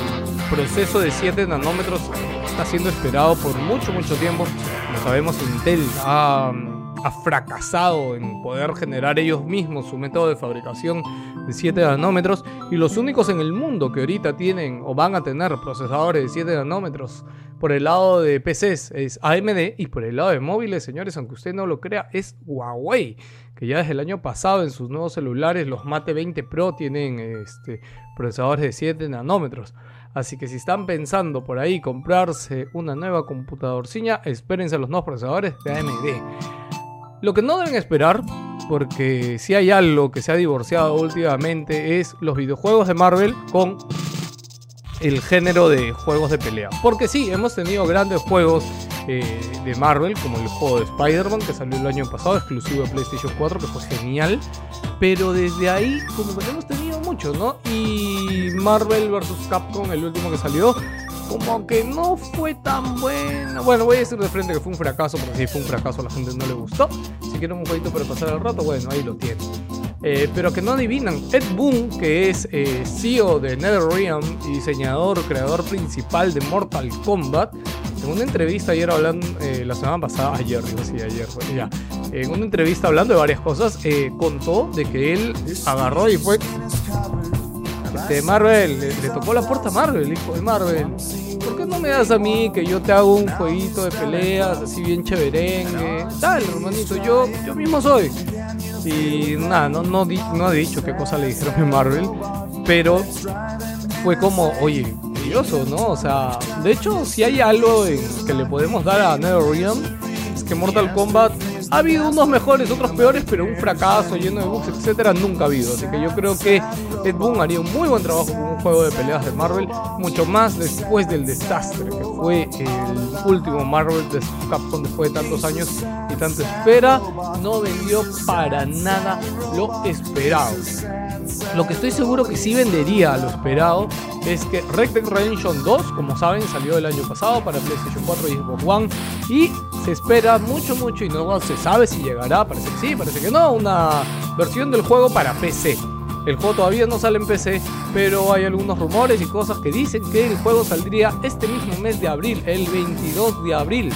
proceso de 7 nanómetros está siendo esperado por mucho, mucho tiempo. Como sabemos, Intel ha, ha fracasado en poder generar ellos mismos su método de fabricación de 7 nanómetros y los únicos en el mundo que ahorita tienen o van a tener procesadores de 7 nanómetros por el lado de PCs es AMD y por el lado de móviles, señores, aunque usted no lo crea, es Huawei, que ya desde el año pasado en sus nuevos celulares, los Mate 20 Pro tienen este, procesadores de 7 nanómetros. Así que si están pensando por ahí comprarse una nueva computadorcilla, espérense los nuevos procesadores de AMD. Lo que no deben esperar, porque si hay algo que se ha divorciado últimamente, es los videojuegos de Marvel con el género de juegos de pelea. Porque sí, hemos tenido grandes juegos eh, de Marvel, como el juego de Spider-Man que salió el año pasado, exclusivo de PlayStation 4, que fue genial. Pero desde ahí, como que no hemos tenido mucho, ¿no? Y Marvel vs. Capcom, el último que salió, como que no fue tan bueno. Bueno, voy a decir de frente que fue un fracaso, porque si fue un fracaso, a la gente no le gustó. Si quieren un jueguito para pasar el rato, bueno, ahí lo tienen. Eh, pero que no adivinan. Ed Boon, que es eh, CEO de NetherRealm y diseñador, creador principal de Mortal Kombat, en una entrevista ayer hablando, eh, la semana pasada, ayer, digo, sí, ayer, bueno, ya, en una entrevista hablando de varias cosas, eh, contó de que él agarró y fue este, Marvel, le, le tocó la puerta a Marvel, dijo, "Oye, Marvel, ¿por qué no me das a mí que yo te hago un jueguito de peleas así bien chéverengue? Dale, hermanito, yo, yo mismo soy. Y nada, no, no, di- no ha dicho qué cosa le dijeron en Marvel, pero fue como, oye, curioso, ¿no? O sea, de hecho, si hay algo en que le podemos dar a NetherRealm, es que Mortal Kombat ha habido unos mejores, otros peores, pero un fracaso lleno de bugs, etcétera, nunca ha habido. Así que yo creo que Ed Boon haría un muy buen trabajo con un juego de peleas de Marvel, mucho más después del desastre que fue el último Marvel de Capcom después de tantos años y tanta espera. No vendió para nada lo esperado. Lo que estoy seguro que sí vendería a lo esperado es que Red Dead Redemption 2, como saben, salió el año pasado para PlayStation 4 y Xbox One y se espera mucho, mucho y no se sabe si llegará, parece que sí, parece que no, una versión del juego para PC. El juego todavía no sale en PC, pero hay algunos rumores y cosas que dicen que el juego saldría este mismo mes de abril, el 22 de abril.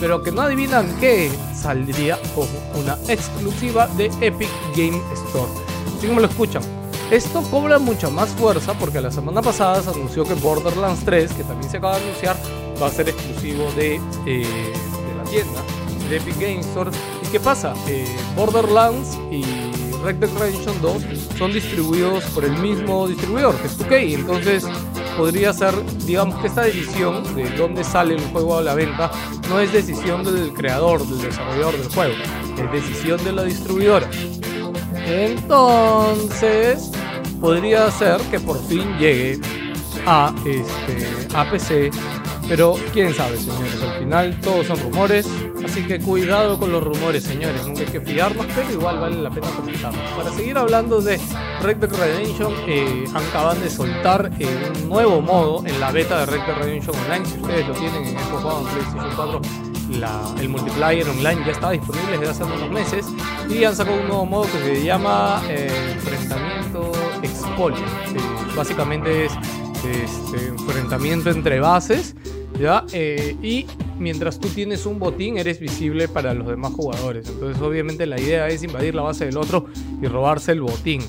Pero que no adivinan que saldría como una exclusiva de Epic Game Store. Así como lo escuchan. Esto cobra mucha más fuerza porque la semana pasada se anunció que Borderlands 3, que también se acaba de anunciar, va a ser exclusivo de, eh, de la tienda, de Epic Games Store. ¿Y qué pasa? Eh, Borderlands y Red Dead Redemption 2 son distribuidos por el mismo distribuidor, que es 2K. Entonces podría ser, digamos que esta decisión de dónde sale el juego a la venta no es decisión del creador, del desarrollador del juego, es decisión de la distribuidora. Entonces, podría ser que por fin llegue a este a PC, pero quién sabe, señores, al final todos son rumores, así que cuidado con los rumores, señores, nunca hay que fiarnos, pero igual vale la pena comentarlos. Para seguir hablando de Red Dead Redemption, eh, acaban de soltar eh, un nuevo modo en la beta de Red Dead Redemption Online, si ustedes lo tienen en Xbox One, PlayStation 4 la- el multiplayer online ya estaba disponible desde hace unos meses y han sacado un nuevo modo que se llama eh, enfrentamiento expolio. Eh, básicamente es eh, este, enfrentamiento entre bases, ¿ya? Eh, y mientras tú tienes un botín, eres visible para los demás jugadores. Entonces, obviamente, la idea es invadir la base del otro y robarse el botín.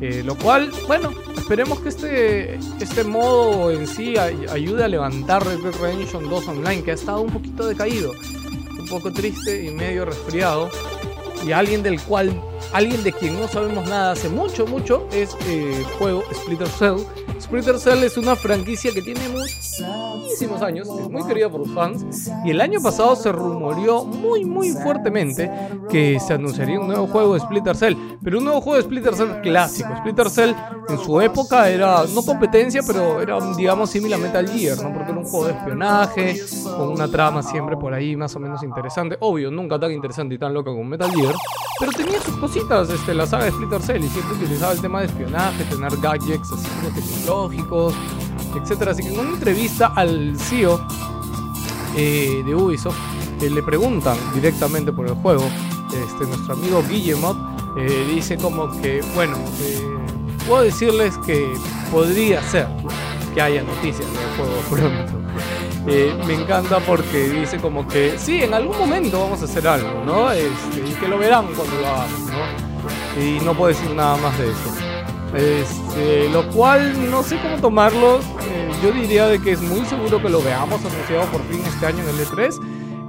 Eh, lo cual, bueno, esperemos que este, este modo en sí ay- ayude a levantar Red Dead Redemption 2 Online, que ha estado un poquito decaído, un poco triste y medio resfriado. Y alguien del cual, alguien de quien no sabemos nada hace mucho, mucho, es eh, juego Splitter Cell. Splitter Cell es una franquicia que tiene muchísimos años, es muy querida por los fans. Y el año pasado se rumoreó muy, muy fuertemente que se anunciaría un nuevo juego de Splitter Cell. Pero un nuevo juego de Splitter Cell clásico. Splitter Cell en su época era, no competencia, pero era, digamos, similar a Metal Gear, ¿no? Porque era un juego de espionaje, con una trama siempre por ahí más o menos interesante. Obvio, nunca tan interesante y tan loca como Metal Gear. Pero tenía sus cositas, este, la saga de Splitter Cell, y siempre utilizaba el tema de espionaje, tener gadgets así como tecnológicos, etcétera. Así que en una entrevista al CEO eh, de Ubisoft, eh, le preguntan directamente por el juego. Este, nuestro amigo Guillemot eh, dice como que, bueno, eh, puedo decirles que podría ser que haya noticias del juego pronto. Eh, me encanta porque dice como que, sí, en algún momento vamos a hacer algo, ¿no? Este, y que lo verán cuando lo hagamos, ¿no? Y no puedo decir nada más de eso. Este, lo cual no sé cómo tomarlo. Eh, yo diría de que es muy seguro que lo veamos anunciado por fin este año en el E3.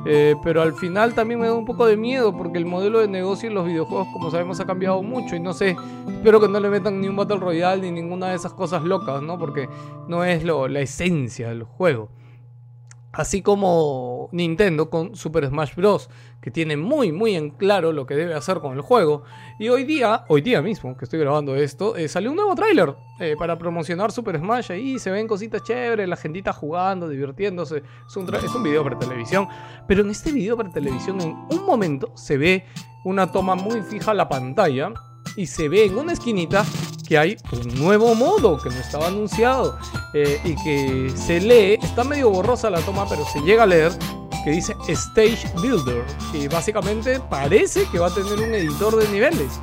eh, pero al final también me da un poco de miedo porque el modelo de negocio en los videojuegos, como sabemos, ha cambiado mucho. Y no sé, espero que no le metan ni un Battle Royale ni ninguna de esas cosas locas, ¿no? Porque no es lo, la esencia del juego. Así como Nintendo con Super Smash Bros. que tiene muy muy en claro lo que debe hacer con el juego. Y hoy día, hoy día mismo que estoy grabando esto, eh, salió un nuevo tráiler eh, para promocionar Super Smash. Ahí se ven cositas chéveres, la gentita jugando, divirtiéndose. Es un, tra- es un video para televisión. Pero en este video para televisión en un momento se ve una toma muy fija a la pantalla. Y se ve en una esquinita que hay un nuevo modo que no estaba anunciado eh, y que se lee, está medio borrosa la toma, pero se llega a leer que dice Stage Builder, que básicamente parece que va a tener un editor de niveles.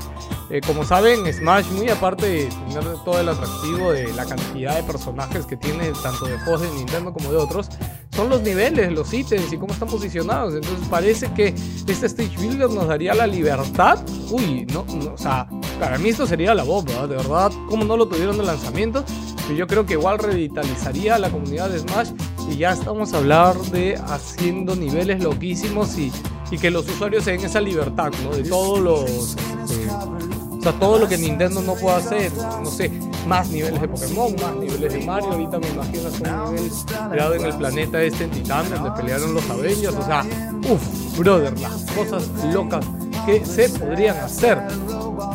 Eh, como saben, Smash, muy aparte de tener todo el atractivo de la cantidad de personajes que tiene, tanto de juegos de Nintendo como de otros, son los niveles, los ítems y cómo están posicionados. Entonces parece que este Stage Builder nos daría la libertad. Uy, no, no, o sea, para mí esto sería la bomba, de verdad. Como no lo tuvieron de lanzamiento, que yo creo que igual revitalizaría a la comunidad de Smash. Y ya estamos a hablar de haciendo niveles loquísimos y, y que los usuarios se den esa libertad, ¿no? De todos los. este, o sea, todo lo que Nintendo no puede hacer, no sé, más niveles de Pokémon, más niveles de Mario, ahorita me imagino hasta un nivel creado en el planeta este en Titán, donde pelearon los Avengers, o sea, uff, brother, las cosas locas que se podrían hacer.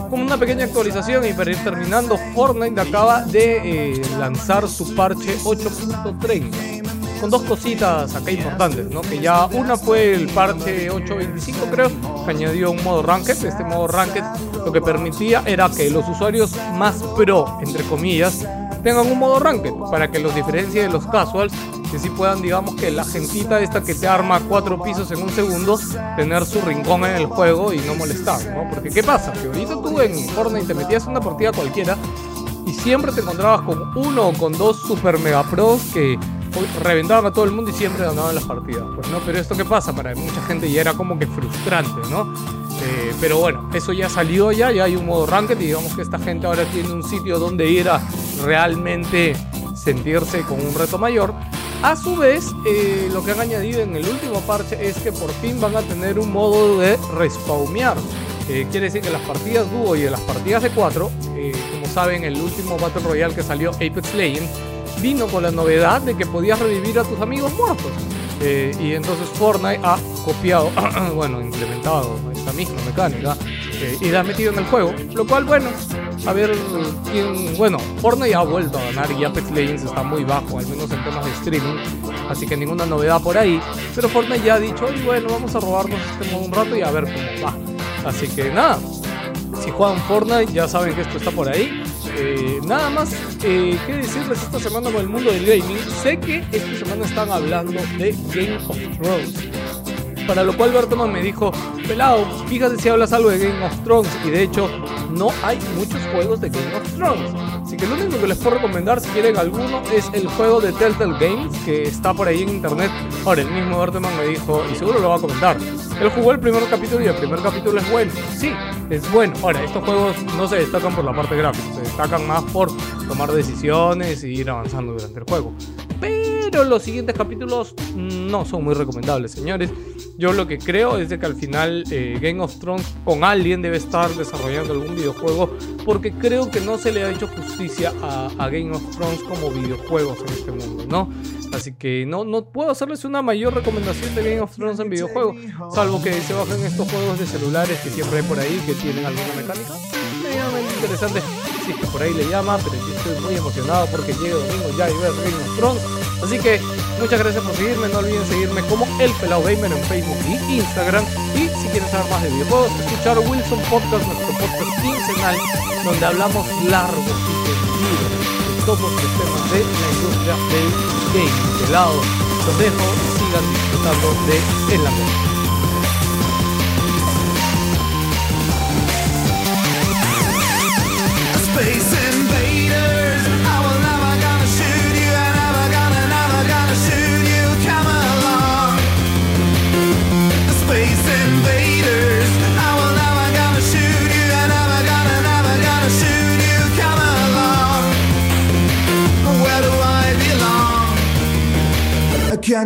Como una pequeña actualización y para ir terminando, Fortnite acaba de eh, lanzar su parche 8.30 con dos cositas acá importantes, ¿no? Que ya una fue el parche 825, creo, que añadió un modo ranked. Este modo ranked lo que permitía era que los usuarios más pro, entre comillas, tengan un modo ranked para que los diferencie de los casuals que sí puedan, digamos, que la gentita esta que te arma cuatro pisos en un segundo, tener su rincón en el juego y no molestar, ¿no? Porque ¿qué pasa? Que ahorita tú en Fortnite te metías una partida cualquiera y siempre te encontrabas con uno o con dos super mega pros que reventaban a todo el mundo y siempre ganaban las partidas. Pues, ¿no? Pero esto qué pasa, para mucha gente ya era como que frustrante, ¿no? Eh, pero bueno, eso ya salió ya, ya hay un modo ranked y digamos que esta gente ahora tiene un sitio donde ir a realmente sentirse con un reto mayor. A su vez, eh, lo que han añadido en el último parche es que por fin van a tener un modo de respawnear. Eh, quiere decir que las partidas dúo y de las partidas de 4, como saben, el último Battle Royale que salió, Apex Legends, vino con la novedad de que podías revivir a tus amigos muertos. Eh, y entonces Fortnite ha copiado, bueno, implementado esta misma mecánica eh, y la ha metido en el juego. Lo cual, bueno, a ver quién. Bueno, Fortnite ha vuelto a ganar y Apex Legends está muy bajo, al menos en temas de streaming así que ninguna novedad por ahí. Pero Fortnite ya ha dicho, "Oye, bueno, vamos a robarnos este modo un rato y a ver cómo va. Así que nada, si juegan Fortnite ya saben que esto está por ahí. Eh, nada más eh, que decirles esta semana con el mundo del gaming. Sé que esta semana están hablando de Game of Thrones. Para lo cual Bertman me dijo, pelado, fíjate si hablas algo de Game of Thrones. Y de hecho, no hay muchos juegos de Game of Thrones. Así que lo único que les puedo recomendar, si quieren alguno, es el juego de Telltale Games, que está por ahí en internet. Ahora, el mismo Berteman me dijo, y seguro lo va a comentar, él jugó el primer capítulo y el primer capítulo es bueno. Sí, es bueno. Ahora, estos juegos no se destacan por la parte gráfica, se destacan más por tomar decisiones y ir avanzando durante el juego. Pero los siguientes capítulos no son muy recomendables, señores. Yo lo que creo es de que al final eh, Game of Thrones con alguien debe estar desarrollando algún videojuego porque creo que no se le ha hecho justicia a, a Game of Thrones como videojuegos en este mundo, ¿no? Así que no, no puedo hacerles una mayor recomendación de Game of Thrones en videojuegos, salvo que se bajen estos juegos de celulares que siempre hay por ahí que tienen alguna mecánica medianamente interesante. Si es que por ahí le llama, pero yo estoy muy emocionado porque llega domingo ya y ver Game of Thrones. Así que muchas gracias por seguirme. No olviden seguirme como El Pelado Gamer en Facebook y Instagram. Y si quieren saber más de videojuegos, escuchar Wilson Podcast, nuestro podcast quincenal, donde hablamos largo y tendido de todos los temas de la industria del game. Pelado, los dejo y sigan disfrutando de El Amor.
Space invaders, I will never gonna shoot you, I never gonna, never gonna shoot you. Come along, space invaders, I will never gonna shoot you, I never gonna, never gonna shoot you. Come along, where do I belong? Can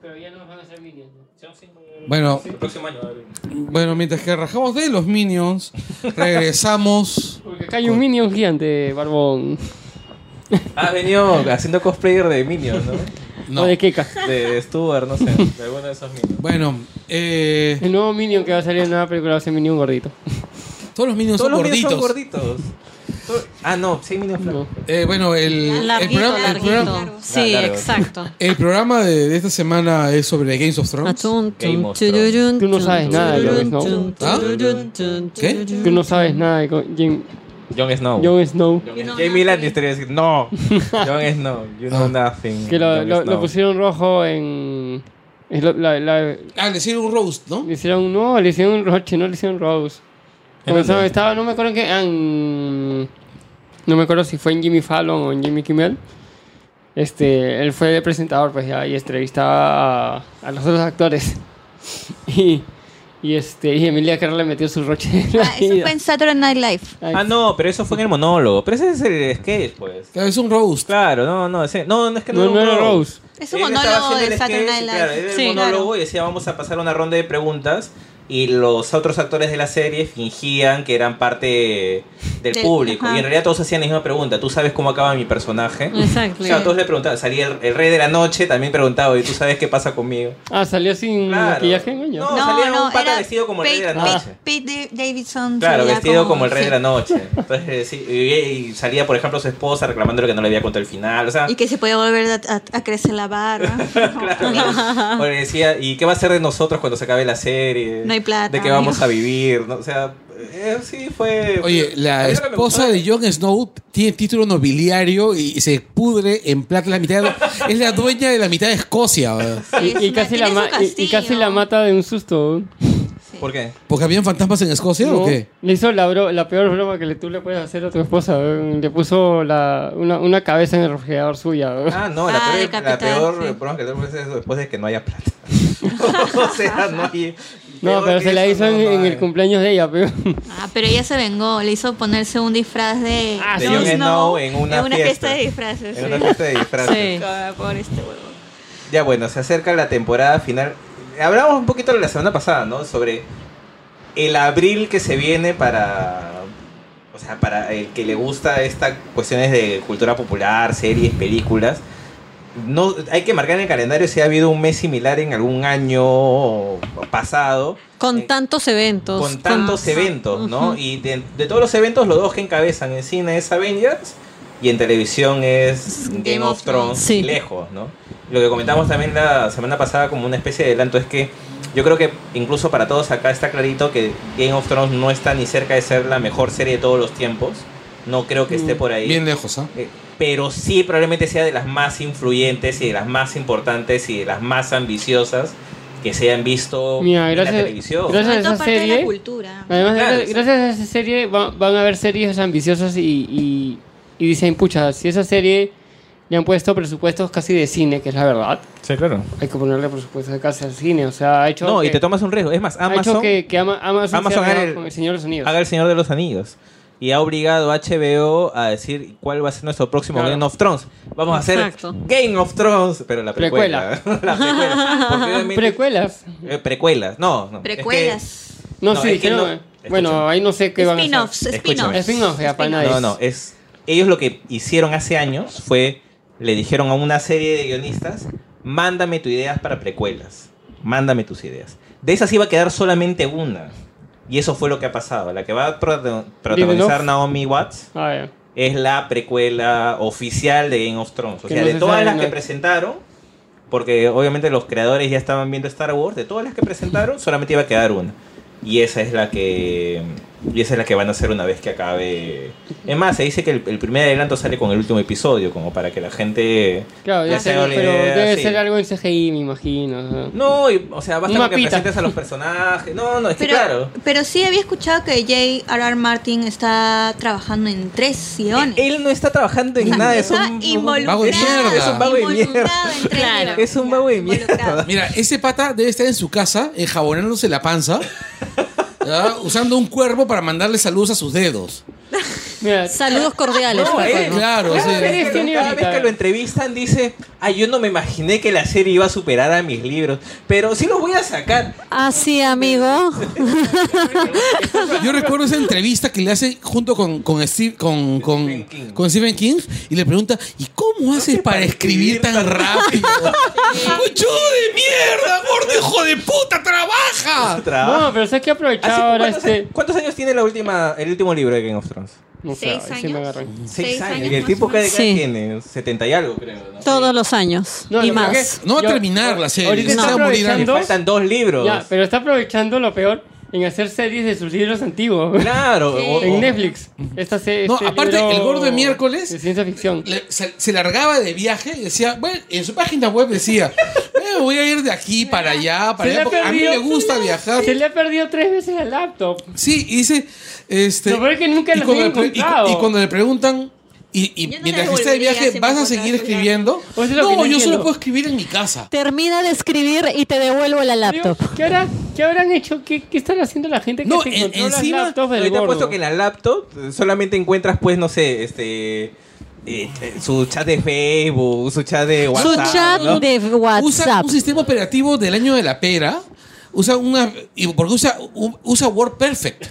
Pero ya no nos van a hacer minions.
Bueno,
El próximo año.
bueno, mientras que rajamos de los minions, regresamos.
Porque acá hay un minion gigante, Barbón.
Ha venido haciendo cosplayer de Minions, ¿no?
No.
O de Keka.
De Stuart, no sé, de alguno de esos Minions.
Bueno, eh,
El nuevo minion que va a salir en la nueva película va a ser minion gordito.
todos los minions
Todos
son
los Minions
gorditos.
son gorditos. To- Ah, no, sí, Minions flacos.
Eh, bueno, el, el
Larguito,
programa, el programa-
larguito. Sí,
Ah, largo.
exacto.
el programa de, de esta semana es sobre Games of Thrones.
Atún,
Game
tun,
of Thrones.
chururun,
Tú no sabes
tun,
nada de lo que es, ¿no?
chururun, tun,
¿Ah?
chururun, tun,
¿Qué?
chururun.
Tú no sabes nada de co- Jim-
Jon Snow.
Jon Snow.
Jon-
You know
Jamie
nothing.
Lannister iba a decir, no, Jon Snow, you know nothing.
Ah. Que lo,
Jon
lo- lo
Snow.
pusieron rojo en. es lo- la- la-
Ah, le hicieron un roast, ¿no?
le hicieron no, le hicieron un roche, no le hicieron Rose. Comenzaba-
dónde?
estaba, no me acuerdo que. no me acuerdo si fue en Jimmy Fallon o en Jimmy Kimmel. Este, él fue el presentador, pues ya, y entrevistaba a, a los otros actores. Y, y este, y Emilia Carr le metió su roche. en la
Ah, eso
vida.
fue en Saturday Night Live.
Ay,
Ah, no, pero eso fue en el monólogo. Pero ese es el sketch, pues.
Claro, es un roast.
Claro, no, no, ese, no, no es que no,
No, no
era un
era
monólogo.
Rose.
Es un
Él estaba
monólogo
haciendo
de
el
Saturday
sketch,
Night
claro,
Live.
era el
Sí,
monólogo
claro.
y decía vamos a pasar una ronda de preguntas y los otros actores de la serie fingían que eran parte del
Del-
público.
ajá.
Y en realidad todos hacían la misma pregunta. ¿Tú sabes cómo acaba mi personaje?
Exacto.
O sea, todos le preguntaban. Salía el, el rey de la noche, también preguntaba, ¿y tú sabes qué pasa conmigo?
Ah, salió sin maquillaje, coño.
No, salía un pata vestido como el rey de la noche.
Pete Davidson.
Claro,
salía
vestido como, el
sí.
rey de la noche. Entonces, sí, y, y salía, por ejemplo, su esposa reclamándole que no le había contado el final. O sea,
Y que se podía volver a, a- a crecer la barba.
o le decía, ¿y qué va a ser de nosotros cuando se acabe la serie?
No hay plata,
¿De qué vamos
amigo.
a vivir? ¿no? O sea, eh, sí fue.
Oye, la esposa de Jon Snow tiene título nobiliario y se pudre en plata la mitad. de- es la dueña de la mitad de Escocia. weón.
Y, y casi la ma- y- y, casi la mata de un susto.
¿Por qué?
¿Porque habían fantasmas en Escocia
No,
o qué?
Le hizo la, bro- la peor broma que le, tú le puedes hacer a tu esposa. ¿eh? Le puso la, una, una cabeza en el refrigerador suya. ¿eh?
Ah, no, la peor, la peor broma que tengo es eso, después de que no haya plata. o sea, no hay.
No,
peor
pero
que
se la
eso,
hizo
no,
en,
no
en
hay.
el cumpleaños de ella. Pero...
Ah, pero ella se vengó, le hizo ponerse un disfraz de,
Ah,
De Jon Snow en una,
fiesta. de disfraces.
En
sí.
una fiesta de disfraces.
Sí. Ah, Pobre este huevo.
Ya bueno, se acerca la temporada final. Hablábamos un poquito la semana pasada, ¿no? Sobre el abril que se viene para. O sea, para el que le gusta estas cuestiones de cultura popular, series, películas. No, hay que marcar en el calendario si ha habido un mes similar en algún año pasado
Con tantos eventos.
Eh, con tantos eventos, ¿no?
Ujú.
Y de, de todos los eventos, los dos que encabezan en cine es Avengers y en televisión es Game, of Thrones,
Sí.
lejos, ¿no? Lo que comentamos también la semana pasada como una especie de adelanto es que yo creo que incluso para todos acá está clarito que Game of Thrones no está ni cerca de ser la mejor serie de todos los tiempos. No creo que esté Este
Mm.
por ahí.
Bien lejos, ¿ah?
Eh, pero sí probablemente sea de las más influyentes y de las más importantes y de las más ambiciosas que se han visto
Mira,
en la
gracias,
televisión.
gracias a esa
parte de la
serie. Además, gracias, gracias a esa serie va- van, a haber series ambiciosas y, y, y dicen, pucha, si esa serie le han puesto presupuestos casi de cine, que es la verdad.
Sí, claro.
Hay que ponerle presupuestos de casi al cine, o sea, ha hecho.
No, y
que-
te tomas un riesgo. Es más,
ha hecho
Amazon
que, que ama- Amazon,
Amazon
se ha
haga
peleado
el-
con el Señor de los Anillos.
haga El Señor de los Anillos. Y ha obligado a HBO a decir cuál va a ser nuestro próximo
Claro.
Game of Thrones. Vamos a hacer
Exacto.
Game of Thrones, pero la precuela.
Precuela.
La precuela. Porque obviamente-
Precuelas.
Eh, precuelas. No, no.
Precuelas.
No,
No,
sí,
es que
creo-
no-
Bueno, ahí no sé qué van a hacer.
Spin-offs,
Es que- escúchame.
Spin-offs, ya, para nadie.
No, no, es. Ellos lo que hicieron hace años fue. Le dijeron a una serie de guionistas: Mándame tus ideas para precuelas. Mándame tus ideas. De esas iba a quedar solamente una. Y eso fue lo que ha pasado. La que va a prota- protagonizar
Lindelof.
Naomi Watts
Ah, ya.
es la precuela oficial de Game of Thrones. O
Que
sea,
no
de
se
todas
sabe
las que
nada.
presentaron, porque obviamente los creadores ya estaban viendo Star Wars, de todas las que presentaron, solamente iba a quedar una. Y esa es la que. Y esa es la que van a hacer una vez que acabe. Es más, se dice que el, el primer adelanto sale con el último episodio, como para que la gente.
Claro, ya
se
sé,
haga la
pero
idea,
debe
sí.
ser algo en CGI, me imagino. o sea.
No, y- o sea, basta
Un
con que
mapita.
presentes a los personajes. No, no, es que
Pero-
claro.
Pero sí había escuchado que J.R.R. Martin está trabajando en tres guiones.
Él no está trabajando en nada, es
Está
un.
involucrado.
vago de mierda.
Es un vago de mierda.
involucrado en tres guiones.
Es un vago de mierda.
Mira, ese pata debe estar en su casa enjabonándose la panza, ¿ya? usando un cuervo para mandarle saludos a sus dedos.
Mira,
Saludos cordiales.
No,
pues,
eh,
bueno.
Claro,
Cada,
sí.
vez que, lo- cada vez que lo entrevistan dice, ay, yo no me imaginé que la serie iba a superar a mis libros, pero sí los voy a sacar.
Ah, sí, amigo.
Yo recuerdo esa entrevista que le hace junto con, con, Steve- con, con-
King.
con Stephen King y le pregunta, ¿y cómo haces para escribir tan rápido? ¡Cucho de mierda, gordo hijo de puta, trabaja!
Trabajo.
No, pero sé que aprovechar
Así,
ahora
¿cuántos,
este.
cuántos años tiene la última, el último libro de Game of Thrones?
No sé,
¿Seis
ahí sí me
años?
agarran.
Seis,
Seis
años.
años
¿Y el
más
tipo
o
que, que
Sí.
tiene? 70 y algo, creo. ¿no?
Todos los años.
No,
y
lo que pasa
más.
es que
No va a
yo-
terminar la serie,
ahorita
se va
está
a morir
Le
alguien.
aprovechando-
faltan dos libros.
Ya, pero está aprovechando lo peor en hacer series de sus libros antiguos.
Claro.
Sí.
o- o-
En Netflix. Esta se,
No,
este
aparte,
libro
El Gordo de Miércoles-
De ciencia ficción.
Le- se, se largaba de viaje y decía, bueno, en su página web decía, "Eh, voy a ir de aquí para allá, para
Se le
allá,
ha
porque a mí
perdido-
me gusta viajar.
Se le ha perdido tres veces la laptop.
Sí, y dice, este...
Lo peor es que nunca
y
las
cuando
he
le pre- y cu-
encontrado.
Y, cuando le preguntan, y, y
Yo no
mientras
la
que esté de
devolvería
viaje,
si me
¿vas a
encontrase un
seguir
viaje.
escribiendo?
Pues es lo que no
no, yo solo
entiendo.
puedo escribir en mi casa.
Termina de escribir y te devuelvo la
Digo,
laptop.
¿Qué, hará- qué habrán hecho? ¿Qué, qué estará haciendo la gente que
No,
se
en-
encontró las
encima,
laptops del
Ahorita
gordo?
puesto que en la laptop eh, solamente encuentras, pues, no sé, este... eh, eh, su chat de Facebook, su chat de
Su
WhatsApp.
chat
¿no?
de
Usa
WhatsApp.
un sistema operativo del año de la pera, usa una... y porque usa, u- usa WordPerfect.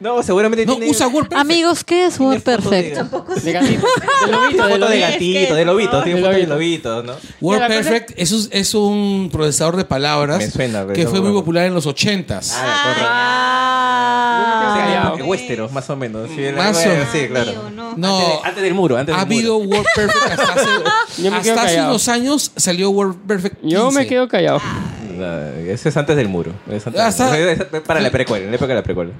No, seguramente
No,
tiene
usa WordPerfect.
Amigos, ¿qué es WordPerfect?
De gatito. De lobito,
foto
de
de
lobito.
gatito, de lobito,
Ah,
tiene foto de lobito, ¿no?
WordPerfect es, un- es un procesador de palabras
Me suena,
que
pero-
fue muy popular en los 80s.
Ah, Westeros, más o menos. Sí, la-
Más o-
bueno, sí, claro.
No.
Antes, de- antes del muro, antes
Ha
del
habido WordPerfect hasta hace,
Yo me quedo
hasta hace
callado.
unos años salió WordPerfect 15.
Yo me quedo callado.
muro. No, ese es antes del muro. es antes
Ah,
del muro.
está-
Es- es para la precuela, en la época de la precuela.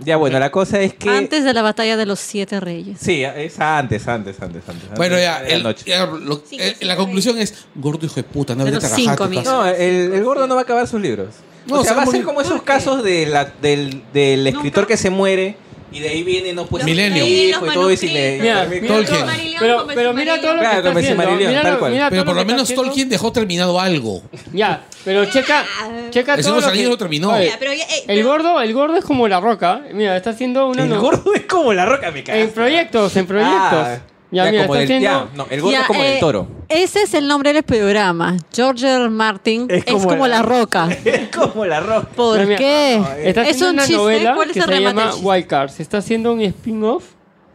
Ya, bueno, la cosa es que...
Antes de la batalla de los siete reyes.
Sí, es antes, antes, antes, antes.
Bueno,
antes
ya,
Ah, de la
el-
noche.
ya, lo- eh, la conclusión es, gordo hijo de puta, no
De
vete a pues.
los
trabajar a
cinco,
tu casa.
amigo.
No, el, el gordo no va a acabar sus libros.
No,
o sea,
se va
va
a
a ser
morir.
como esos casos de la, del, del escritor que se muere y de ahí viene, no puede
Millennium.
hijo y todo, y si le...
Mira,
termina-
mira
Tolkien.
todo- Pero, pero mira todo lo que
Claro,
está
como decía
haciendo.
Marilyn,
mira
tal
lo-
cual.
mira
Pero
todo
por lo
que está
menos
haciendo.
Tolkien dejó terminado algo.
Ya, pero checa, checa
Ese
todo
no
lo
salido
que-
terminó.
Oye,
Ya, pero ya, eh,
El
pero-
gordo, el gordo es como la roca. Mira, está haciendo una
El
no-
gordo es como la roca, me cae.
en proyectos, en proyectos.
Ah,
ya, mira,
como
está
del-
haciendo
ya, no, el gordo
Ya,
es como
eh,
el toro.
Ese es el nombre del programa. George R. Martin es como, la roca.
Es como la roca.
¿Por
Pero mira, eh.
qué?
Está
eh, es
haciendo
un
una
chiste.
novela
¿Cuál es
que
el
se
remate del
llama
chiste?
Wild Card. Se está haciendo un spin-off.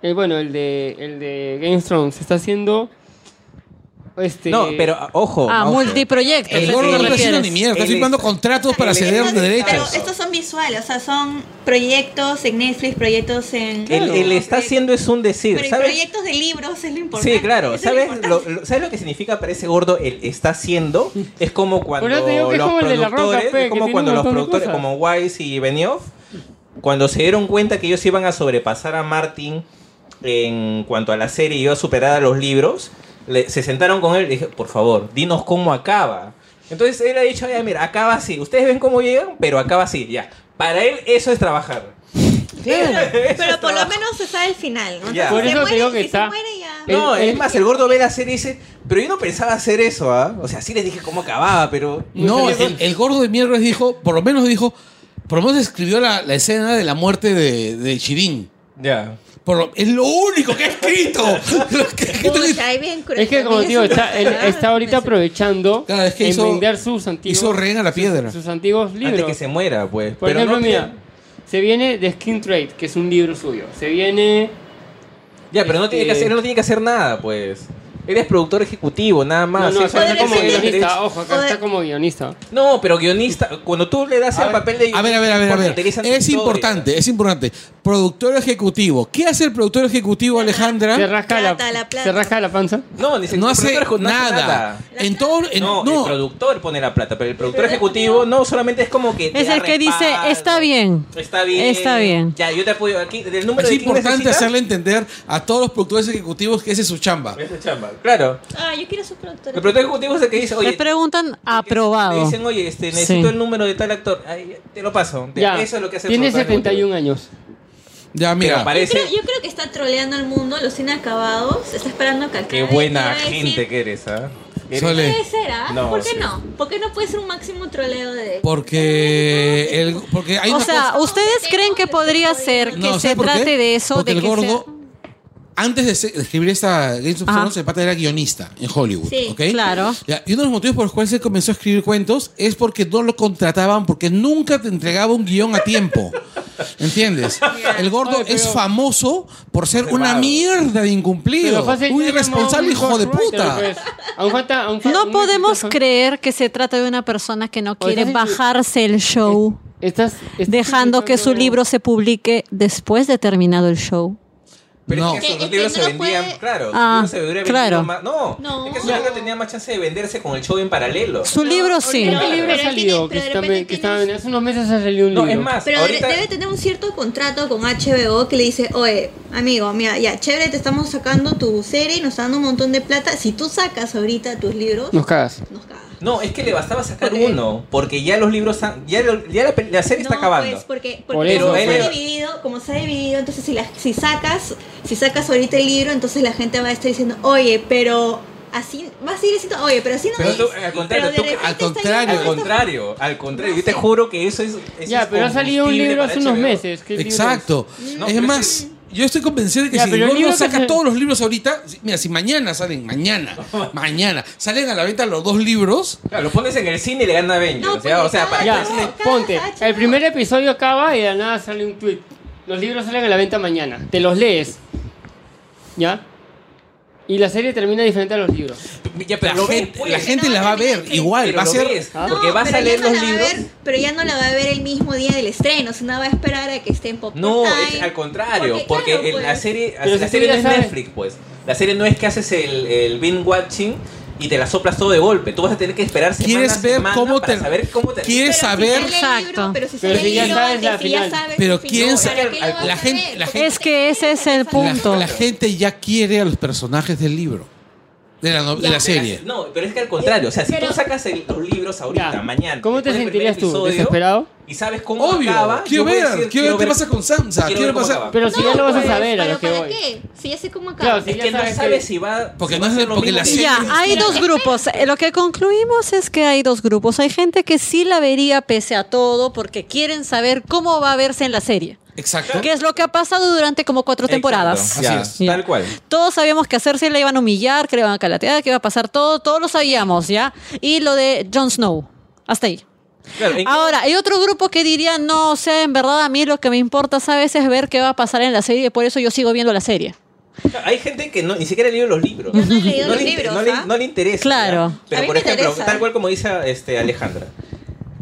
eh, bueno, el de, el de Game of Thrones. Se está haciendo. Este,
No, pero ah, ojo.
Ah,
ojo.
multiproyecto.
El
¿a
Ese
gordo
qué
no
te
está haciendo ni
refieres?
mierda, está
Él es-
firmando contratos para
Él es-
ceder
Pero
derechos.
estos son visuales, o sea, son proyectos en Netflix, proyectos en...
El, el está haciendo es un decir,
Pero
¿sabes?
proyectos de libros es lo importante.
Sí, claro.
eso es lo
¿Sabes
importante.
lo, lo- ¿Sabes lo que significa para ese gordo el está haciendo? Es como cuando
Por eso
los
te digo que es como el de La Roca,
productores,
pe,
es
que
como
tiene
cuando
un
los
montón de
productores
cosas.
como Wise y Benioff, cuando se dieron cuenta que ellos iban a sobrepasar a Martin en cuanto a la serie y iba a superar a los libros, le- se sentaron con él y dije, por favor, dinos cómo acaba. Entonces él ha dicho, ya mira, acaba así. Ustedes ven cómo llegan, pero acaba así, ya. Para él eso es trabajar.
Pero por lo menos se sabe el final. ¿no?
Ya.
Entonces,
Por
se
eso te
muere,
digo que
si se
está-
muere ya.
El-
No,
el-
es más, el gordo ve la serie y dice, pero yo no pensaba hacer eso, ¿ah? O sea, sí les dije cómo acababa, pero...
No, el, el gordo de mierda dijo, por lo menos dijo, por lo menos escribió la, la escena de la muerte de, de Chirín.
Ya.
Por lo- es lo único que ha escrito. Lo que- que
Pucha,
te-
ahí bien cruel,
Es que como
también
digo,
es un-
está, él está ahorita aprovechando
Claro, es que
en
hizo-
vender sus antiguos,
hizo rehén a la piedra.
sus, antiguos libros.
Antes que se muera, pues.
Por
pero
ejemplo,
no,
mira, se viene The Skin Trade, que es un libro suyo. Se viene...
Ya, pero no tiene que
este-
hacer, él no tiene que hacer nada, pues. Él es productor ejecutivo, nada más.
no, no,
Sí,
acá
solamente
está como
tiene los derechos.
guionista. Ojo, acá
Joder.
está como guionista.
No, pero guionista, cuando tú le das el papel de
A ver, a ver, a ver, a
porque
ver.
utilizan
Es
tu historia.
importante, es importante. Productor ejecutivo. ¿Qué hace el productor ejecutivo,
¿Ah?
Alejandra?
Se rasca la,
Plata, la plata.
se rasca la panza.
No, ni se-
No
el
hace
productor ejecu- no hace
nada. En todo, en-
No, el
no.
productor pone la plata, pero el productor ejecutivo no, solamente es como que. te
Es
da
el que dice,
respaldo.
está bien.
Está bien.
Está bien.
Ya, yo te apoyo aquí. El número
Es
de quién
importante
necesitas,
hacerle entender a todos los productores ejecutivos que ese es su chamba.
esa chamba. Claro.
Ah, yo quiero ser productora.
El productor ejecutivo es el que dice, oye,
Les preguntan
Le
aprobado.
dicen, oye, este, necesito
Sí.
el número de tal actor. Ahí, te lo paso. Te-
Ya,
Eso es lo que hace el
tiene
productor ejecutivo.
71 años.
Ya,
Pero
mira.
Yo
parece
creo, yo creo que está troleando al mundo, los inacabados. Está esperando que acá.
qué buena gente que eres, ¿ah? Eres-
Sole.
Puede ser, ¿ah?
No,
¿Por qué
sí.
no? ¿Por qué no puede ser un máximo troleo de.?
Porque, el, porque hay
O
una
sea,
cosa-
¿ustedes creen que podría ser que
No,
se
¿sabes por qué?
trate de eso?
Porque
de
el
que
gordo,
sea-
antes de, ser- de escribir esta Games of
Ajá.
Thrones, el pata era guionista en Hollywood.
Sí,
¿ok?
claro.
Ya, y uno de los motivos por los cuales él comenzó a escribir cuentos es porque no lo contrataban, porque nunca te entregaba un guión a tiempo. ¿Entiendes? El gordo
Oye, pero-
es famoso por ser una
vago.
mierda de incumplido.
Pero fácil,
Un
ya
irresponsable
llamó a un
hijo de puta.
ghostwriter, pues. Aún falta- aún falta-
No
aún
podemos
falta-
creer que se trata de una persona que no quiere
Oye,
bajarse el show,
Eh, Estás, estás
dejando que su
utilizando-
libro se publique después de terminado el show.
Pero
No.
es que
Que-
esos dos
que
libros
no
se vendían,
puede-
claro.
Ah,
esos libros se vendían
claro.
más- No,
No.
es que su
Ya.
libro tenía más chance de venderse con el show en paralelo.
Su libro sí.
¿Qué libro ha
Pero él tiene-
salido? Que
pero de
está-
repente
que está-
tiene-
Hace unos meses ha salido un
No,
libro.
es más,
Pero
ahorita...
debe tener un cierto contrato con HBO que le dice, oye, amigo, mira, ya, chévere, te estamos sacando tu serie y nos está dando un montón de plata. Si tú sacas ahorita tus libros,
Nos cagas.
nos cagas.
No, es que le bastaba sacar
Porque-
uno, porque ya los libros, han- ya, lo- ya la, pe- la serie está
No,
acabando.
pues, porque,
Por
porque
eso,
como, se
pero-
ha dividido, como se ha dividido, entonces si, la- si sacas si sacas ahorita el libro, entonces la gente va a estar diciendo, oye, pero así, va a seguir diciendo, oye, pero así no
Pero
es.
tú, al contrario,
Pero
tú-
de repente
al
está
contrario,
llegando
Al
esta-
contrario, al contrario, yo te juro que eso es. eso
Ya,
es
pero ha salido un
combustible
libro
para
hace unos
HBO.
meses. ¿Qué libro es?
Exacto.
No,
es
pero
más, yo estoy convencido de que
Ya,
si el
pero el
gordo
libro que
saca
se-
todos los libros ahorita, si- mira, si mañana salen, mañana, mañana, salen a la venta los dos libros,
Claro, lo pones en el cine y le gana a Avengers.
No, pues,
o sea,
porque
o sea, para
cada-
Ya,
que el cine-
cagas,
ponte.
chico.
El primer episodio acaba y de la nada sale un tweet. Los libros salen a la venta mañana. Te los lees. ¿Ya? Y la serie termina diferente a los libros.
Ya, pero la gente,
pues,
la gente la va a ver igual,
pero
va a
lo
ser
ves, ¿ah?
porque
No,
vas a
pero
leer
ya no
los
la
libros.
va a
ver, pero ya no la va a ver el mismo día del estreno, sino va a esperar a que esté en Popcorn
No,
Time. pues,
es al contrario, porque, el- la serie,
Pero si
la
tú
serie
ya
no es
sabes.
Netflix, pues. La serie no es que haces el, el binge watching y te la soplas todo de golpe. Tú vas a tener que esperar semana
¿Quieres
a
ver
semana
cómo
para
te-
saber cómo te
¿Quieres saber? Exacto.
Pero si,
Pero
sale
si ya
el libro
sabes
antes,
la
si ya
final.
sabes
Pero
el
quién
final,
sabe-
¿para qué lo
al-
vas
la
a
gente-
ver?
la
Porque
Es que ese es el
La,
punto.
la gente ya quiere a los personajes del libro, de la, no- de la serie.
No, pero es que al contrario, o sea, si tú sacas el- los libros ahorita, mañana,
¿Cómo te
después del primer
sentirías tú?
episodio,
¿Desesperado?
Y sabes cómo
Obvio,
acaba.
quiero
yo voy a
ver,
decir,
quiero ver qué pasa con Sansa,
ver
quiero
cómo
pasar-
acaba.
Pero si ya lo vas a
pues,
saber a
pero
lo que
¿para
voy.
qué? Si ya sé cómo acaba.
Claro, si
Es que no sabes si va.
Porque no es de- porque la serie.
Ya, hay dos grupos. Eh, Lo que concluimos es que hay dos grupos. Hay gente que sí la vería pese a todo porque quieren saber cómo va a verse en la serie.
Exacto.
Que es lo que ha pasado durante como cuatro temporadas.
Así es, ¿Eh? tal cual.
Todos sabíamos que hacerse la iban a humillar, que le iban a calatear, que iba a pasar todo, todo lo sabíamos, ¿ya? Y lo de Jon Snow. Hasta ahí.
Claro, en-
Ahora, hay otro grupo que diría, no, o sea, en verdad a mí lo que me importa, ¿sabes? Es ver qué va a pasar en la serie, por eso yo sigo viendo la serie.
Hay gente que no, ni siquiera ha leído los libros.
no he leído
no
los
le, inter-
libros,
no le-
¿ah?
no le interesa.
Claro.
¿ya?
A
Pero,
mí
por
me
ejemplo,
interesa.
tal cual como dice este, Alejandra,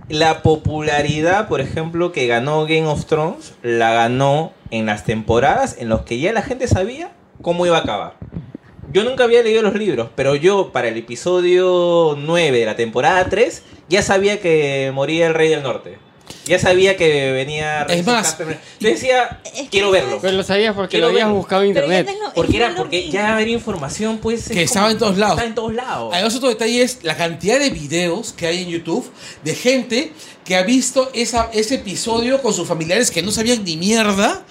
la popularidad, por ejemplo, que ganó Game of Thrones, la ganó en las temporadas en las que ya la gente sabía cómo iba a acabar. Yo nunca había leído los libros, pero yo para el episodio 9 de la temporada 3 ya sabía que moría el Rey del Norte. Ya sabía que venía... Es más, yo decía, quiero verlo.
Pero lo sabías porque
Quiero
lo habías
verlo.
buscado en internet.
Porque era porque ya había información pues
Que estaba en todos lados.
Está en todos lados.
Además, otro detalle es la cantidad de videos que hay en YouTube de gente que ha visto esa, ese episodio con sus familiares que no sabían ni mierda,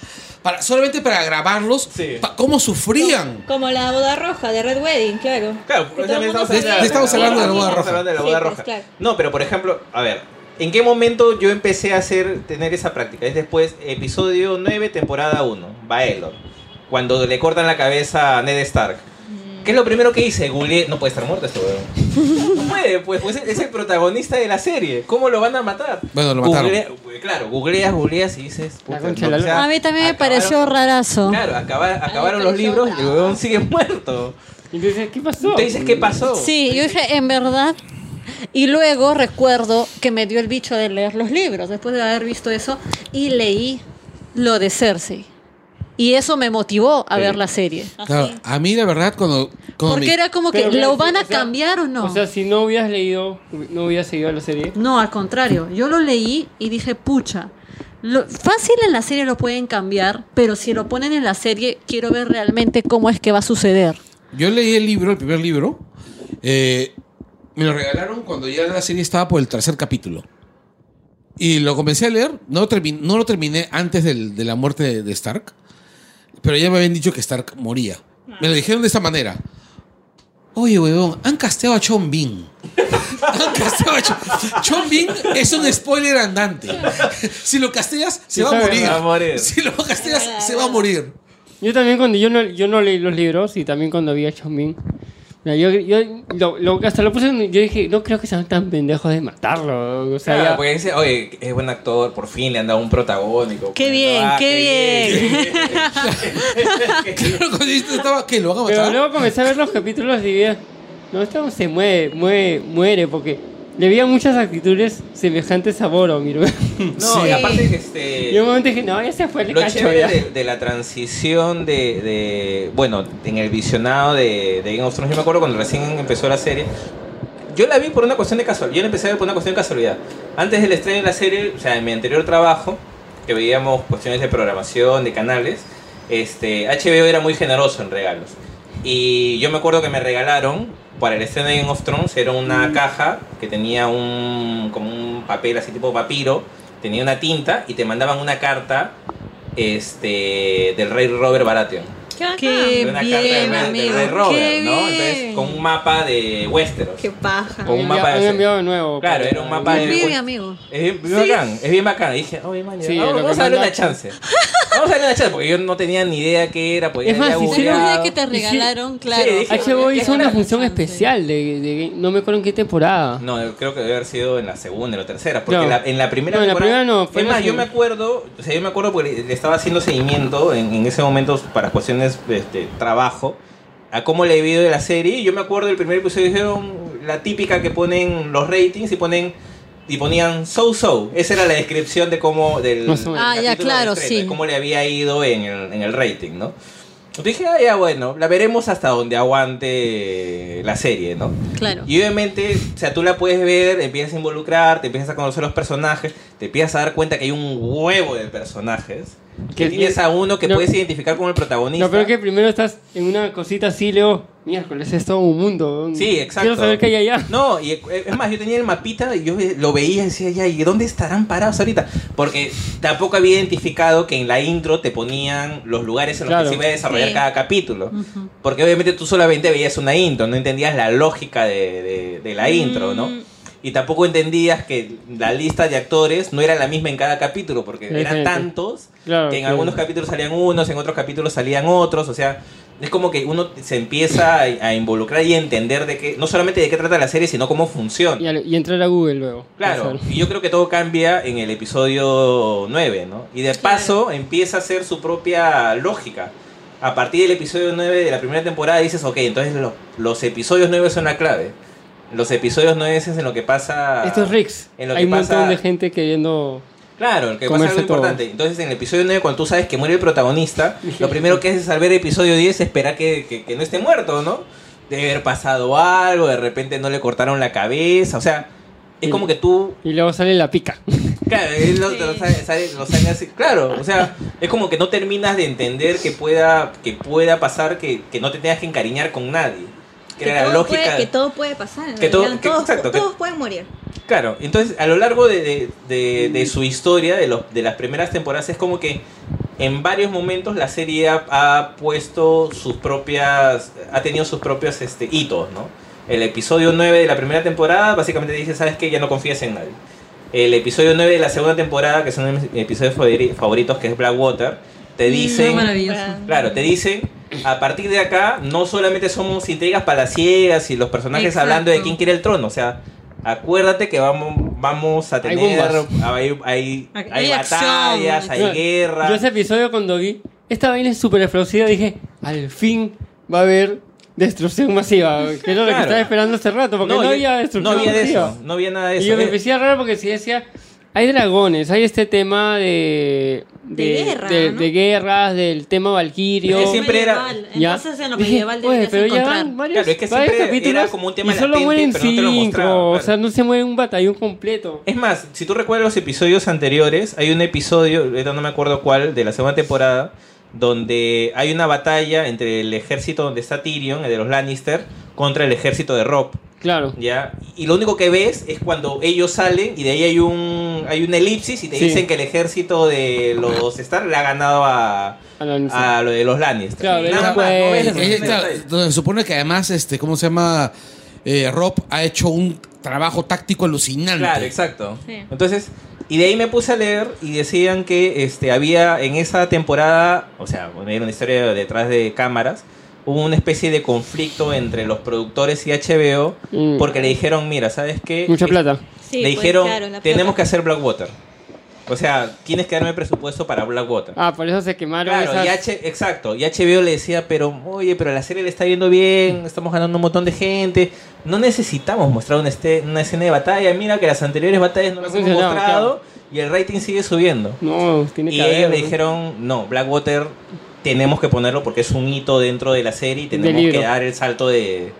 para, solamente para grabarlos, pa- cómo sufrían.
Como la boda roja de Red Wedding, claro.
Claro,
Que todo el mundo
estamos
se
hablando
vea.
de- estamos hablando de la boda
Estamos
roja.
hablando de la boda
Sí, pues,
roja.
claro.
No, pero por ejemplo, a ver, ¿en qué momento yo empecé a hacer tener esa práctica? Es después episodio 9, temporada 1, Baelor, cuando le cortan la cabeza a Ned Stark. ¿Qué es lo primero que hice? Googleé, no puede estar muerto este huevón. No puede, pues, pues es el protagonista de la serie. ¿Cómo lo van a matar?
Bueno, lo mataron.
Googlea- pues, claro, googleas, googleas y dices, puta, no, o sea,
A mí también me pareció rarazo.
Claro, acaba- acabaron los libros y el huevón sigue muerto.
Y tú dices, ¿qué pasó?
Te dices, ¿qué pasó?
Sí, yo dije, en verdad. Y luego recuerdo que me dio el bicho de leer los libros, después de haber visto eso, y leí lo de Cersei. Y eso me motivó a ver la serie.
Claro, a mí, la verdad, cuando. cuando
Porque
me-
era como que,
Pero,
¿lo
claro,
van a
o sea,
cambiar o no?
O sea, si no hubieras leído, no hubieras seguido la serie.
No, al contrario. Yo lo leí y dije, pucha. Lo, fácil en la serie lo pueden cambiar, pero si lo ponen en la serie, quiero ver realmente cómo es que va a suceder.
Yo leí el libro, el primer libro. eh, me lo regalaron cuando ya la serie estaba por el tercer capítulo. Y lo comencé a leer. No, lo termi- no lo terminé antes del- de la muerte de, de Stark. Pero ya me habían dicho que Stark moría. Me lo dijeron de esta manera. Oye, huevón, han casteado a Chon Bin. Han casteado a Chon Chon Bin es un spoiler andante. Si lo casteas, se
Sí,
va a
sabe,
morir.
va a
morir.
Si lo casteas, se va a morir.
Yo también cuando yo no, yo no leí los libros y también cuando vi a Chomin. Mira, yo, yo lo, lo- hasta lo puse, en- yo dije, no creo que sean tan pendejos de matarlo. O sea,
Claro, pues,
ya-
porque dice, oye, es buen actor, por fin le han dado un protagónico.
Qué
Bueno,
bien,
ah,
qué bien.
Claro, cuando yo estaba, ¿qué? ¿Lo van a matar?
Pero luego comencé a ver los capítulos y dije, no, este hombre se muere, muere, muere, porque le veía muchas actitudes semejantes a Boromir.
No, y aparte, este.
Y un momento dije, no, ya se fue el
Lo
cacho.
chévere
ya.
de, de la transición de, de- Bueno, en el visionado de, de Game of Thrones, yo me acuerdo cuando recién empezó la serie. Yo la vi por una cuestión de casualidad. Yo la empecé a ver por una cuestión de casualidad. Antes del estreno de la serie, o sea, en mi anterior trabajo, que veíamos cuestiones de programación, de canales, este, HBO era muy generoso en regalos. Y yo me acuerdo que me regalaron para el estreno de Game of Thrones, era una caja que tenía un, como un papel así tipo papiro, tenía una tinta y te mandaban una carta este, del rey Robert Baratheon.
Qué
Una carta del rey,
bien,
del rey
amigo. Qué
Robert, ¿no? Entonces,
bien.
con un mapa de Westeros.
Qué paja.
Con un mapa
Había
de.
enviado de nuevo. pues.
Claro,
para-
era un mapa de.
Vive, amigo.
Es bien, bien bacán, es bien bacán. Y dije, oye, man,
Sí,
ah,
lo que
vamos a darle
manda-
una chance. Vamos a ver en la chat, porque yo no tenía ni idea qué era. Pues,
Es
ya
más,
había
hicieron-
googleado.
Yo
que te
Y sí-
regalaron, claro.
Sí, dije,
HBO
es
hizo una
una-
función especial de, de- No me acuerdo en qué temporada.
No, yo creo que debe haber sido en la segunda, en la tercera, porque
Ah. No.
la- en la primera
No, en la
temporada-
primera no, fue
es
en la
más, yo me
segunda.
acuerdo, o sea, yo me acuerdo porque le- le estaba haciendo seguimiento en, en ese momento para cuestiones de trabajo a cómo le he vivido de la serie. Y yo me acuerdo del primer episodio, dijeron la típica que ponen los ratings y ponen y ponían so so. Esa era la descripción de cómo del
Más o menos.
Ah, ya,
capítulo de
claro,
estreno,
sí.
de cómo le había ido en el, en el rating, ¿no? Entonces dije, ah, ya bueno, la veremos hasta donde aguante la serie, ¿no?
Claro.
Y obviamente, o sea, tú la puedes ver, empiezas a involucrar, te empiezas a conocer los personajes, te empiezas a dar cuenta que hay un huevo de personajes. Que
Que-
tienes a uno que
no.
puedes identificar como el protagonista.
No, pero que primero estás en una cosita así, Leo. Miércoles, es todo un mundo. weón.
Sí, exacto.
Quiero saber qué hay allá.
No, y eh, es más, yo tenía el mapita y yo lo veía y decía, ya, ¿y dónde estarán parados ahorita? Porque tampoco había identificado que en la intro te ponían los lugares en los
Claro.
que se iba a desarrollar
Sí.
cada capítulo. Porque obviamente tú solamente veías una intro, no entendías la lógica de, de- de la intro, ¿no?
Mm.
Y tampoco entendías que la lista de actores no era la misma en cada capítulo, porque
Sí,
eran
sí, sí.
tantos
Claro,
que en
claro.
algunos capítulos salían unos, en otros capítulos salían otros, o sea, es como que uno se empieza a, a involucrar y a entender de qué, no solamente de qué trata la serie, sino cómo
Y,
funciona.
al- y entrar a Google luego.
Claro,
Pasar.
y yo creo que todo cambia en el episodio 9, ¿no? Y de paso empieza a ser su propia lógica. A partir del episodio 9 de la primera temporada dices, ok, entonces lo- los episodios 9 son la clave. Los episodios 9 es en lo que pasa...
Esto es Rix.
en lo
Hay
que
un
pasa-
montón de gente queriendo.
Claro, el que pasa
Comerse
algo
todo.
importante. Entonces, en el episodio 9, cuando tú sabes que muere el protagonista, lo primero que haces al ver el episodio 10 es esperar que, que- que no esté muerto, ¿no? Debe haber pasado algo, de repente no le cortaron la cabeza, o sea, es
Sí.
como que tú.
Y luego sale la pica.
Claro, es lo, lo sabe- sabe- lo sabe así. Claro, o sea, es como que no terminas de entender que pueda, que pueda pasar, que, que no te tengas que encariñar con nadie. Que,
que,
era la
todo
lógica.
puede, que todo puede pasar. en
Que todo-
realidad.
que-
todos,
exacto, que-
todos pueden morir.
Claro, entonces a lo largo de, de- de- de su historia, de, los, de las primeras temporadas, es como que en varios momentos la serie ha, ha puesto sus propias, ha tenido sus propios este, hitos, ¿no? El episodio 9 de la primera temporada básicamente dice, ¿sabes qué? Ya no confías en nadie. El episodio 9 de la segunda temporada, que son de mis episodios favori- favoritos, que es Blackwater, te dicen... Claro, te dicen, a partir de acá, no solamente somos intrigas palaciegas y los personajes
Exacto.
hablando de quién quiere el trono, o sea, acuérdate que vamos, vamos a
Hay
tener,
bombas.
hay, hay-
Hay
hay
acción.
batallas, hay
Yo-
guerra.
Yo ese episodio cuando vi. Esta vaina es súper explosiva. Dije, al fin va a haber destrucción masiva. Que era lo
Claro.
que estaba esperando hace rato. Porque no,
yo-
había destrucción
no había de
masiva.
eso, no había nada de eso.
Y yo me
Eh,
parecía raro porque si decía, hay dragones, hay este tema de...
De guerra,
de,
¿no?
de guerras, del tema valquirio.
Es que siempre era-
Medieval,
¿ya?
Entonces en lo
Dije,
medieval
"Oye,
deberías
pero ya
encontrar.
van varios,
Claro, es que
varios
siempre
capítulos
era como un tema
y solo
latente,
mueren
pero no te lo
cinco,
mostraban,
o
claro.
sea, no se mueve un batallón completo.
Es más, si tú recuerdas los episodios anteriores, hay un episodio, ahorita no me acuerdo cuál, de la segunda temporada, donde hay una batalla entre el ejército donde está Tyrion, el de los Lannister, contra el ejército de Rob.
Claro.
¿Ya? Y lo único que ves es cuando ellos salen y de ahí hay un hay una elipsis y te
Sí.
dicen que el ejército de los Stark le ha ganado a,
a la Lannister.
a lo de los Lannister.
Claro,
Nada
es
más,
pues,
no ves
Es-
los
es- Eh, claro,
detalles.
donde se supone que además, este, ¿cómo se llama? Eh, Rob ha hecho un trabajo táctico alucinante.
Claro, exacto.
Sí.
Entonces, y de ahí me puse a leer y decían que este, había en esa temporada, o sea, me dieron una historia detrás de cámaras, hubo una especie de conflicto entre los productores y HBO
Mm.
porque le dijeron, mira, ¿sabes qué?
Mucha
Es-
plata.
Sí,
le
pues,
dijeron,
claro, la
tenemos que
plata.
hacer Blackwater. O sea, tienes que darme presupuesto para Blackwater.
Ah, por eso se quemaron
claro,
esas...
y H, exacto. Y HBO le decía, pero oye, pero la serie le está yendo bien, estamos ganando un montón de gente. No necesitamos mostrar una, este- una escena de batalla. Mira que las anteriores batallas no las
No
hemos
funcionaron,
mostrado y el rating sigue subiendo.
No, tiene
Y
que haber.
ellos le
¿no?
dijeron, no, Blackwater tenemos que ponerlo porque es un hito dentro de la serie y tenemos
libro.
que dar el salto de,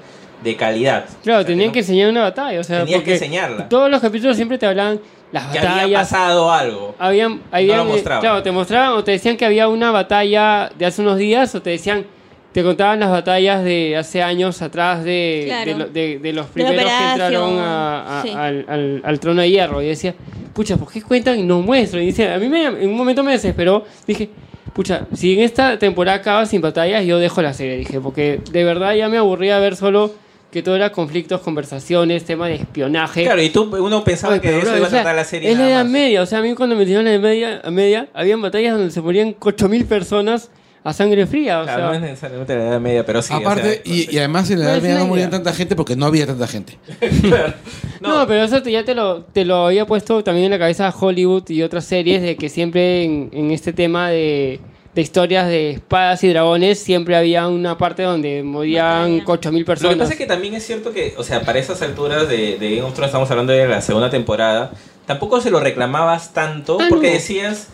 de calidad.
Claro,
O sea,
tenían que
tenemos-
enseñar una batalla, o sea,
Tenías que
porque
enseñarla.
todos los capítulos siempre te hablaban las
que
batallas,
había pasado algo.
Habían, habían-
lo mostraban.
Claro, te mostraban o te decían que había una batalla de hace unos días o te decían, te contaban las batallas de hace años atrás de,
Claro.
de, lo- de- de los primeros que
operación,
entraron a- a-
sí.
al, al- al trono de hierro. Y decía, pucha, ¿por qué cuentan y no muestran? Y dice, a mí me- en un momento me desesperó. Dije, pucha, si en esta temporada acaba sin batallas, yo dejo la serie. Dije, porque de verdad ya me aburría ver solo que todo era conflictos, conversaciones, temas de espionaje.
Claro, y tú, uno pensaba
Oye,
que
pero,
de eso
bro,
iba
o
a
sea,
tratar la serie.
Es la
nada
edad
más.
media. O sea, a mí cuando me tiraron la edad media, a media, habían batallas donde se morían 8.000 personas a sangre fría. O
Claro, no es
sea,
necesariamente la edad media, pero sí. o sea,
Aparte, y, y además en
No
Pues
la Edad
es
Media no
media.
morían tanta gente porque no había tanta gente.
no. pero eso te- ya te lo, te lo había puesto también en la cabeza a Hollywood y otras series de que siempre en, en este tema de, de historias de espadas y dragones, siempre había una parte donde morían 8.000
Lo que
personas.
pasa es que también es cierto que, o sea, para esas alturas de, de Game of Thrones, estamos hablando de la segunda temporada, tampoco se lo reclamabas tanto
Ah,
porque
no.
decías,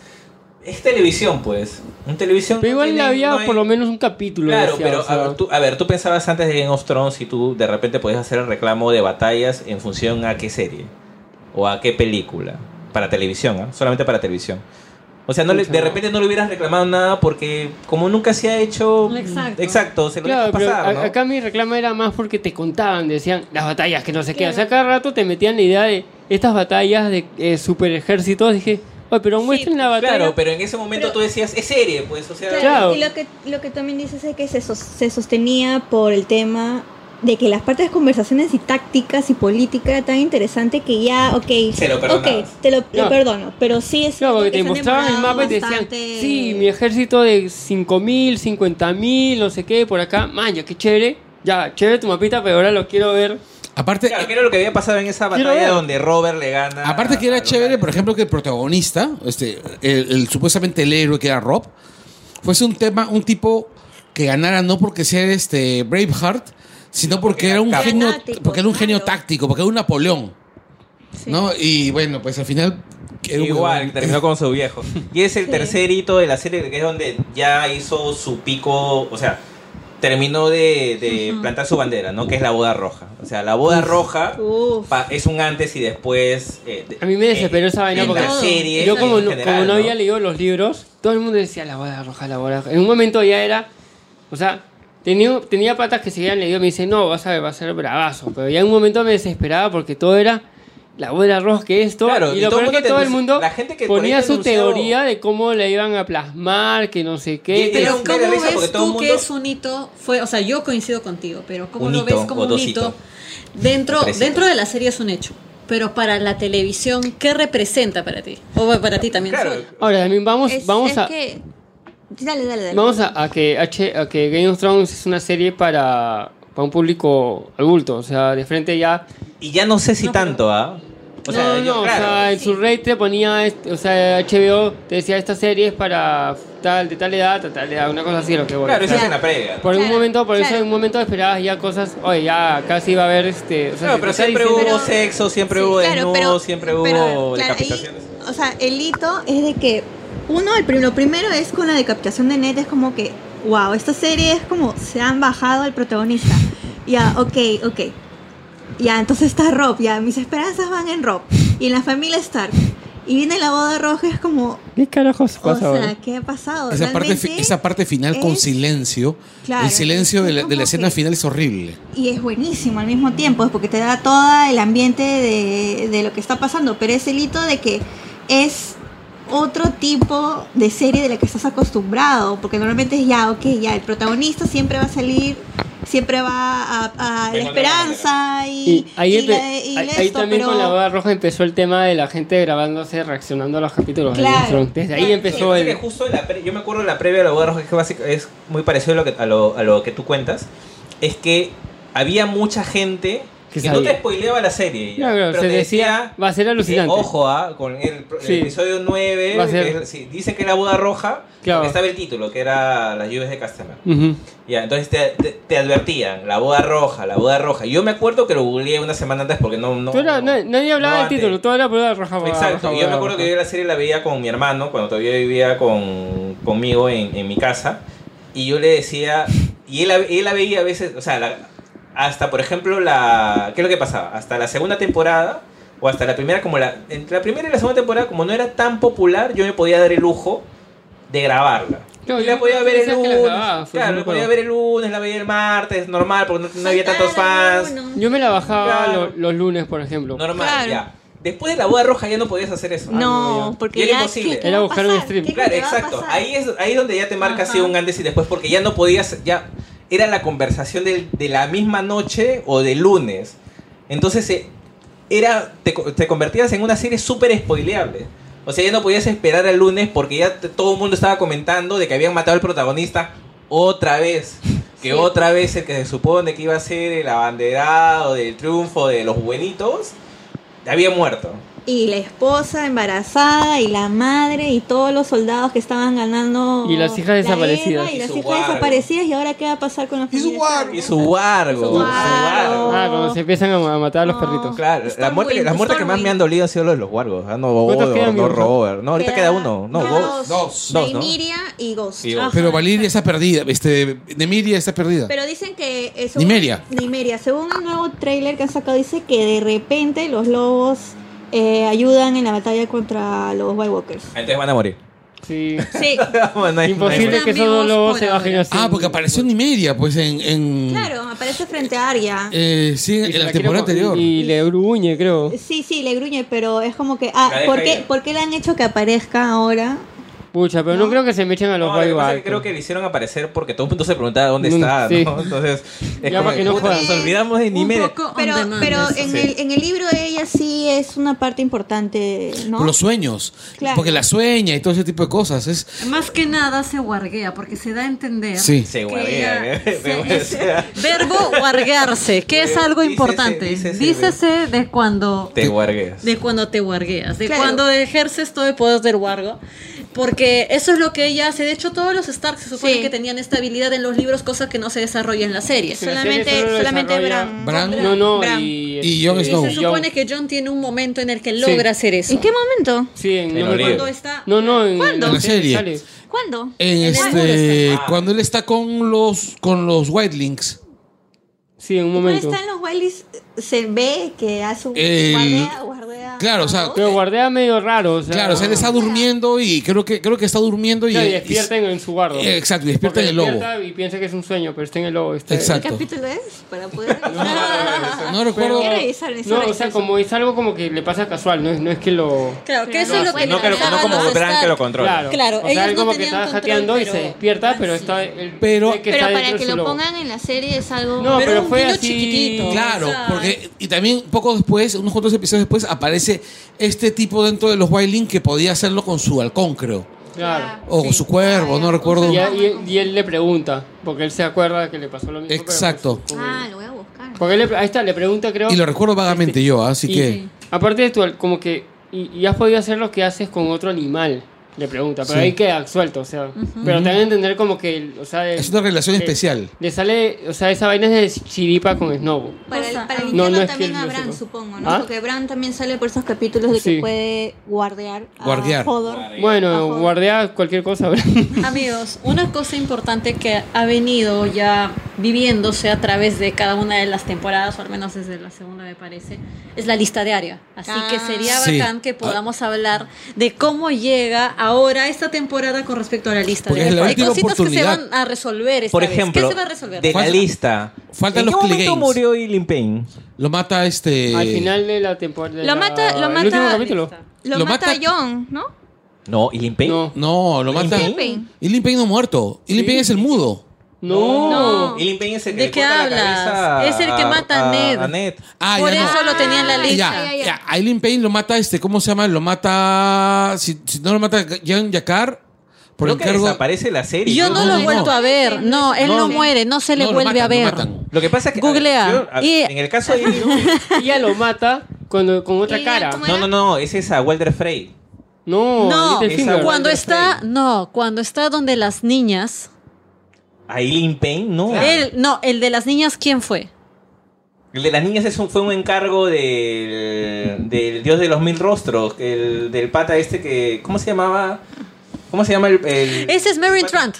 es televisión, pues. En televisión.
Pero
no
igual
tiene-
había
no hay-
por lo menos un capítulo.
Claro,
decía,
pero
o sea.
a ver, tú, a ver, tú pensabas antes de Game of Thrones y tú de repente podías hacer el reclamo de batallas en función a qué serie o a qué película. Para televisión, ¿ah? solamente para televisión. O sea, no le- de
Pucha, no.
repente no le hubieras reclamado nada porque como nunca se ha hecho... mm,
Exacto.
Exacto, se lo
Claro,
dejas
pero
pasar,
a-
¿no?
acá mi reclamo era más porque te contaban, decían las batallas que no sé qué. O sea, cada rato te metían la idea de estas batallas de eh, super ejércitos. Dije, oye, pero muestren la batalla.
Claro, pero en ese momento
Pero-
tú decías, es serie, pues, o sea...
Claro.
Y lo que, lo que también dices es que se, sos- se sostenía por el tema de que las partes de conversaciones y tácticas y política era tan interesante que ya, ok,
Se lo
ok,
perdonabas.
te lo, lo
Claro.
perdono, pero sí es
Claro, porque
que
te
se han
mostraban el
demorado
mapa y te decían,
bastante.
sí, mi ejército de 5.000, 50.000, no sé qué, por acá. Man, ya qué chévere. Ya, chévere tu mapita, pero ahora lo quiero ver.
Aparte, eh,
Claro, que era lo que había pasado en esa
Quiero
batalla
ver.
donde Robert le gana...
Aparte que
a
era
los
chévere,
Lannister.
por ejemplo, que el protagonista, este, el, el supuestamente el héroe que era Rob, fuese un tema, un tipo que ganara no porque sea este Braveheart, sino porque era un
táctico.
genio,
Fanático,
porque era un genio
claro.
táctico, porque era un Napoleón,
Sí.
¿no? Y bueno, pues al final quedó muy
Igual,
bueno.
terminó con su viejo. Y es el tercer hito de la serie, que es donde ya hizo su pico, o sea, terminó de, de plantar su bandera, ¿no? Que es la boda roja. O sea, la boda roja
Uf.
pa- es un antes y después. eh, de-
A mí me
eh,
desesperó esa vaina
en
porque
la serie
yo
y
como,
en
no,
general,
como
¿no?
no había leído los libros, todo el mundo decía la boda roja, la boda roja. En un momento ya era, o sea, tenía, tenía patas que si habían leído me dicen, no, vas a ver, va a ser bravazo. Pero ya en un momento me desesperaba porque todo era la boda roja que esto.
Claro,
y lo peor es que
te-
todo el mundo
la gente que por ahí
ponía
te
su
anunció-
teoría de cómo la iban a plasmar, que no sé
Y-
qué.
y
que-
era
Pero
un
¿cómo
cara de risa
ves
porque todo el
tú que
mundo-
es un hito? Fue, o sea, yo coincido contigo, pero ¿cómo
Un
lo
hito
ves como
o
un
dos
hito?
hitos.
Dentro,
Tres hitos.
dentro de la serie es un hecho, pero para la televisión, ¿qué representa para ti? O bueno, para ti también.
Claro,
Sol.
Ahora, también vamos,
Es-
vamos
es
a...
que- Dale, dale, dale.
Vamos a, a que H- a que Game of Thrones es una serie para, para un público adulto, o sea, de frente ya.
Y ya no sé si
No, pero-
tanto, ¿ah? O sea,
no, no,
yo-
no,
claro,
o sea, en su rate te ponía, este- o sea, HBO te decía esta serie es para tal, de tal edad, a tal edad, una cosa así, lo que bueno.
claro,
o sea,
eso es en la previa.
por un
Claro,
momento, por eso
claro.
en un momento esperabas ya cosas, oye, ya casi va a haber este. O sea,
Claro, pero
si te está
siempre hubo
diciendo-
Pero-
sexo, siempre
Sí,
hubo
claro,
desnudos,
pero-
siempre
pero,
hubo
claro, ahí-
decapitaciones.
o sea, el hito es de que uno, el prim- lo primero es con la decapitación de Ned, es como que, wow, esta serie es como se han bajado al protagonista. Ya, ok, ok. Ya, entonces está Rob, ya, mis esperanzas van en Rob. Y en la familia Stark. Y viene la boda roja, es como,
¿Qué carajos
o
pasa
sea,
ahora?
¿qué ha pasado?
Esa parte, fi-
Realmente-
esa parte final con
es-
silencio,
Claro,
el silencio de la, de la
es como
escena
que-
final es horrible.
Y es buenísimo al mismo tiempo, es porque te da todo el ambiente de, de lo que está pasando, pero es el hito de que es otro tipo de serie de la que estás acostumbrado, porque normalmente es ya, ok, ya, el protagonista siempre va a salir, siempre va a, a la
Encontrar
esperanza y,
Y ahí,
y
empe-
la- y
ahí-
esto,
ahí también
pero
con la boda roja empezó el tema de la gente grabándose, reaccionando a los capítulos de Game of
Claro.
Thrones. Desde ahí
Claro,
empezó
Lo que
el.
pasa es que justo en la pre- yo me acuerdo en la previa de la boda roja, que básica- es muy parecido a lo, que, a, lo, a lo que tú cuentas, es que había mucha gente
Que
que, no
sabía.
te spoileaba la serie, ya,
Claro, claro,
pero
se
te
decía, va a ser alucinante.
eh, ojo, ah, con el, pro- el
Sí.
episodio 9,
Va a ser-
que es- sí, dice que era boda roja,
Claro.
porque estaba el título, que era Las lluvias de Castamar.
Ujú.
Ya, entonces te, te, te advertían, la boda roja, la boda roja. Yo me acuerdo que lo googleé una semana antes porque no... no
Tú era-
no-
na- nadie hablaba
no
del
antes.
título, todo era por la roja. boda
Exacto,
roja,
yo me
boda
acuerdo
roja.
que yo la serie la veía con mi hermano cuando todavía vivía con, conmigo en, en mi casa y yo le decía, y él, la- él la veía a veces, o sea, la- hasta por ejemplo la, ¿qué es lo que pasaba? Hasta la segunda temporada o hasta la primera, como la, entre la primera y la segunda temporada, como no era tan popular, yo me podía dar el lujo de grabarla.
Claro,
y la
yo-
podía
tú
ver el
decías que la
lunes.
grababas,
claro,
me
la podía
acuerdo.
ver el lunes, la veía el martes, normal, porque no, no había tantos
Faltaba
fans.
uno.
Yo me la bajaba
Claro.
lo- los lunes, por ejemplo.
Normal,
Claro.
ya. Después de la boda roja ya no podías hacer eso. Ah,
No,
ya.
Y
porque
era
ya,
imposible.
¿qué- qué
Era
va a
buscar un
pasar?
stream.
¿Qué- qué
Claro,
va a
exacto.
pasar?
Ahí es, ahí es donde ya te marca
Ajá.
así un antes y después, porque ya no podías, ya era la conversación del- de, la misma noche o del lunes. Entonces eh, era, te, co- te convertías en una serie súper spoileable. O sea, ya no podías esperar al lunes porque ya t- todo el mundo estaba comentando de que habían matado al protagonista otra vez. Que otra vez el que se supone que iba a ser el abanderado del triunfo de los buenitos, había muerto.
Y la esposa embarazada, y la madre, y todos los soldados que estaban ganando.
Y las hijas
la
desaparecidas.
guerra, y
Y
las
su
hijas
guardo.
desaparecidas, y ahora qué va a pasar con la familia. de Sara?
Y su Wargo. Su Wargo.
Ah, cuando se empiezan a ma- matar a los perritos.
Claro, la muerte, que- las muertes que más me han dolido han sido los de los Wargos. Ah, no,
¿Cuántos
no,
quedan,
no,
Miguel?
Robert. No, ahorita queda,
Queda-
uno. No,
queda
dos.
Dos.
Dos, ¿no?
Nymeria y Ghost.
Y Ghost.
Ajá.
Pero Valiria está perdida. Este, Nemiria está perdida.
Pero dicen que. eh,
Nymeria.
Nymeria. Según el nuevo trailer que han sacado, dice que de repente los lobos eh, ayudan en la batalla contra los White Walkers.
Entonces van a morir.
Sí.
Sí,
Bueno, no hay- no hay-
Imposible que esos dos lobos se bajen así.
Ah, porque apareció Nimeria, pues en. en
claro, aparece frente a Arya.
eh, sí,
Y se
en la
quiere
temporada
mo-
anterior.
Y le gruñe, creo.
Sí, sí, le gruñe, pero es como que. Ah,
La deja
¿por qué,
ir.
¿por qué le han hecho que aparezca ahora?
Pucha, pero no, creo que se me echen a los
No, lo que
guay
pasa es
guay.
que creo que le hicieron aparecer porque todo el mundo se preguntaba dónde
Mm,
está,
sí.
¿no? Entonces, es
Ya,
como
para que no
puta,
juegue.
nos olvidamos de
Un
Nimeria.
poco on
Pero,
demand
pero
eso.
en,
Sí.
el, en el libro de ella sí es una parte importante, ¿no?
Por los sueños.
Claro.
Porque la sueña y todo ese tipo de cosas. Es,
Más que nada se guarguea porque se da a entender.
sí.
Se
que
huevean,
ella-
¿eh?
se-
Se huevean.
Verbo guarguearse, que es
Bueno,
algo
dícese,
importante.
dícese,
Dícese, de cuando
Te guargueas.
de cuando te guargueas, de
Claro.
cuando ejerces todo el poder del guargo, porque eso es lo que ella hace. De hecho, todos los Stark se supone
Sí.
que tenían esta habilidad en los libros, cosa que no se desarrolla en la serie.
Sí. la
solamente
serie solo lo
solamente
desarrolla
Bran.
Bran.
No, no,
Bran.
y.
Y Jon
este,
Snow.
Se
y
supone
Jon-
que John tiene un momento en el que
Sí.
logra hacer eso.
¿En qué momento?
Sí, en.
En
no me
Oliver.
acuerdo.
¿Cuándo está?
No, no, en,
¿Cuándo?
En la serie.
sale.
¿Cuándo?
En
En el
este,
Ah.
cuando él está con los con los White Links,
Sí, en un
Cuando
momento.
están los Wildys, se ve que hace un
El-
guardea, guardea.
Claro, o sea,
a dos.
Pero guardea medio raro. O sea,
claro, o sea, él está durmiendo y creo que creo que está durmiendo y,
Claro, y Ah. despierta en, en su guardo.
Eh, exacto, y despierta
Porque
en el lobo.
despierta Y piensa que es un sueño, pero está en el lobo. Está
¿Qué
Exacto.
capítulo es? Para poder.
No recuerdo.
Quiero revisar, necesito
No, o sea,
revisar.
como es algo como que le pasa casual, no es, no es que lo.
Claro, que eso es lo que
No, que lo, no
pasaban
como
los
Bran que lo
Stark.
controla.
Claro,
Claro,
o sea,
ellos
él
no
como que
tenían
está
control,
jateando y
pero-
se despierta, pero está. él
Pero-
cree que
Pero
está
para
dentro
que
de su
lo
lobo.
pongan en la serie es algo.
No, pero,
Pero un
fue
niño
así.
chiquitito.
Claro,
O sea-
porque y también poco después, unos otros episodios después, aparece este tipo dentro de los White Links que podía hacerlo con su halcón, creo.
Claro.
O con su cuervo, no recuerdo.
Y, y- y él le pregunta, porque él se acuerda que le pasó lo mismo. pero
Exacto.
con su- con-
Ah, lo voy a buscar.
Porque él le, ahí está, le pregunta, creo.
Y lo recuerdo vagamente yo, ¿ah? así
y-
que.
Aparte de esto, como que. Y, y has podido hacer lo que haces con otro animal, le pregunta. Pero
Sí.
ahí queda suelto, o sea. Pero te van a entender como que. el- O sea, el-
Es una relación
eh,
especial.
Le sale. O sea, esa vaina es de chiripa con Snow.
Para, el- para
No,
limpiarlo
no es que
también
él
a
lo
Bran,
sepa.
supongo, ¿no?
¿Ah?
Porque Bran también sale por esos capítulos de que
Sí.
puede guardear a
Guardear.
Hodor.
Bueno,
Ajá.
guardea cualquier cosa, ¿verdad?
Amigos, una cosa importante que ha venido ya viviéndose a través de cada una de las temporadas, o al menos desde la segunda me parece, es la lista diaria. Así
Ah.
que sería
Sí. Ah.
bacán que podamos hablar de cómo llega ahora esta temporada con respecto a la lista
Porque es
diaria.
la
Hay
última
cositas que se
oportunidad.
van a resolver esta
Por
vez.
ejemplo,
¿Qué se va a resolver?
de la
Faltan-
lista.
faltan
¿En
los
qué
play
momento
games.
murió Ilin Payne?
Lo mata este.
Al final de la temporada. de
Lo
la-
mata- lo
el
mata-
último capítulo.
Lo,
Lo
mata,
mata-
John, ¿no?
No, Ilin Payne.
No.
No, lo mata.
Ah,
Payne.
Y Lin Payne no ha muerto. Y Lin Payne es el mudo.
No.
No.
Ilin Payne es el que
¿De
le
qué
corta la
hablas?
cabeza
Es el que
a-
mata a Ned.
A Ned.
Ah,
Por
ya no.
eso lo tenía en la
Ya,
lista.
ya, A Eileen Payne lo mata este, ¿cómo se llama? Lo mata. Si, si no lo mata Jean Yakar, por
Creo
el
que
cargo.
desaparece la serie.
Yo
No,
no, lo
no,
he vuelto
no.
a ver. No, él
No,
no,
no.
muere, no se le
No, lo
vuelve a
matan, lo
ver.
matan.
Lo que pasa es que.
Googlea.
yo- a-
Y-
en el caso de Ilin
Ella lo mata con, con otra
Y la-
cara.
¿cómo
No, no, no, ese es a Walter Frey.
No,
No,
Little
esa-
Finger.
cuando
Walter
está,
Frey.
no, cuando está donde las niñas,
A Eileen Payne, no.
él, no, el de las niñas, ¿quién fue?
El de las niñas es un- fue un encargo del, del dios de los mil rostros, el, del pata este que... ¿Cómo se llamaba? ¿Cómo se llama el...? el-
Ese es Marin Trant.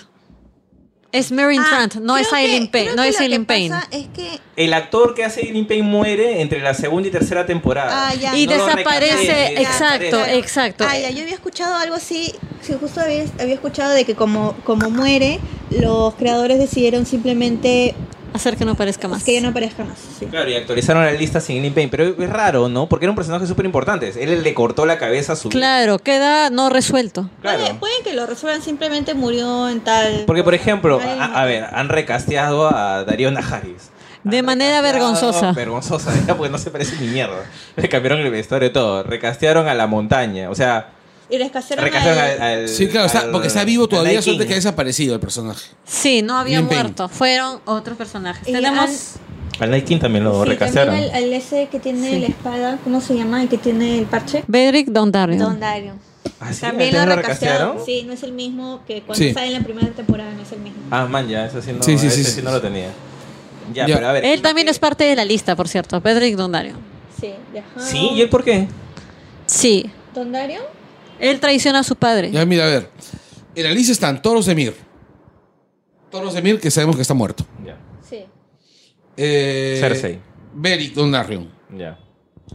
Es Marin
Ah,
Trant, no
creo
es
que-
Aileen Payne.
creo
No
que
es
lo que
Aileen Payne.
pasa Es que
El actor que hace Eileen Payne muere entre la segunda y tercera temporada.
Ah, ya.
Y
No
lo
desaparece,
recapté,
exacto,
desaparece.
exacto.
Ah, ya, yo había escuchado algo así, sí, justo había, había escuchado de que como, como muere, los creadores decidieron simplemente
Hacer que no parezca más.
Que yo no parezca más. sí.
Claro, y actualizaron la lista sin Lin Pain, pero es raro, ¿no? Porque era un personaje súper importante. Él le cortó la cabeza a su...
Claro, queda no resuelto.
Claro.
Puede, puede que lo resuelvan, simplemente murió en tal.
Porque, por ejemplo,
Ay,
a, a ver, han recasteado a Darío Najaris.
De manera vergonzosa.
Ah, vergonzosa, ya, porque no se parece ni mierda. Le cambiaron el vestuario y todo. Recastearon a la montaña. O sea,
Y rescasaron
recastearon al. al-
Sí, claro, está-
al-
porque está vivo
al
todavía,
Night
suerte
King.
que ha desaparecido el personaje.
Sí, no había
Lin Pain.
muerto. Fueron otros personajes.
Y
Tenemos.
Al Night King también lo recastearon.
al, al ese que tiene la espada, ¿cómo se llama? El que tiene el parche.
Bedrick Dondarrion.
Don Darion.
¿Ah, sí?
También
¿Ustedes
lo
lo
recastearon.
recastearon?
Sí, no es el mismo que cuando
Sí.
sale en la primera temporada, no es el mismo.
Ah, man, ya, eso sí no,
Sí, sí, sí,
ese
sí,
sí no
sí.
lo tenía. Ya,
Ya.
pero a ver.
Él también es parte de la lista, por cierto. Bedrick Dondarrion.
Sí, ajá.
Sí, ¿y él por qué?
Sí.
Don Darion.
Él traiciona a su padre.
Ah,
Ya, mira, a ver. En la lista están Toros de Mir. Toros de Mir, que sabemos que está muerto.
Ya.
Sí.
Eh,
Cersei.
Beric Dondarrion.
Ya.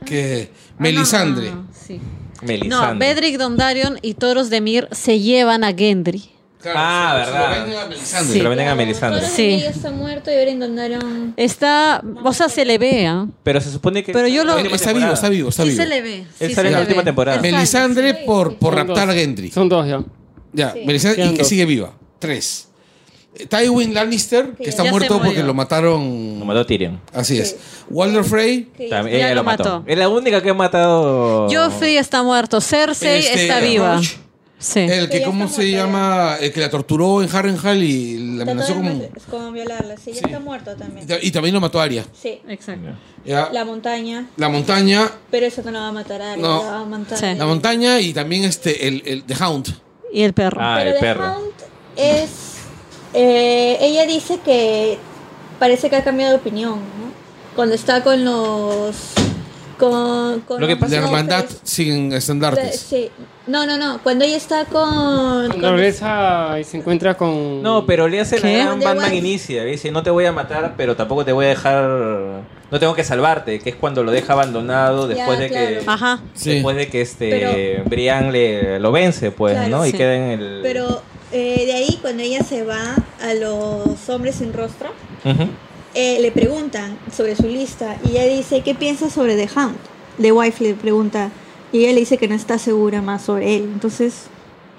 Que Melisandre.
Ah, sí. No,
Melisandre.
Bedrick Dondarrion y Toros de Mir se llevan a Gendry.
Claro,
Ah,
se- se lo
verdad.
venden a Melisandre.
Se lo venden a Melisandre.
Sí.
Sí. está muerto y ahora en Don Darion.
Está, o sea, se le ve, ¿ah?
Pero se supone que.
Pero yo lo-
La última
Está vivo,
temporada.
está vivo, está
sí
vivo.
se le ve.
Él sale
sí se
en la
le
última
ve.
temporada.
Él sale.
Melisandre
Sí,
por,
sí,
por
Son dos.
raptar a Gendry.
Son dos ya.
Ya,
Sí.
Melisandre y
Quedan
que
dos.
sigue viva. Tres. Eh, Tywin Lannister, que
Sí.
está
Ya se
muerto porque
murió.
lo
Lo
mataron.
mató Tyrion.
Así es.
Sí.
Walder Frey.
que-
También,
Ya
ella
lo
lo mató.
mató.
Es la única que ha matado.
Joffrey está muerto. Cersei
este,
está viva.
Roach,
Sí.
El
Que
que,
ya
¿cómo
está
se
muerto,
llama? El que la torturó en Harrenhal y la
Trató
amenazó
de
como.
matar- como violarla. Sí, ya está muerto también.
Y también lo mató a Arya.
Sí.
Exacto.
Ya.
La montaña.
La montaña,
Pero eso no la va a matar a Arya,
No.
la va a matar.
Sí.
la montaña y también este, el, el The Hound.
Y el perro.
Ah,
Pero
el
The
perro.
Hound es. eh, ella dice que parece que ha cambiado de opinión, ¿no? Cuando está con los. Con, con
Lo que
los
La
nobles.
hermandad sin
De-
estandartes.
sí. No, no, no. Cuando ella está con.
Cuando
con-
regresa y se encuentra con.
No, pero le hace
¿Qué?
la gran
Wonder
Batman
Woman.
inicia. Dice: No te voy a matar, pero tampoco te voy a dejar. No tengo que salvarte. Que es cuando lo deja abandonado
Ya,
después de que.
claro.
Ah.
Ajá.
Sí.
Después de que este.
Pero-
Brian le, lo vence, pues,
Claro,
¿no? Y
sí.
queda en el.
Pero eh, de ahí, cuando ella se va a los hombres sin rostro,
Ujú.
eh, le preguntan sobre su lista y ella dice: ¿Qué piensas sobre The Hound? The Wife le pregunta. Y ella le dice que no está segura más sobre él. Entonces,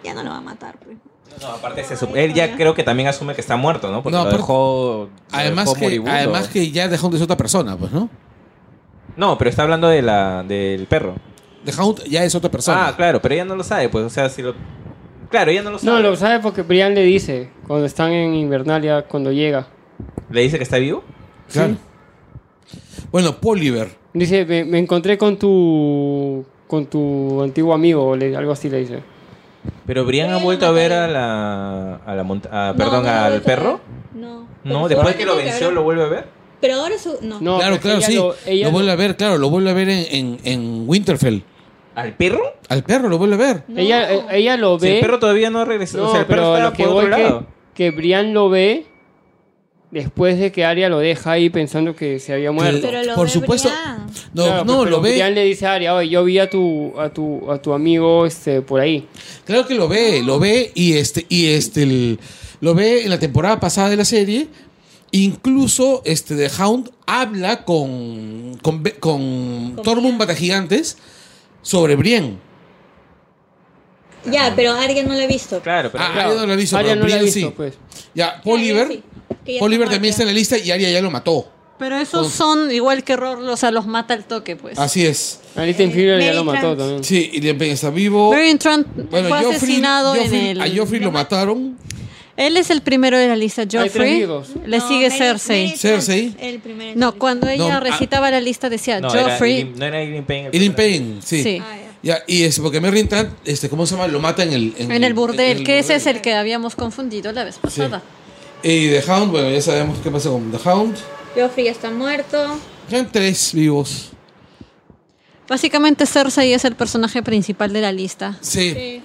ya no lo va a matar. pues.
No, aparte, se sup- él ya creo que también asume que está muerto, ¿no? Porque
No,
lo
aparte-
dejó. lo
Además
dejó
que,
moribundo.
además que ya The Hound es otra persona, pues, ¿no?
No, pero está hablando de la, del perro.
The Hound ya es otra persona.
Ah, claro, pero ella no lo sabe, pues, o sea, si lo... Claro, ella no lo
No,
sabe.
lo sabe porque Brian le dice cuando están en Invernalia, cuando llega.
¿Le dice que está vivo?
Claro. Bueno, Poliver.
Dice, me, me encontré con tu con tu antiguo amigo, o le- algo así le dice.
Pero Brian
Pero
ha
ella
vuelto
lo
a ver a
mataron.
la... A la mont- a-
No,
Ah, perdón,
no lo
al
vuelve a
perro.
ver. No.
No,
Pero
después que lo
seguramente
venció,
habrá-
lo vuelve a ver.
Pero ahora su. No.
No,
claro,
porque
claro,
ella
sí.
Lo,
Lo,
ella
vuelve a ver, claro, lo vuelve a ver en, en- en Winterfell.
¿Al perro?
Al perro lo vuelve a ver.
no.
ella, eh, ella lo
Si
ve.
el perro todavía no ha regresado.
no,
o sea, el perro
pero
está
lo que
por otro
voy que,
lado.
que Brian lo ve después de que Arya lo deja ahí pensando que se había muerto.
Pero lo
Por
ve
supuesto.
Brian.
No,
Claro, pues,
no,
pero
lo ve.
Brian le dice a Arya, oye, yo vi a tu, a tu, a tu amigo este, por ahí.
Claro que lo ve, lo ve y este y este el- lo ve en la temporada pasada de la serie. Incluso este The Hound habla con con, Be- con Tormund Batagigantes sobre Brian.
Ya, pero Arya no lo he visto.
Claro, pero...
Ah, Arya no lo ha visto,
Arya
pero
no la ha
Brian
visto,
sí.
pues.
Ya,
Que Arya
Oliver,
sí, que ya
Oliver
está
también está en
muerta.
la lista y Arya ya lo mató.
Pero esos son igual que Ror, o sea, los mata al toque, pues.
Así es.
Alita Inferior ya
Mary
lo mató
Trant.
también.
Eh, Sí, y Liam Payne está vivo.
Brian Trant fue
Joffrey-
asesinado
Joffrey-
en
A
el.
Joffrey lo mataron.
Él es el primero de la lista,
tres
Joffrey.
vivos.
Le
No,
sigue
Mary-
Cersei.
Mary Trant,
Cersei.
El primero.
No, cuando ella
ah.
recitaba la lista decía
No, era
Joffrey.
Eileen- no era Eileen Payne. el
Eden
perro.
Payne, sí.
sí.
Ah, ya.
Ya, y es porque Merrin Trant, este, ¿cómo se llama? Lo mata en el...
En el
en
burdel,
el
que ese es
burdel.
el que habíamos confundido la vez pasada.
Y The Hound, bueno, ya sabemos qué pasa con The Hound.
Joffrey ya está muerto.
Quedan tres vivos.
Básicamente Cersei es el personaje principal de la lista.
Sí.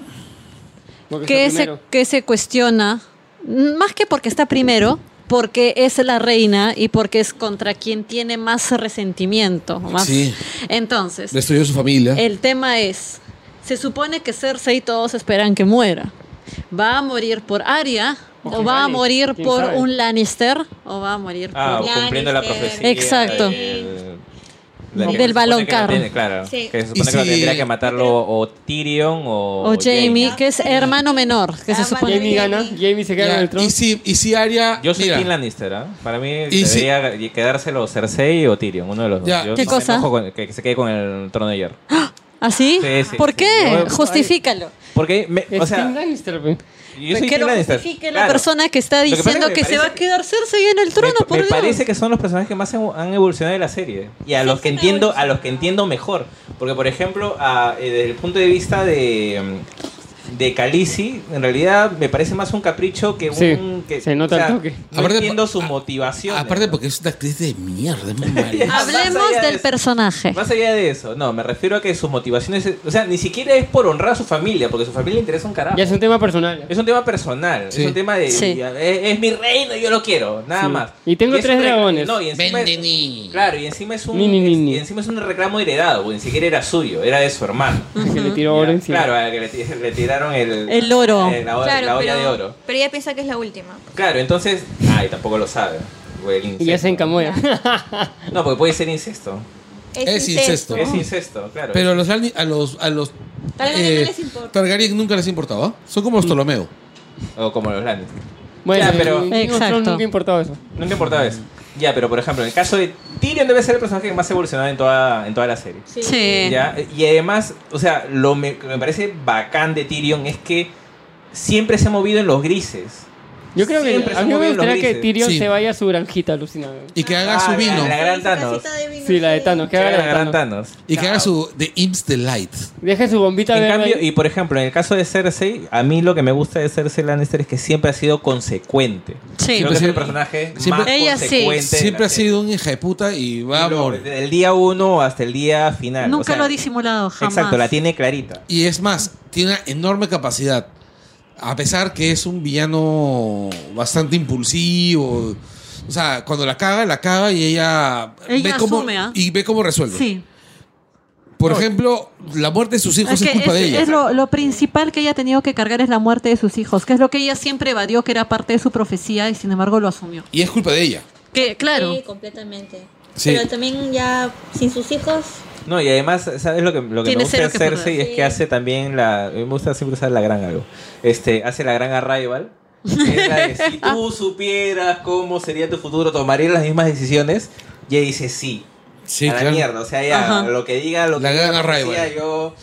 Porque
Que
está
se,
primero.
que se cuestiona, mm, más que porque está primero, porque es la reina y porque es contra quien tiene más resentimiento. Más.
Sí.
Entonces,
Destruyó su familia.
El tema es, se supone que Cersei todos esperan que muera. Va a morir por Arya O va a morir
¿Quién
por
sabe?
un Lannister o va a morir
Ah,
por...
cumpliendo la
Lannister.
profecía.
Exacto.
del- la
Del
que se supone que
balón
lo
carro.
tiene, Claro.
Sí.
Que se supone
Y
que lo
si-
tendría que matarlo o Tyrion o,
O Jamie, que es hermano menor, que se
Ah,
supone...
Jamie gana, Jamie se queda en el
Ya,
trono.
y si, y si Arya.
Yo soy
mira,
Team Lannister, ¿ah? Para mí
Y si-
debería quedárselo Cersei o Tyrion, uno de los
Ya.
dos. Yo
¿Qué
no
cosa?
Me enojo con- que se quede con el trono de hierro.
¿Así?
Sí, sí,
¿Ah, ¿Por
sí.
qué?
Yo-
Justifícalo.
Porque, me-
Es pues.
o sea,
Tim Lannister, pe.
yo soy
Pues que
Team
lo
Lannister.
justifique la
Claro.
persona que
Lo
está
que pasa es que
diciendo
me
que,
parece-
se va a quedar Cersei en el trono,
me,
por
me
Dios.
parece que son los personajes que más han, han evolucionado de la serie y a los que entiendo a los que entiendo mejor porque por ejemplo a- eh, desde el punto de vista de mm, de Khaleesi en realidad me parece más un capricho que un
Sí,
que-
se nota el toque.
no
Aparte,
entiendo sus
a-
motivaciones
Aparte,
¿no?
porque es una actriz de mierda, es muy mala.
Hablemos
Más allá de
del
eso.
personaje.
más allá de eso no me refiero a que sus motivaciones o sea ni siquiera es por honrar a su familia porque su familia le interesa un carajo
Ya es un tema personal.
es un tema personal,
Sí.
es un tema de...
Sí.
Es, es mi reino, yo lo quiero, nada
Sí.
más.
Y tengo
es
tres
un regla-
dragones.
No, y encima, es-
Vendini.
claro, y encima es un
Ni, ni, ni,
es-
ni.
y encima es un reclamo heredado, porque ni siquiera era suyo, era de su hermano.
Que le tiró oro
Ya,
encima.
Claro, a que le, ti- le tiraron el...
El oro.
eh, la, o- la olla de oro.
pero ella piensa que es la última.
Claro, entonces... Ay, tampoco lo sabe. güey, el
Y ya
incesto.
se encamoya.
No, porque puede ser incesto.
Es incesto.
Oh.
Es incesto, claro.
Pero a los, Lani- a los, a los
Targaryen no
eh,
les importa.
Targaryen nunca les importaba. Son como los
Mm.
Ptolomeo.
O como los Lannister.
bueno,
Ya, pero-
en Game of Thrones
Exacto.
nunca importaba eso.
No me importaba eso. Ya, pero por ejemplo, en el caso de Tyrion debe ser el personaje que más evolucionado en toda, en toda la serie.
Sí.
¿Ya? Y además, o sea, lo me- que me parece bacán de Tyrion es que siempre se ha movido en los grises.
Yo creo
Siempre
que a
se
mí me
mueven los
gustaría que
grises.
Tyrion
Sí.
se vaya a su granjita alucinada.
Y que haga
Ah,
su vino.
la gran
Su
Thanos.
casita de vino,
Sí, la de
sí.
Thanos, que haga la de Thanos.
Y que haga su The Imps Delight.
Deje su bombita
En
verde
cambio,
ahí.
y por ejemplo, en el caso de Cersei, a mí lo que me gusta de Cersei Lannister es que siempre ha sido consecuente. Creo
Sí.
que es
Siempre-
el personaje
siempre-
más
Ella sí.
consecuente. de la
Siempre ha
serie.
sido un hija de puta y va a
Y lo-
morir.
Desde el día uno hasta el día final.
Nunca
o sea,
lo ha disimulado, jamás.
Exacto, la tiene clarita.
Y es más, tiene una enorme capacidad. A pesar que es un villano bastante impulsivo. O sea, cuando la caga, la caga y ella,
Ella
ve cómo,
asume, ¿ah?
y ve cómo resuelve.
Sí.
Por ejemplo, la muerte de sus hijos es,
Es que
culpa
es-
de ella.
es lo, lo principal que ella ha tenido que cargar es la muerte de sus hijos, que es lo que ella siempre evadió, que era parte de su profecía y sin embargo lo asumió.
Y es culpa de ella.
Que, claro.
Sí, completamente.
Sí.
Pero también ya sin sus hijos.
No, y además, ¿sabes lo que, lo que me
Tiene
gusta
cero
de
que perder.
Cersei? Es que hace también la. a mí Me gusta siempre usar la gran algo. Este, hace la gran arrival. que es la de, si tú supieras cómo sería tu futuro, tomarías las mismas decisiones. Y ella dice sí.
Sí,
a la
claro.
mierda. O sea, ya,
Ajá.
lo que diga, lo
La
que
gran
diga, la policía,
arrival.
yo,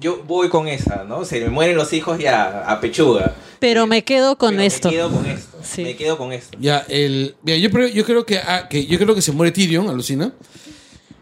yo voy con esa, ¿no? Se me mueren los hijos ya a pechuga.
Pero me quedo con
Pero me
esto.
quedo con esto.
Sí.
Me quedo con esto.
Ya, el, mira, yo, creo- yo creo que, ah, que- yo creo que se muere Tyrion, alucina.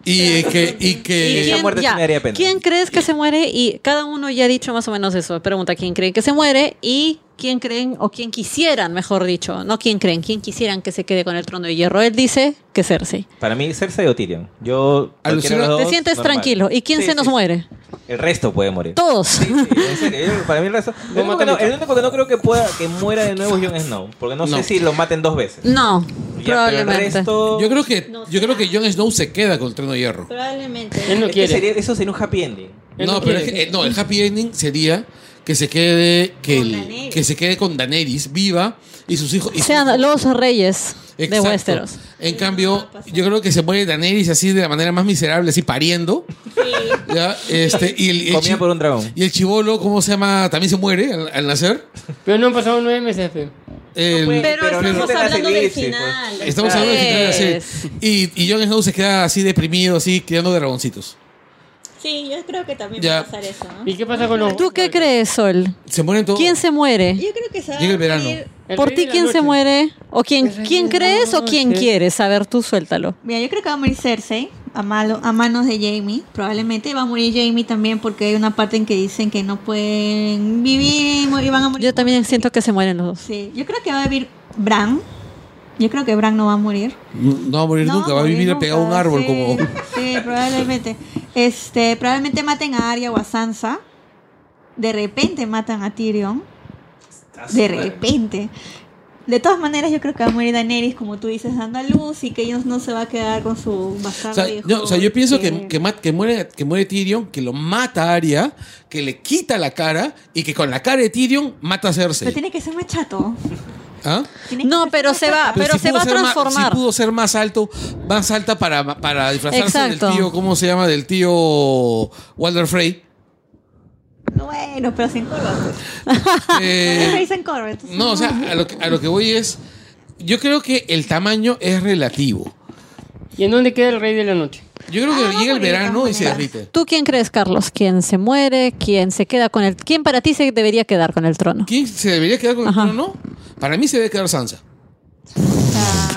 Y eh, que, y
¿Y
que
esa
quién,
muerte sí
ya,
me daría pena.
¿Quién crees que se muere? Y cada uno ya ha dicho más o menos eso. Pregunta, ¿quién creen que se muere? Y quién creen, o quién quisieran, mejor dicho. No quién creen, quién quisieran que se quede con el trono de hierro. Él dice que Cersei.
Para mí, Cersei o Tyrion. Yo. cualquiera de
Alucina-
los
Te
dos,
sientes
normal.
tranquilo. ¿Y quién
Sí,
se nos
sí.
muere?
El resto puede morir.
Todos.
Sí, sí, en serio, yo- para mí el resto. El único, que no, el único que no creo que pueda que muera de nuevo es Jon Snow, porque no,
No.
sé si lo maten dos veces.
No,
Ya,
probablemente.
Pero el resto,
yo creo que yo creo que Jon Snow se queda con el tren de hierro.
Probablemente.
Él no
es que
quiere.
este sería- eso sería un happy ending.
Él
No,
no
pero es
quiere.
que, eh, no, el happy ending sería que se quede que,
Con
el-
Daenerys.
que se quede con Daenerys viva y sus hijos y sus-
Sean los reyes de
Exacto.
Westeros.
En cambio, yo creo que se muere Daenerys así de la manera más miserable, así pariendo. ¿ya? Este, y el, y el
Comida
chi-
por un dragón.
y el chivolo, ¿cómo se llama? También se muere al, al nacer.
Pero no han pasado nueve meses, pe.
El-
Pero
estamos
no te das el
hablando del
elipsis, pues.
final.
Estamos hablando de final de la
Es.
serie. Y, y Jon Snow se queda así deprimido, así criando dragoncitos.
Sí, yo creo que también
Ya.
va a pasar eso. ¿no?
¿Y qué pasa con los.?
¿Tú qué crees, Sol?
Se mueren todos.
¿Quién se muere?
Yo creo que se va
Llega el
a
verano.
morir-
El
¿Por
rey
ti
de la
quién se
noche.
muere? ¿O quién,
El rey
quién
de la
crees o quién
noche.
quieres? A ver, tú suéltalo.
Mira, yo creo que va a morir Cersei a, malo- a manos de Jamie. Probablemente va a morir Jamie también porque hay una parte en que dicen que no pueden vivir y mo- y van a morir.
Yo también siento que se mueren los dos.
Sí, yo creo que va a vivir Bran. Yo creo que Bran no va a morir.
No va a morir
No
nunca, va a
morir
vivir
nunca,
pegado a un árbol
sí,
como.
Sí, probablemente. Este, probablemente maten a Arya o a Sansa. De repente matan a Tyrion. De repente. De todas maneras, yo creo que va a morir Daenerys, como tú dices, dando a luz y que ellos no se va a quedar con su
O
bastardo
sea,
hijo.
no, o sea, yo pienso que, que, mat- que muere, que muere Tyrion, que lo mata a Arya, que le quita la cara y que con la cara de Tyrion mata a
Pero
Cersei.
tiene que ser más chato.
¿Ah?
No, pero se va, pero,
si
se
pudo
va a
ser ma-
transformar.
si pudo ser más alto, más alta para, para disfrazarse
Exacto.
del tío, ¿cómo se llama? Del tío Walter Frey.
Bueno, pero sin corva.
Eh,
Siempre dicen corva. entonces
No, o sea, a lo, que, a lo que voy es. Yo creo que el tamaño es relativo.
¿Y en dónde queda el rey de la noche?
Yo creo que
Ah,
llega el verano y se derrite.
¿Tú quién crees, Carlos? ¿Quién se muere? ¿Quién se queda con el quién para ti se debería quedar con el trono?
¿Quién se debería quedar con el trono? No. Para mí se debe quedar Sansa.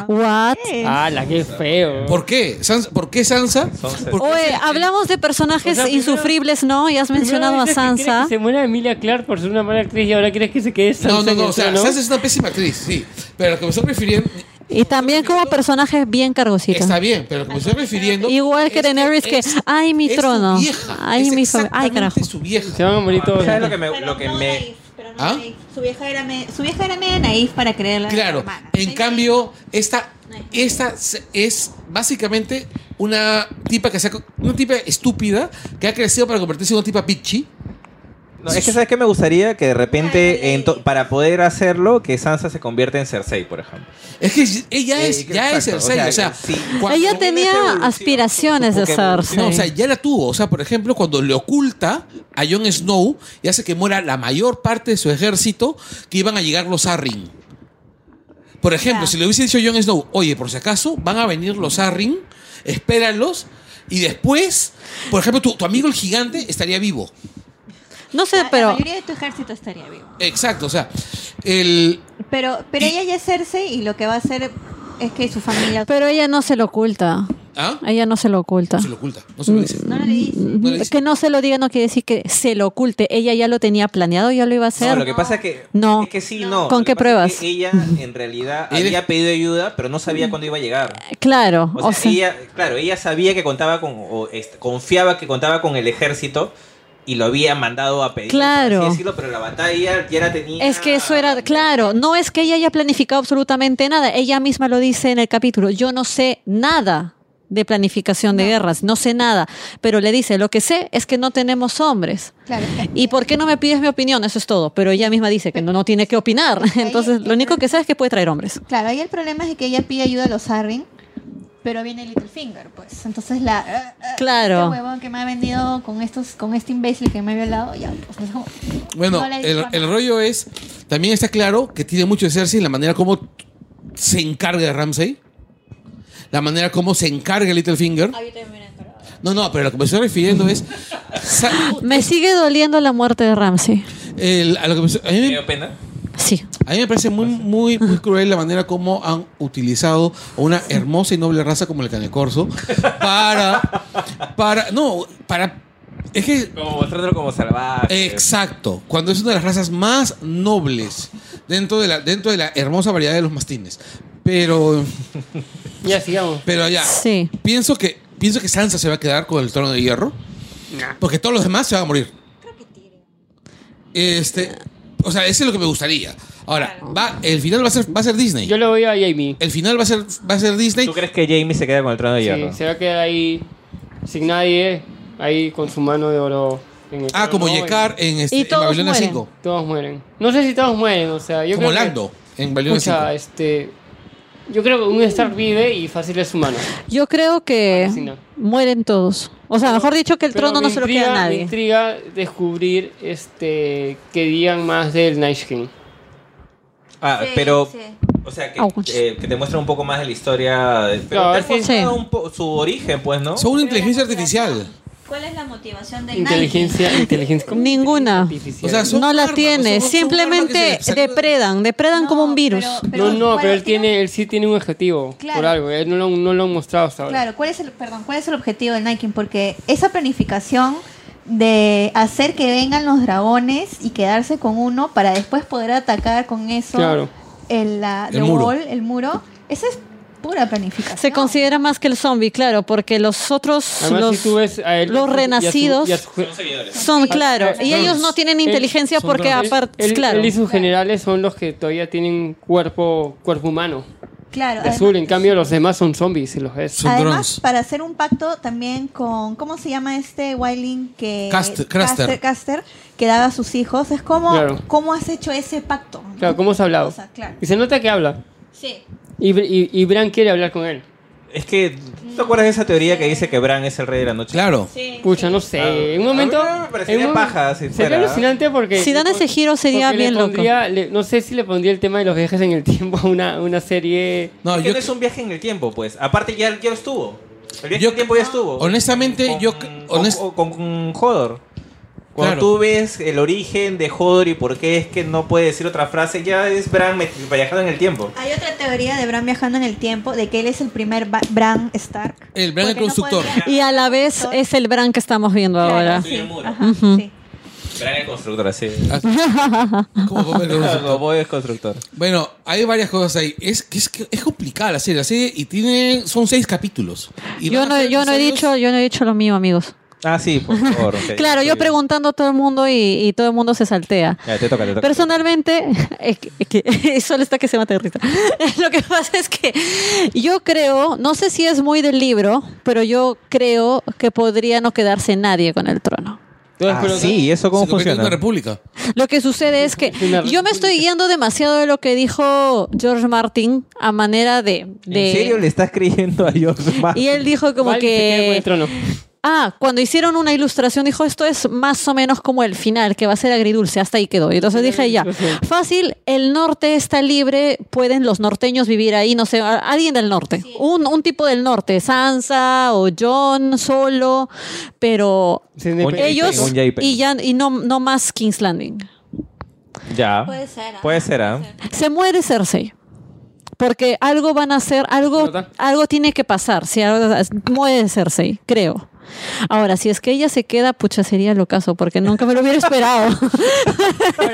What?
Eh,
Ah, la que feo.
¿Por qué? Sans- ¿Por qué Sansa? Por-
Oye, hablamos de personajes
O sea, primero-
insufribles, ¿no? Y has mencionado
Primero
a
dices que quieres
Sansa.
que se muera Emilia Clark por ser una mala actriz y ahora quieres que se quede Sansa.
no, no,
en
no.
el
O sea,
trono?
Sansa es una pésima actriz, sí. Pero lo que me estoy refiriendo.
Y también como personajes bien cargositos.
Está bien, pero lo que me estoy refiriendo.
Igual que Daenerys que, ay, mi
es su
trono.
vieja,
Ay,
es
mi fam- Ay,
exactamente
carajo.
su vieja.
Se van a morir todos.
¿Sabes lo que me...
Pero
Lo que
no
me
naif, pero no
¿Ah?
naif. Su vieja era me- su vieja era media naif para creerla.
Claro, en cambio, esta,
Ay.
esta se- es básicamente una tipa que se ha co- una tipa estúpida que ha crecido para convertirse en una tipa pichi.
No, es que sabes que me gustaría que de repente, en to- para poder hacerlo, que Sansa se convierta en Cersei, por ejemplo.
Es que ella
Eh,
es,
que-
ya es
exacto,
Cersei, o sea,
sí.
cuando-
Cuando
Ella
una
tenía
evolución,
aspiraciones de
supongo que evolución.
Cersei.
no, o sea, ya la tuvo, o sea, por ejemplo, cuando le oculta a Jon Snow y hace que muera la mayor parte de su ejército que iban a llegar los Arryn. Por ejemplo, si le hubiese dicho Jon Snow, oye, por si acaso, van a venir los Arryn, espéralos, y después, por ejemplo, tu, tu amigo el gigante estaría vivo.
no sé,
La- La
pero
mayoría de tu ejército estaría vivo.
Exacto, o sea, el...
Pero, pero
Y-
ella ya es Cersei y lo que va a hacer es que su familia.
pero ella no se lo oculta.
¿Ah?
Ella no se lo oculta.
Se lo oculta, no se lo dice.
no le dice.
No le dice.
Que no se lo diga no quiere decir que se lo oculte. Ella ya lo tenía planeado, ya lo iba a hacer.
No, lo que pasa es que.
No.
Es que sí, no.
¿Con
Lo
qué
que pasa es
pruebas?
que ella, en realidad,
Ella-
había pedido ayuda, pero no sabía cuándo iba a llegar.
Claro,
O sea, ella, claro, ella sabía que contaba con, o est- confiaba que contaba con el ejército y lo había mandado a pedir. por
Claro.
así decirlo, pero la batalla ya la tenía.
Es que eso era, claro, no es que ella haya planificado absolutamente nada, ella misma lo dice en el capítulo, yo no sé nada de planificación de guerras, no sé nada, pero le dice, lo que sé es que no tenemos hombres.
Claro. eh,
¿Y por qué no me pides mi opinión? Eso es todo, pero ella misma dice que no, no tiene que opinar, entonces lo único que sabe es que puede traer hombres.
Claro, ahí el problema es que ella pide ayuda a los Arryn, pero viene Littlefinger, pues. Entonces la. ah, ah,
Claro.
Este huevón que me ha vendido con estos, con este imbécil que me ha violado, ya. Pues, no.
Bueno,
No le dijo
el,
nada.
el rollo es, también está claro que tiene mucho de Cersei la manera como t- se encarga de Ramsey, la manera como se encarga Littlefinger. No, no, pero lo que me estoy refiriendo es sa-
Me sigue doliendo la muerte de Ramsey.
el- a, lo que me estoy- a mí,
¿Me
me-
dio pena?
Sí.
a mí me parece muy, muy, muy cruel la manera como han utilizado a una hermosa y noble raza como el canecorso para, para, no, para, es que
Como mostrándolo como salvaje.
Exacto, cuando es una de las razas más nobles dentro de la, dentro de la hermosa variedad de los mastines. Pero,
Ya sigamos.
pero ya,
Sí.
pienso que, pienso que Sansa se va a quedar con el trono de hierro. Porque todos los demás se van a morir. Este, o sea, ese es lo que me gustaría. Ahora, va, el final va a ser, va a ser Disney.
Yo le voy a Jamie.
El final va a ser, va a ser Disney.
¿Tú crees que Jamie se queda con el trono
Eh,
de hierro?
Sí, se va a quedar ahí sin nadie, ahí con su mano de oro. en el
Ah, como
trono,
Yekar en, este,
Y
en
todos
Babilonia
mueren.
5.
y Todos mueren. No sé si todos mueren, o sea, yo
Como
creo que-
Lando en Babilonia
Escucha,
5.
este. Yo creo que un Stark vive y fácil es humano.
Yo creo que
Alucina.
mueren todos. O sea, mejor dicho que el
Pero
trono
me
no se lo queda
intriga-
a
Me
nadie.
intriga descubrir este que digan más del Night King.
Ah,
Sí,
pero.
sí.
O sea, que,
Au, concha.
eh, que te muestra un poco más de la historia. de- Pero
No,
te
es
ha
que-
mostrado un po- su origen, pues, ¿no?
Son una inteligencia artificial.
¿Cuál es la motivación del
Inteligencia, inteligencia. ¿cómo
Ninguna.
inteligencia
O sea,
artificial?
son
no la
armas,
tiene,
son- son
simplemente
armas que se le-
depredan, depredan
No,
como un virus.
Pero,
no, no,
¿cuál
pero
es
él tiene, él sí tiene un objetivo
Claro.
por algo. Él no lo, no lo han mostrado hasta ahora.
Claro, ¿cuál es el, perdón, ¿cuál es el objetivo del Nike? Porque esa planificación de hacer que vengan los dragones y quedarse con uno para después poder atacar con eso
Claro.
el, la,
El
the
muro.
wall, el muro, esa es pura planificación.
Se considera más que el zombie, claro, porque los otros,
Además,
los,
si tú ves a él,
los
y a su-
renacidos,
y a su-
Son seguidores.
son, claro, y
Ah,
ellos
drones.
no tienen
Él-
inteligencia
son
porque
drones.
aparte,
él,
claro.
él y sus generales son los que todavía tienen cuerpo, cuerpo humano.
Claro.
De
además-
azul, en cambio, los demás son zombies y los ves.
Además, para hacer un pacto también con, ¿cómo se llama este Wilding que
Caster-
Caster,
Craster.
Caster, que daba a sus hijos? Es como,
Claro.
¿cómo has hecho ese pacto?
Claro, ¿cómo has hablado?
O sea, claro.
Y se nota que habla.
Sí.
Y, Br- y, y Bran quiere hablar con él.
Es que, ¿tú ¿te acuerdas de esa teoría que dice que Bran es el rey de la noche?
Claro.
Pucha, no sé. en un momento.
Ah, me parecería
en un-
paja ¿eh? si
Sería
fuera.
alucinante porque.
Si dan ese giro sería
porque le
bien loco.
pondría- le- no sé si le pondría el tema de los viajes en el tiempo a una, una serie.
No,
que no es un viaje en el tiempo, pues. Aparte, ya, ya estuvo. El viaje en el tiempo ya estuvo.
Honestamente, yo. honest-
o- o con, con Hodor. Cuando
Claro.
tú ves el origen de Hodor y por qué es que no puede decir otra frase, ya es Bran met- viajando en el tiempo.
Hay otra teoría de Bran viajando en el tiempo, de que él es el primer Ba- Bran Stark.
El Bran el constructor.
Y a la vez es el Bran que estamos viendo ahora.
Sí, el muro.
Ujú.
Bran el constructor, así.
¿Cómo Bran el constructor?
Como es constructor.
Bueno, hay varias cosas ahí. Es que es, que es complicada la serie. La serie y tiene, son seis capítulos. Y
Yo
van a
no,
ser
yo no he
episodios-
dicho, yo no he dicho lo mío, amigos.
Ah, sí, por favor. ok.
Claro, yo preguntando a todo el mundo y, y todo el mundo se saltea.
Ya, te toca, te toca.
Personalmente, es que- es que- solo está que se mata de risa. Lo que pasa es que yo creo, no sé si es muy del libro, pero yo creo que podría no quedarse nadie con el trono.
Ah, sí, ¿y ¿eso cómo
Se convirtió en
funciona?
una república.
Lo que sucede es que
Una
yo me estoy guiando demasiado de lo que dijo George Martin a manera de... de-
¿En serio le estás creyendo a George Martin?
Y él dijo como
Vale, se queda con el
que...
trono.
Ah, cuando hicieron una ilustración dijo esto es más o menos como el final, que va a ser agridulce, hasta ahí quedó. Y entonces dije ya, fácil, el norte está libre, pueden los norteños vivir ahí, no sé, a- alguien del norte, un, un tipo del norte, Sansa o John solo, pero
Se
Un
independiza.
ellos
un JPEG.
y ya y no, no más King's Landing.
Ya.
Puede ser, ¿ah?
Puede ser, ¿ah?
Se muere Cersei. Porque algo van a hacer, algo,
¿Verdad?
algo tiene que pasar. Si algo- ah, muere Cersei, creo. Ahora, si es que ella se queda, pucha, sería lo caso, porque nunca me lo hubiera esperado.
¿Cuál-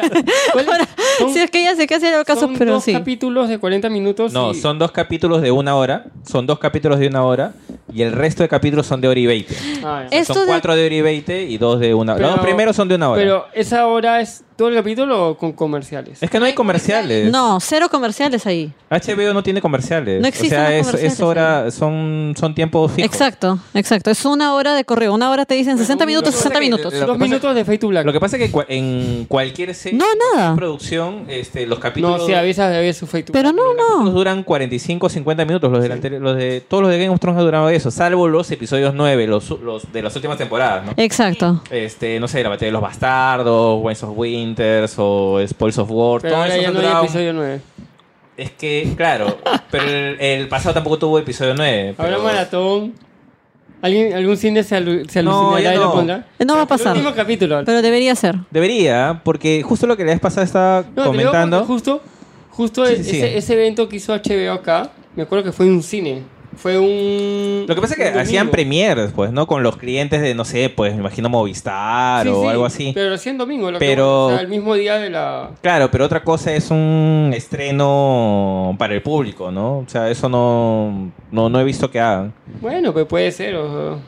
Ahora,
son-
si es que ella se queda, sería lo caso,
son
pero
dos
sí.
capítulos de 40
Pues
minutos.
No,
y-
son dos capítulos de una hora. Son dos capítulos de una hora. Y el resto de capítulos son de hora y veinte.
Ah, ya.
Esto
Son
de-
cuatro de hora y veinte y dos de una hora. Los
Pero-
dos primeros son de una hora.
Pero esa hora es todo el capítulo o con comerciales.
es que no hay comerciales.
No, cero comerciales ahí.
HBO no tiene comerciales.
No
O sea,
existen los
es, es
comerciales,
hora, son, son tiempos fijos.
Exacto, exacto. Es una hora de correo. Una hora te dicen 60 minutos, 60 minutos.
lo que
Dos
pasa-
minutos de Fade to Black.
Lo que pasa es que cua- en cualquier serie,
No, nada.
cualquier producción, este, los capítulos,
No, sí, avisas de su Fade to
Pero
Black.
no,
los
no.
duran 45 50 minutos. Los, del anteri- los de Todos los de Game of Thrones han durado eso, salvo los episodios 9, los, los de las últimas temporadas, ¿no?
Exacto.
este, no sé, la batalla de los bastardos, Winds of Winters o Spoils of War,
Pero
todo
ahora
eso
ya
han
no
durado-
hay episodio 9.
Es que, claro, pero el, el pasado tampoco tuvo episodio 9. pero-
Habrá maratón. ¿Alguien, ¿Algún cine se, alu- se
No,
alucinará
ya
y lo
no.
pondrá?
No va a pasar.
El último capítulo.
Pero debería ser.
Debería, porque justo lo que la vez pasada estaba
No, te digo porque
comentando.
Justo, justo
Sí, sí,
ese,
sí.
ese evento que hizo HBO acá, me acuerdo que fue un cine. Fue un.
Lo que pasa es que
un
hacían
domingo.
premiers, pues, ¿no? Con los clientes de, no sé, pues, me imagino Movistar
Sí,
o
sí,
algo así.
Pero hacían domingo, lo que
Pero-
voy, o sea, el mismo día de la.
Claro, pero otra cosa es un estreno para el público, ¿no? O sea, eso no, no, no he visto que hagan.
Bueno, pues puede ser. o-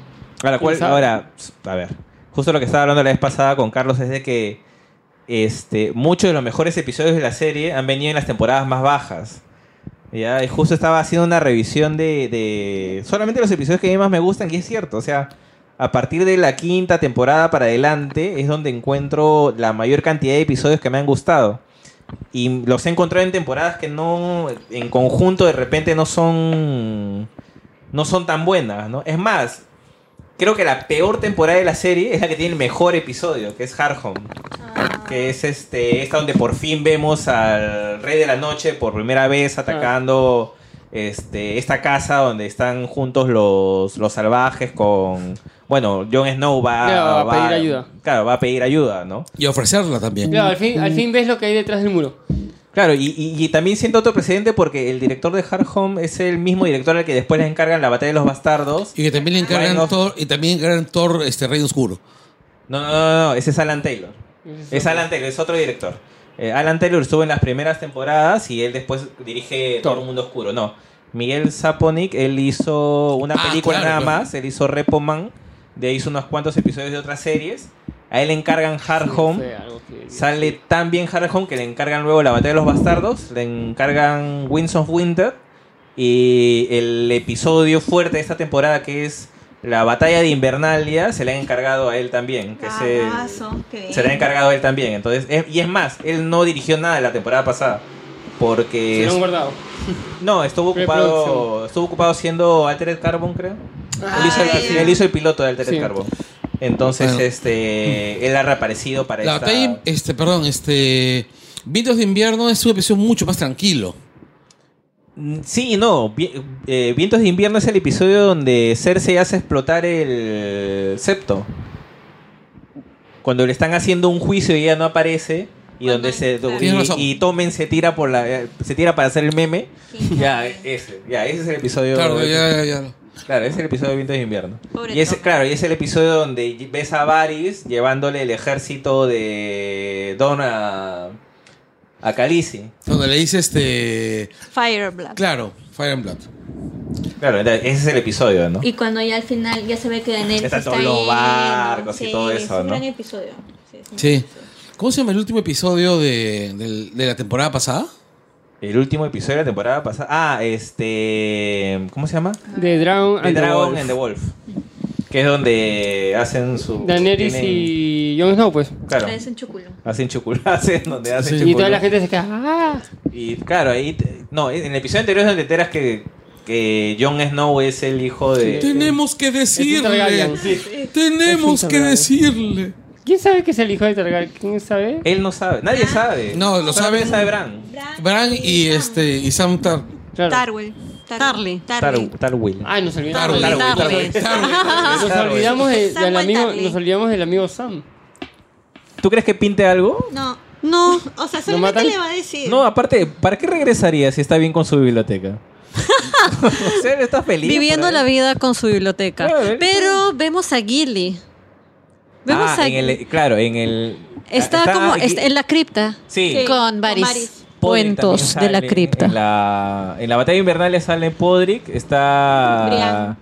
Ahora, ¿cuál-
Quizá.
ahora, a ver, justo lo que estaba hablando la vez pasada con Carlos es de que este, muchos de los mejores episodios de la serie han venido en las temporadas más bajas. ¿ya? Y justo estaba haciendo una revisión de, de solamente los episodios que a mí más me gustan, que es cierto, o sea, a partir de la quinta temporada para adelante es donde encuentro la mayor cantidad de episodios que me han gustado. Y los he encontrado en temporadas que no, en conjunto de repente no son, no son tan buenas, ¿no? Es más, creo que la peor temporada de la serie es la que tiene el mejor episodio, que es Hard Home.
Ah.
Que es este, esta donde por fin vemos al Rey de la Noche por primera vez atacando este, esta casa donde están juntos los, los salvajes con... Bueno, Jon Snow va,
Claro, va a pedir ayuda.
Claro, va a pedir ayuda, ¿no?
Y ofrecerla también.
Claro, al fin, al fin ves lo que hay detrás del muro.
Claro, y, y- y también siento otro precedente porque el director de Hard Home es el mismo director al que después le encargan la batalla de los bastardos.
Y que también le encargan
Bueno.
Thor, y también encargan Thor este Reino Oscuro.
No, no, no, no, ese es Alan Taylor. Es Alan Taylor, es otro director. Eh, Alan Taylor estuvo en las primeras temporadas y él después dirige Todo el Mundo Oscuro. No, Miguel Saponic, él hizo una
Ah,
película
claro,
nada
claro.
más, él hizo Repo Man, de ahí hizo unos cuantos episodios de otras series. A él le encargan Hard Home.
Fue algo que-
Sale tan bien Hard Home que le encargan luego La Batalla de los Bastardos, le encargan Winds of Winter Y el episodio fuerte de esta temporada, que es la batalla de Invernalia, se le han encargado a él
Ah,
también. Que se,
Bravazo, qué bien.
se le ha encargado él también. Entonces, es- y es más, él no dirigió nada la temporada pasada. Porque.
Se lo han guardado.
No, estuvo ocupado.
Preproducción.
Estuvo ocupado siendo Altered Carbon, creo. Él hizo, el, él hizo el piloto de Altered
Sí.
Carbon. Entonces,
Bueno.
este. Él ha reaparecido para
La
esta.
batalla, este, perdón, este. Vientos de invierno es un episodio mucho más tranquilo.
Mm, Sí y no. Vi- eh, Vientos de invierno es el episodio donde Cersei hace explotar el septo. Cuando le están haciendo un juicio y ella no aparece. Y donde se
Tienes
y,
razón.
y Tommen se tira por la eh, se tira para hacer el meme. Ya, eh. ese, ya, ese es el episodio.
Claro, ya, ya, ya.
Claro, ese es el episodio de Vientos de Invierno.
Pobre
y ese,
Tom.
claro, y es el episodio donde ves a Varys llevándole el ejército de Don a, a Khaleesi.
Donde le dice este.
Fireblood.
Claro, Fire and Blood.
Claro, entonces, ese es el episodio, ¿no?
Y cuando ya al final ya se ve que Daenerys
Está
está,
todos los
ahí,
barcos y
sí,
todo
es
eso,
un
¿no?
gran episodio. Sí, es un-
Sí. ¿Cómo se llama el último episodio de, del- de la temporada pasada?
El último episodio de la temporada pasada. Ah, este. ¿Cómo se llama?
De Drown and
The
Ah, the
Dragon
Wolf.
and the Wolf. Que es donde hacen su.
Daenerys
tienen-
y Jon Snow, pues.
Claro,
Es un chuculo.
hacen chocolate, hacen donde hacen
Y toda
chocolate.
la gente se queda. "Ah".
Y claro, ahí. te- No, en el episodio anterior es donde te enteras que, que Jon Snow es el hijo
Eh,
de.
Tenemos que decirle.
Targaryen.
Tenemos
Es un
que
Targaryen.
decirle.
¿Quién sabe que es el hijo de Targaryen? ¿Quién sabe?
Él no sabe, nadie
Ah.
sabe.
No, lo
Solamente sabe
saben-
Bran.
Bran y este y Sam Tar-
Claro.
Tarwell.
Tarly.
Tar, Tar Will.
Ay, nos olvidamos.
Tarwell.
Tarly.
Tarwell. Tarwell.
Nos olvidamos de- del
Samuel
amigo,
Tarly.
nos olvidamos del amigo Sam.
¿Tú crees que pinte algo?
No,
No,
o sea,
¿Lo
solamente
matan?
le va a decir.
No, aparte, ¿para qué regresaría si está bien con su biblioteca? o sea, él está feliz.
viviendo
por
la
ahí.
vida con su biblioteca.
Claro, él-
Pero vemos a Gilly. Vemos
Ah,
a
en el, claro, en el.
Está, como
aquí-
está en la cripta.
Sí. Sí,
Con
con
varios
Varys.
Podrick
cuentos de
también
la
sale
cripta.
En la, en la batalla invernal sale Podrick, está.
Brian.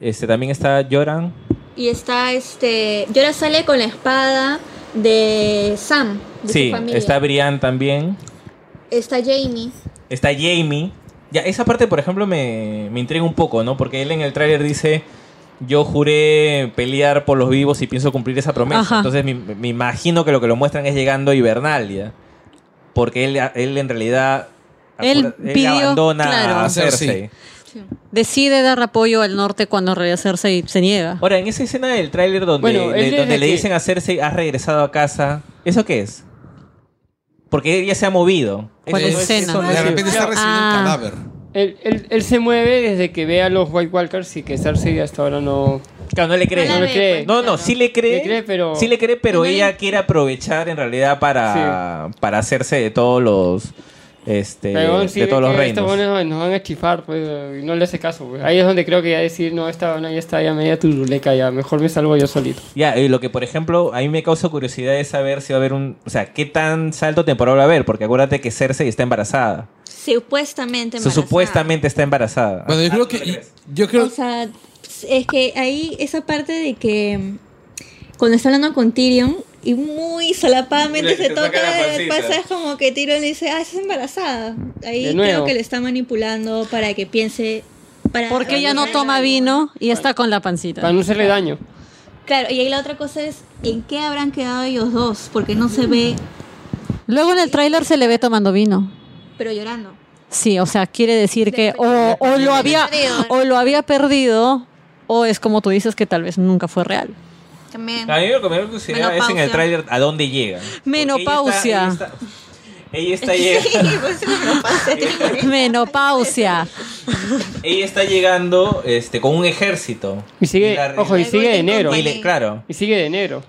Este también está Joran.
Y está este. Yora sale con la espada de Sam. De
Sí,
su familia.
está Brian también.
Está Jamie.
Está Jamie. Ya, esa parte, por ejemplo, me, me intriga un poco, ¿no? Porque él en el tráiler dice, yo juré pelear por los vivos y pienso cumplir esa promesa.
Ajá.
Entonces me, me imagino que lo que lo muestran es llegando a Hibernalia. Porque él, él en realidad...
Él
apura-
pidió,
abandona
claro.
a Cersei.
Cersei.
Decide dar apoyo al norte cuando rehacerse y se niega.
Ahora, en esa escena del tráiler donde,
Bueno, él
de- donde
desde
le
que-
dicen a Cersei, has regresado a casa, ¿eso qué es? Porque ella se ha movido.
¿Cuál
Eso no es-
escena?
eso no
Eh, De
es-
repente está recibiendo
Ah.
un cadáver.
Él, él- él se mueve desde que ve a los White Walkers y que Cersei hasta ahora no.
Claro, no le cree.
la
No le
ve,
cree.
pues,
No, no,
claro.
sí le cree.
Le cree, pero-
Sí le cree, pero
No le-
ella quiere aprovechar en realidad para, para hacerse de todos los. Este,
Pero sí
de
ve
todos los
que estos
reinos.
buenos nos van a chifar, pues, y no le hace caso. pues. Ahí es donde creo que ya decir, no, esta buena ya está ya media turuleca, ya mejor me salvo yo solito.
Ya, y lo que por ejemplo, a mí me causa curiosidad es saber si va a haber un. O sea, qué tan salto temporal va a haber, porque acuérdate que Cersei está embarazada.
Supuestamente.
O sea,
embarazada.
supuestamente está embarazada.
Bueno, yo creo que yo creo
O sea, es que ahí esa parte de que mm, cuando está hablando con Tyrion y muy
Le- te
solapadamente se
saca la
toca,
pancita.
pasa como que Tyrion le dice, ah, estás embarazada.
De
Ahí
nuevo.
creo que le está manipulando para que piense... Para
Porque ella no toma vino y está con la pancita.
Para no hacerle daño.
Claro, y ahí la otra cosa es, ¿en qué habrán quedado ellos dos? Porque no se ve,
Luego en el tráiler se le ve tomando vino.
pero llorando.
Sí, o sea, quiere decir que o, o lo había o lo había perdido o es como tú dices que tal vez nunca fue real.
También.
A mí lo que me da curiosidad es en el
Menopausia.
tráiler a dónde llega.
Menopausia.
Ella está, ella está- ella está llegando.
pues
Menopausia.
Ella está llegando este, con un ejército.
Y sigue,
la-
ojo, y sigue de negro.
y le- claro,
Y sigue de negro.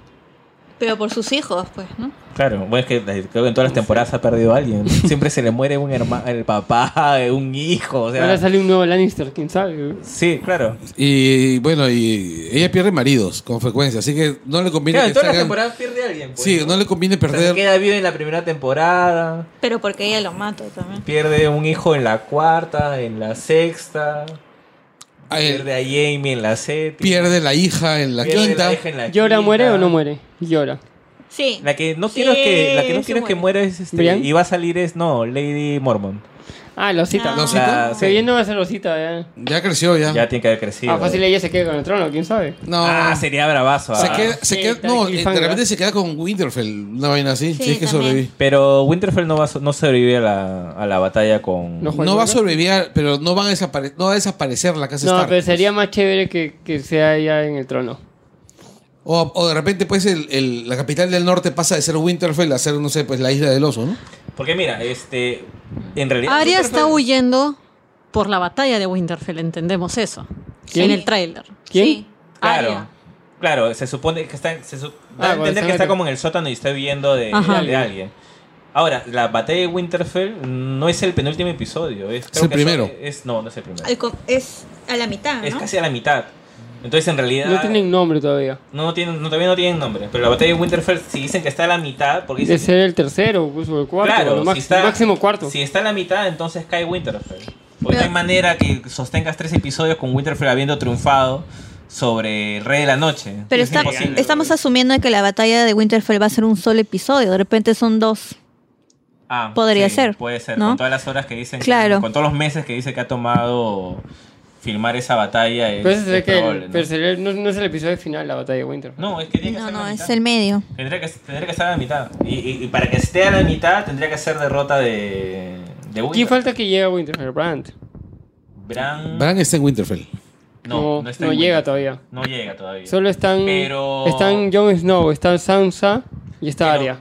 Pero por sus hijos, pues, ¿no?
claro. Bueno, es que creo que en todas las temporadas ha perdido a alguien. Siempre se le muere un hermano, el papá, eh, un hijo. O
Ahora
sea,
sale un nuevo Lannister, quién sabe.
sí, claro.
y bueno, y ella pierde maridos con frecuencia, así que no le conviene
Claro, en
que
todas las
salgan-
temporadas pierde a alguien. pues,
Sí, no le conviene
O sea, se
perder.
queda vivo en la primera temporada.
Pero porque ella lo mató también.
Pierde un hijo en la cuarta, en la sexta.
a él.
Pierde a Jamie en la séptima.
Pierde la hija en la
pierde
quinta.
hija en la
¿Llora,
quinta.
muere o no muere? Llora.
Sí.
La que no quiero es que, la que, no
Sí,
quiero es
se
que
muere.
muera es este,
¿Brian?
y va a salir es no, Lady Mormon.
Ah, Losita.
¿No,
La-
Se
sí.
viene a ser Losita, ¿eh?
Ya creció, ya.
Ya tiene que haber crecido.
Ah, fácil ella se queda con el trono, quién sabe.
No.
Ah, sería bravazo.
se
ah.
queda, se
Sí,
queda-
está
no,
aquí,
eh, de
Fanga.
repente se queda con Winterfell, una vaina así.
Sí,
si es que
también.
sobrevive.
Pero Winterfell no, va a so- no sobrevive a la, a la batalla con...
No.
No va a sobrevivir, pero no, van a desapare- no va a desaparecer la casa
No,
Stark.
pero sería más chévere que, que sea ella en el trono.
O, o de repente, pues, el- el- la capital del norte pasa de ser Winterfell a ser, no sé, pues, la isla del oso, ¿no?
Porque mira, este... En realidad...
Arya está
Winterfell-
huyendo por la batalla de Winterfell, entendemos eso.
¿Quién?
En el tráiler.
¿Quién?
Sí,
Claro.
Arya.
Claro, se supone que está... Se su-
Ah,
da a
cuando
entender
está
que está
metido.
como en el sótano y está huyendo de,
Ajá.
de alguien. Ahora, la batalla de Winterfell no es el penúltimo episodio. Es, creo
el
que eso-
primero.
Es, no, no es el primero.
Al com- es a la
Ah,
mitad,
Es
¿no?
casi a la mitad. Entonces, en realidad...
No tienen nombre todavía.
No, tienen, no, todavía no tienen nombre. Pero la batalla de Winterfell, si dicen que está a la mitad, porque
De
dicen...
ser el tercero, incluso el cuarto, lo max-
si está-
máximo cuarto.
Si está a la mitad, entonces cae Winterfell. Porque
Pero-
no hay manera que sostengas tres episodios con Winterfell habiendo triunfado sobre el Rey de la Noche.
Pero
Es
está-
imposible.
estamos asumiendo que la batalla de Winterfell va a ser un solo episodio. De repente son dos.
Ah,
podría
sí,
ser,
Puede ser,
¿no?
con todas las horas que dicen.
Claro.
Con todos los meses que dice que ha tomado filmar esa batalla. Es,
Pero ese se ve
es
Pues que el-
probable, ¿no?
pero se ve- ¿no? no es el episodio final, la batalla de Winter.
No, es que tiene que
No,
ser a
no,
la
es
mitad.
el medio.
Tendría que, tendría que estar a la mitad. Y, y- y para que esté a la mitad, tendría que ser derrota de. de
¿Quién
Winterfell.
falta que llegue a Winterfell? Brand.
Bran.
Bran está en Winterfell.
No,
No,
no, está
no
en
llega
Winterfell.
todavía.
No llega todavía.
Solo están.
Pero-
Están Jon Snow, está Sansa y está
Pero,
Arya.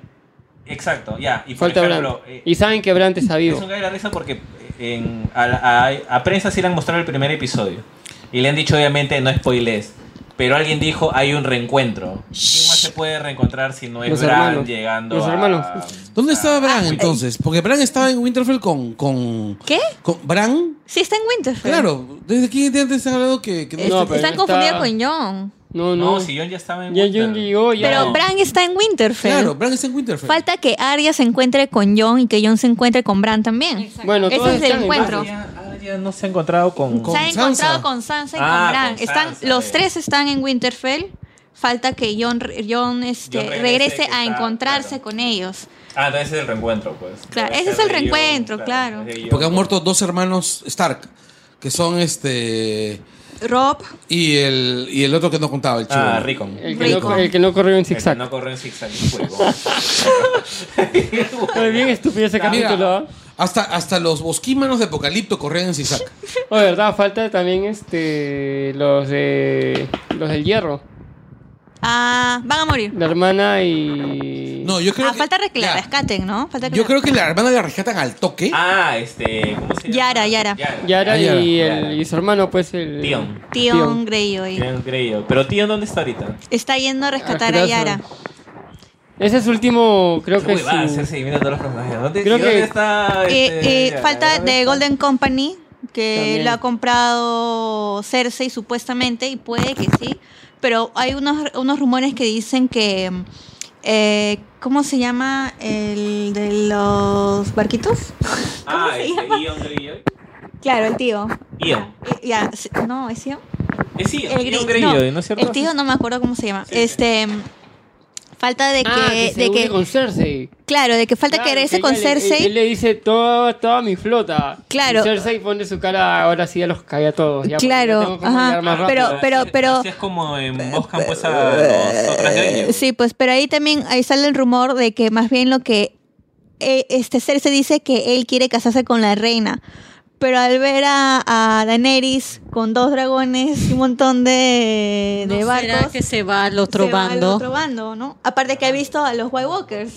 Exacto, ya. Y por
Falta
ejemplo,
Brand.
eh,
Y saben que Brand está
es
vivo.
un cague de la risa porque eh, en- a, la- a- a prensa sí le han mostrado el primer episodio. Y le han dicho, obviamente, no spoilees. Pero alguien dijo, hay un reencuentro. ¿Quién más se puede reencontrar si no es
Los
Bran
hermanos.
llegando
Los
a-
hermanos.
¿Dónde estaba Bran
Winter-
entonces? Porque Bran estaba en Winterfell con. con
¿Qué?
con- Bran.
Sí, está en Winterfell. Este,
Claro, desde aquí antes están hablando que, que no-
Eh, No, pero
Están
no está-
confundidos con John.
No,
No,
no.
si Jon ya estaba en
Ya
Winter.
Jon llegó, ya-
Pero
No.
Bran está en Winterfell.
Claro, Bran está en Winterfell.
Falta que Arya se encuentre con John y que John se encuentre con Bran también.
Bueno,
Ese
todos
es el
están en-
encuentro.
Arya, Arya Ah, no se ha encontrado con...
Con-
se ha encontrado
Sansa.
con Sansa y
Ah,
con Bran.
con
están,
Sansa,
los
eh.
tres están en Winterfell. Falta que John, John, este,
Jon regrese,
regrese,
que
a
está-
encontrarse
claro.
con ellos.
Ah, entonces ese es el reencuentro, pues.
Claro,
Debe
ese
ser
es el
de Jon,
reencuentro, claro.
es de Jon.
Porque han muerto dos hermanos Stark, que son este.
Rob,
Y el, y el otro que no contaba, el chico.
Ah, Rickon.
El que, no,
Rico.
el que no corrió en
El que
zigzag.
No corrió en zigzag. huevón.
Oye, bien estúpido ese
Mira,
capítulo. ¿ah?
hasta, hasta los bosquímanos de Apocalipto corrían en Sisak.
Oye, Oh, verdad, falta también este los de los del hierro.
ah, van a morir.
La hermana y.
No, yo creo
Ah,
que.
falta que la
ya.
rescaten, ¿no? Falta que
Yo
la-
creo que la hermana la rescatan al toque.
Ah, este. ¿Cómo se llama?
Yara, Yara.
Yara
Ah, Yara.
y, el,
Yara.
y su hermano, pues el.
Tion.
Tion Greyjoy
Tion Greyjoy. Pero Tion, ¿dónde está ahorita?
está yendo a rescatar a
Asqueroso.
Yara.
Ese es su último, creo que
Uy, va a
es.
hacer
su-
seguimiento a todos los personajes. ¿Dónde,
Creo
y dónde
que-
está? este,
Eh, eh,
Yara?
falta
¿Dónde
de
está?
Golden Company que
También.
lo ha comprado Cersei supuestamente y puede que sí, pero hay unos, unos rumores que dicen que eh, ¿cómo se llama el de los barquitos?
Ah,
se
este,
llama?
Ion Greyjoy.
Claro, el tío.
Ion.
Eh, Ya, sí, no, es tío.
Es Ion.
El,
Ion
gri-
Greyjoy,
no,
¿no es cierto?
el tío no me acuerdo cómo se llama.
Sí, sí.
este falta de que,
Ah, que se
de
une
que
con Cersei.
claro, de que falta
Claro,
que regrese
ella
con
le-
Cersei.
Él, él le dice toda, toda mi flota.
Claro.
Y Cersei pone su cara, ahora sí ya los cae a todos. Ya, porque
Claro,
ya tengo cómo
ajá.
llegar más rápido.
Pero- pero-
Así-
pero-
así es como emboscan pues a los otras Greyjoy.
Sí, pues, pero ahí también ahí sale el rumor de que más bien lo que eh, este Cersei dice que él quiere casarse con la reina. Pero al ver a, a Daenerys con dos dragones y un montón de, de
¿No
barcos,
será que se va al otro
se va al
bando?
otro bando, ¿no? Aparte que ha visto a los White Walkers.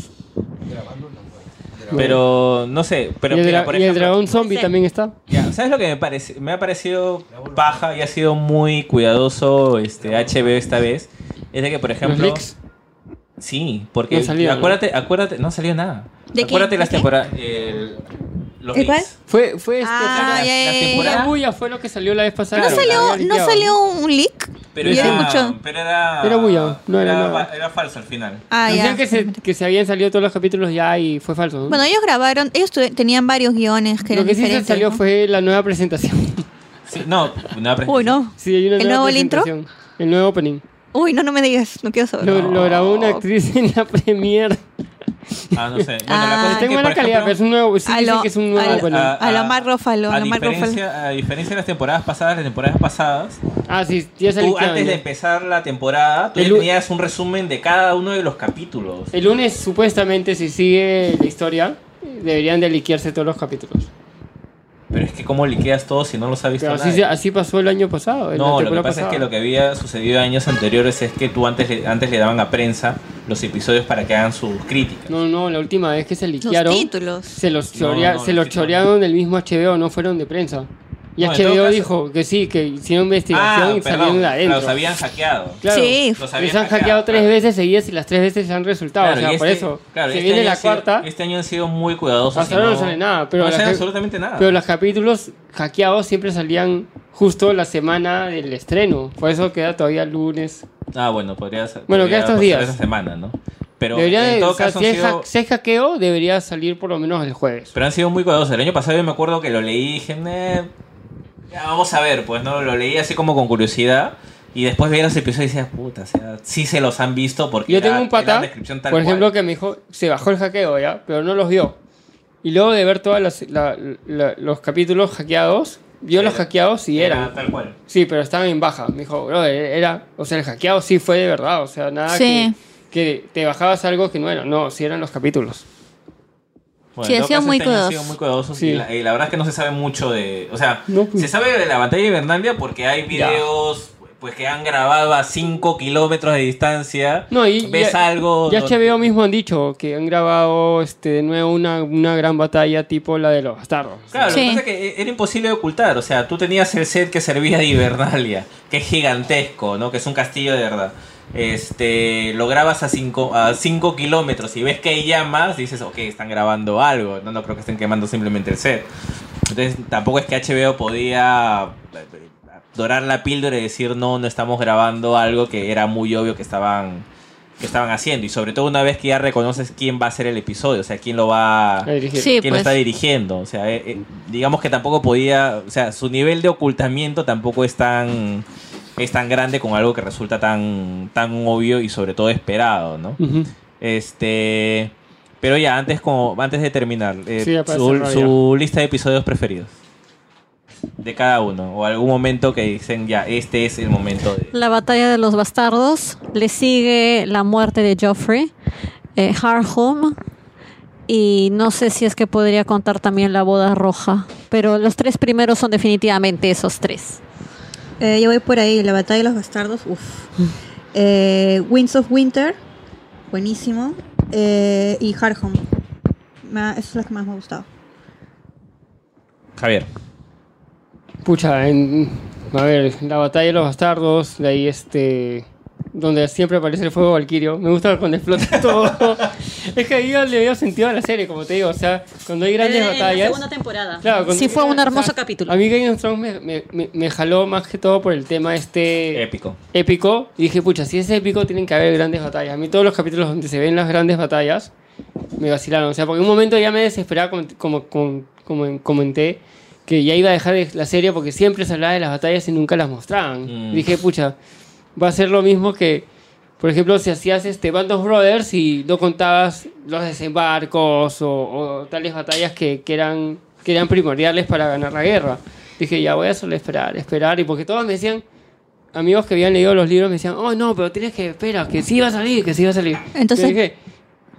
Pero, no sé. Pero,
y el,
mira,
dra-
por
y el
ejemplo,
dragón zombie
Sí.
también está.
Ya, ¿Sabes lo que me parece? Me ha parecido paja y ha sido muy cuidadoso este HBO esta vez. Es de que, por
Los
ejemplo.
leaks.
Sí, porque.
No salió, ¿no?
acuérdate, acuérdate, no salió nada.
¿De qué?
acuérdate las
¿De qué?
temporadas. el- los
¿El cuál?
leaks.
Fue, fue este.
Ah,
las-
ya, ya,
las
ya,
temporadas-
La bulla fue lo que salió la vez pasada.
¿No
Claro,
salió,
Había
¿No
liqueado.
salió un leak?
Pero
Yo
era,
escucho.
ah, pero era.
Era bulla, no era nada.
fa- era falso al final.
Ah,
Decían
ya.
que se, que se habían salido todos los capítulos ya y fue falso. ¿no?
Bueno, ellos grabaron, ellos tu- tenían varios guiones que
lo
eran
que sí se
diferentes,
salió
¿no?
fue la nueva presentación.
Sí, no, una presentación.
Uy, no.
Sí, hay una
¿El
nueva
nuevo intro?
presentación. El nuevo opening.
Uy, no, no me digas, no quiero saber.
Lo, lo grabó una
No.
actriz en la premiere.
Ah, no sé. Bueno, la cosa
Ah,
es que,
Tengo
por
buena calidad,
ejemplo, Ah,
pero es un nuevo. Sí,
A
dicen
lo-
que es un nuevo.
a lo-
bueno.
a-
a lo Mark Ruffalo, a
a,
lo Mark
diferencia, a diferencia de las temporadas pasadas, las temporadas pasadas,
Ah, sí, ya salí.
tú antes de empezar la temporada, tú ya
El u-
tenías un resumen de cada uno de los capítulos.
El lunes, supuestamente, si sigue la historia, deberían de liquearse todos los capítulos.
Pero es que cómo liqueas todo si no los ha visto
Pero así,
nadie?
se- así pasó el año pasado. en la
No, lo que
temporada
pasa es
pasada.
que lo que había sucedido años anteriores es que tú antes le, antes le daban a prensa los episodios para que hagan sus críticas.
No, no, la última vez que se
Los
liquearon,
títulos.
se los,
No,
chorea-
no,
se los
los títulos.
chorearon del mismo HBO, no fueron de prensa. Y
No, en todo
HBO
caso-
dijo que sí, que hicieron investigación
ah,
y salieron
perdón,
de adentro.
los habían hackeado.
Claro.
Sí,
Los
Les
habían
han hackeado tres
claro.
veces seguidas y las tres veces se han resultado.
Claro,
o sea,
y
por
este-
eso.
claro,
se
este
viene
año
la
ha sido-
cuarta.
Este año han sido muy cuidadosos.
Hasta
y
ahora no sale nada, pero
no
la
sale
gen-
absolutamente nada.
Pero los capítulos hackeados siempre salían justo la semana del estreno. Por eso queda todavía lunes.
Ah, bueno, podría ser.
Bueno,
podría
que estos
pasar
días.
Esa semana, ¿no? Pero
debería de-
en todo
o sea,
caso
si,
han
es
sido,
hack- si es hackeo, debería salir por lo menos el jueves.
pero han sido muy cuidadosos. El año pasado yo me acuerdo que lo leí y dije, "Eh, ya vamos a ver, pues no, lo leí así como con curiosidad. Y después veía los episodios y decía, puta, o sea, sí se los han visto porque
Yo
era-
tengo un
era la
pata,
descripción tal
por ejemplo,
cual".
que me dijo, se bajó el hackeo ya, pero no los vio. Y luego de ver todos los capítulos hackeados, vio los
Era-
hackeados y
Era
eran.
tal cual.
Sí, pero estaban en baja. Me dijo, bro, era. O sea, el hackeado sí fue de verdad. O sea, nada
Sí.
que, que te bajabas algo que no era. No, sí eran los capítulos.
Bueno,
Sí,
en
han
todo
sido
caso,
muy
este año han
cuidadosos.
sido muy cuidadosos.
Sí.
Y, la, y la verdad es que no se sabe mucho de. O sea,
No, pues.
se sabe de la batalla de Bernalia porque hay
Ya.
videos pues que han grabado a 5 kilómetros de distancia.
No, y-
ves
ya-
algo.
Ya
no-
HBO mismo han dicho que han grabado este, de nuevo una, una gran batalla tipo la de los bastardos.
Claro,
Sí.
lo que pasa es que e-, era imposible de ocultar. O sea, tú tenías el set que servía de Hibernalia, que es gigantesco, ¿no? Que es un castillo de verdad. Este, lo grabas a 5 a cinco kilómetros y ves que hay llamas, dices, ok, están grabando algo. No, no creo que estén quemando simplemente el set. Entonces, tampoco es que HBO podía eh, eh, dorar la píldora y decir, no, no estamos grabando algo que era muy obvio que estaban que estaban haciendo y sobre todo una vez que ya reconoces quién va a hacer el episodio, o sea, quién lo va
A dirigir.
Sí,
quién lo está
pues.
dirigiendo. O sea, eh, eh, digamos que tampoco podía, o sea, su nivel de ocultamiento tampoco es tan, es tan grande con algo que resulta tan, tan obvio y sobre todo esperado, ¿no?
Ujú.
Este, pero ya, antes, como, antes de terminar, eh,
Sí, ya para
su,
cerrar
su lista de episodios preferidos. De cada uno, o algún momento que dicen ya, este es el momento de.
La batalla de los bastardos, le sigue la muerte de Joffrey, eh, Hard Home, y no sé si es que podría contar también la boda roja, pero los tres primeros son definitivamente esos tres.
Eh, yo voy por ahí, La Batalla de los Bastardos, uff.
Mm.
Eh, Winds of Winter, buenísimo. Eh, y Hard Home. Me ha- eso es lo que más me ha gustado.
Javier.
Pucha, en, a ver, la batalla de los bastardos, de ahí este. Donde siempre aparece el fuego Valkyrio. Me gusta cuando explota todo. es que ahí yo le veo sentido a la serie, como te digo. O sea, cuando hay grandes batallas.
temporada.
Claro, cuando-
sí fue un
o sea,
hermoso capítulo.
A mí Game of Thrones me, me- me- me jaló más que todo por el tema este
Épico.
épico. Y dije, pucha, si es épico, tienen que haber grandes batallas. A mí todos los capítulos donde se ven las grandes batallas me vacilaron. O sea, porque en un momento ya me desesperaba, como, como, como- como comenté, que ya iba a dejar de- la serie porque siempre se hablaba de las batallas y nunca las mostraban.
Mm.
Dije, pucha, va a ser lo mismo que, por ejemplo, si hacías este Band of Brothers y no contabas los desembarcos o, o tales batallas que, que eran, que eran primordiales para ganar la guerra. Dije, ya voy a solo esperar, esperar. Y porque todos me decían, amigos que habían leído los libros me decían, oh no, pero tienes que esperar, que sí va a salir, que sí va a salir.
Entonces-
Yo dije,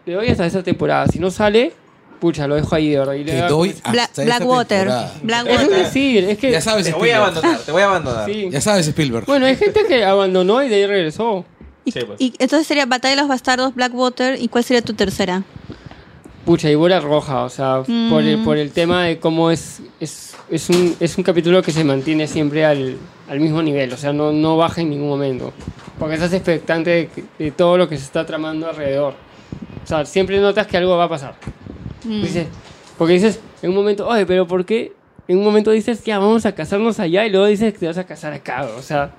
le doy hasta esa temporada. Si no sale, pucha, lo dejo ahí de verdad. Y le
Te
da-
doy
pues.
Es
hasta
Bla-
esta
Blackwater.
temporada.
Blackwater.
un decir, es que.
Ya sabes,
Te voy a
Spielberg.
abandonar, te voy a abandonar.
sí.
Ya sabes, Spielberg.
Bueno, hay gente que abandonó y de ahí regresó.
Y,
Sí, pues.
y entonces sería Batalla de los Bastardos, Blackwater. ¿Y cuál sería tu tercera?
Pucha, y bola roja, o sea,
Mm.
por, el, por el tema de cómo es, es, es, un, es un capítulo que se mantiene siempre al, al mismo nivel, o sea, no, no baja en ningún momento, porque estás expectante de, que- de todo lo que se está tramando alrededor. O sea, siempre notas que algo va a pasar.
Mm,
Dices, porque dices, en un momento, oye, pero ¿por qué? En un momento dices, ya, vamos a casarnos allá y luego dices que te vas a casar acá, o sea,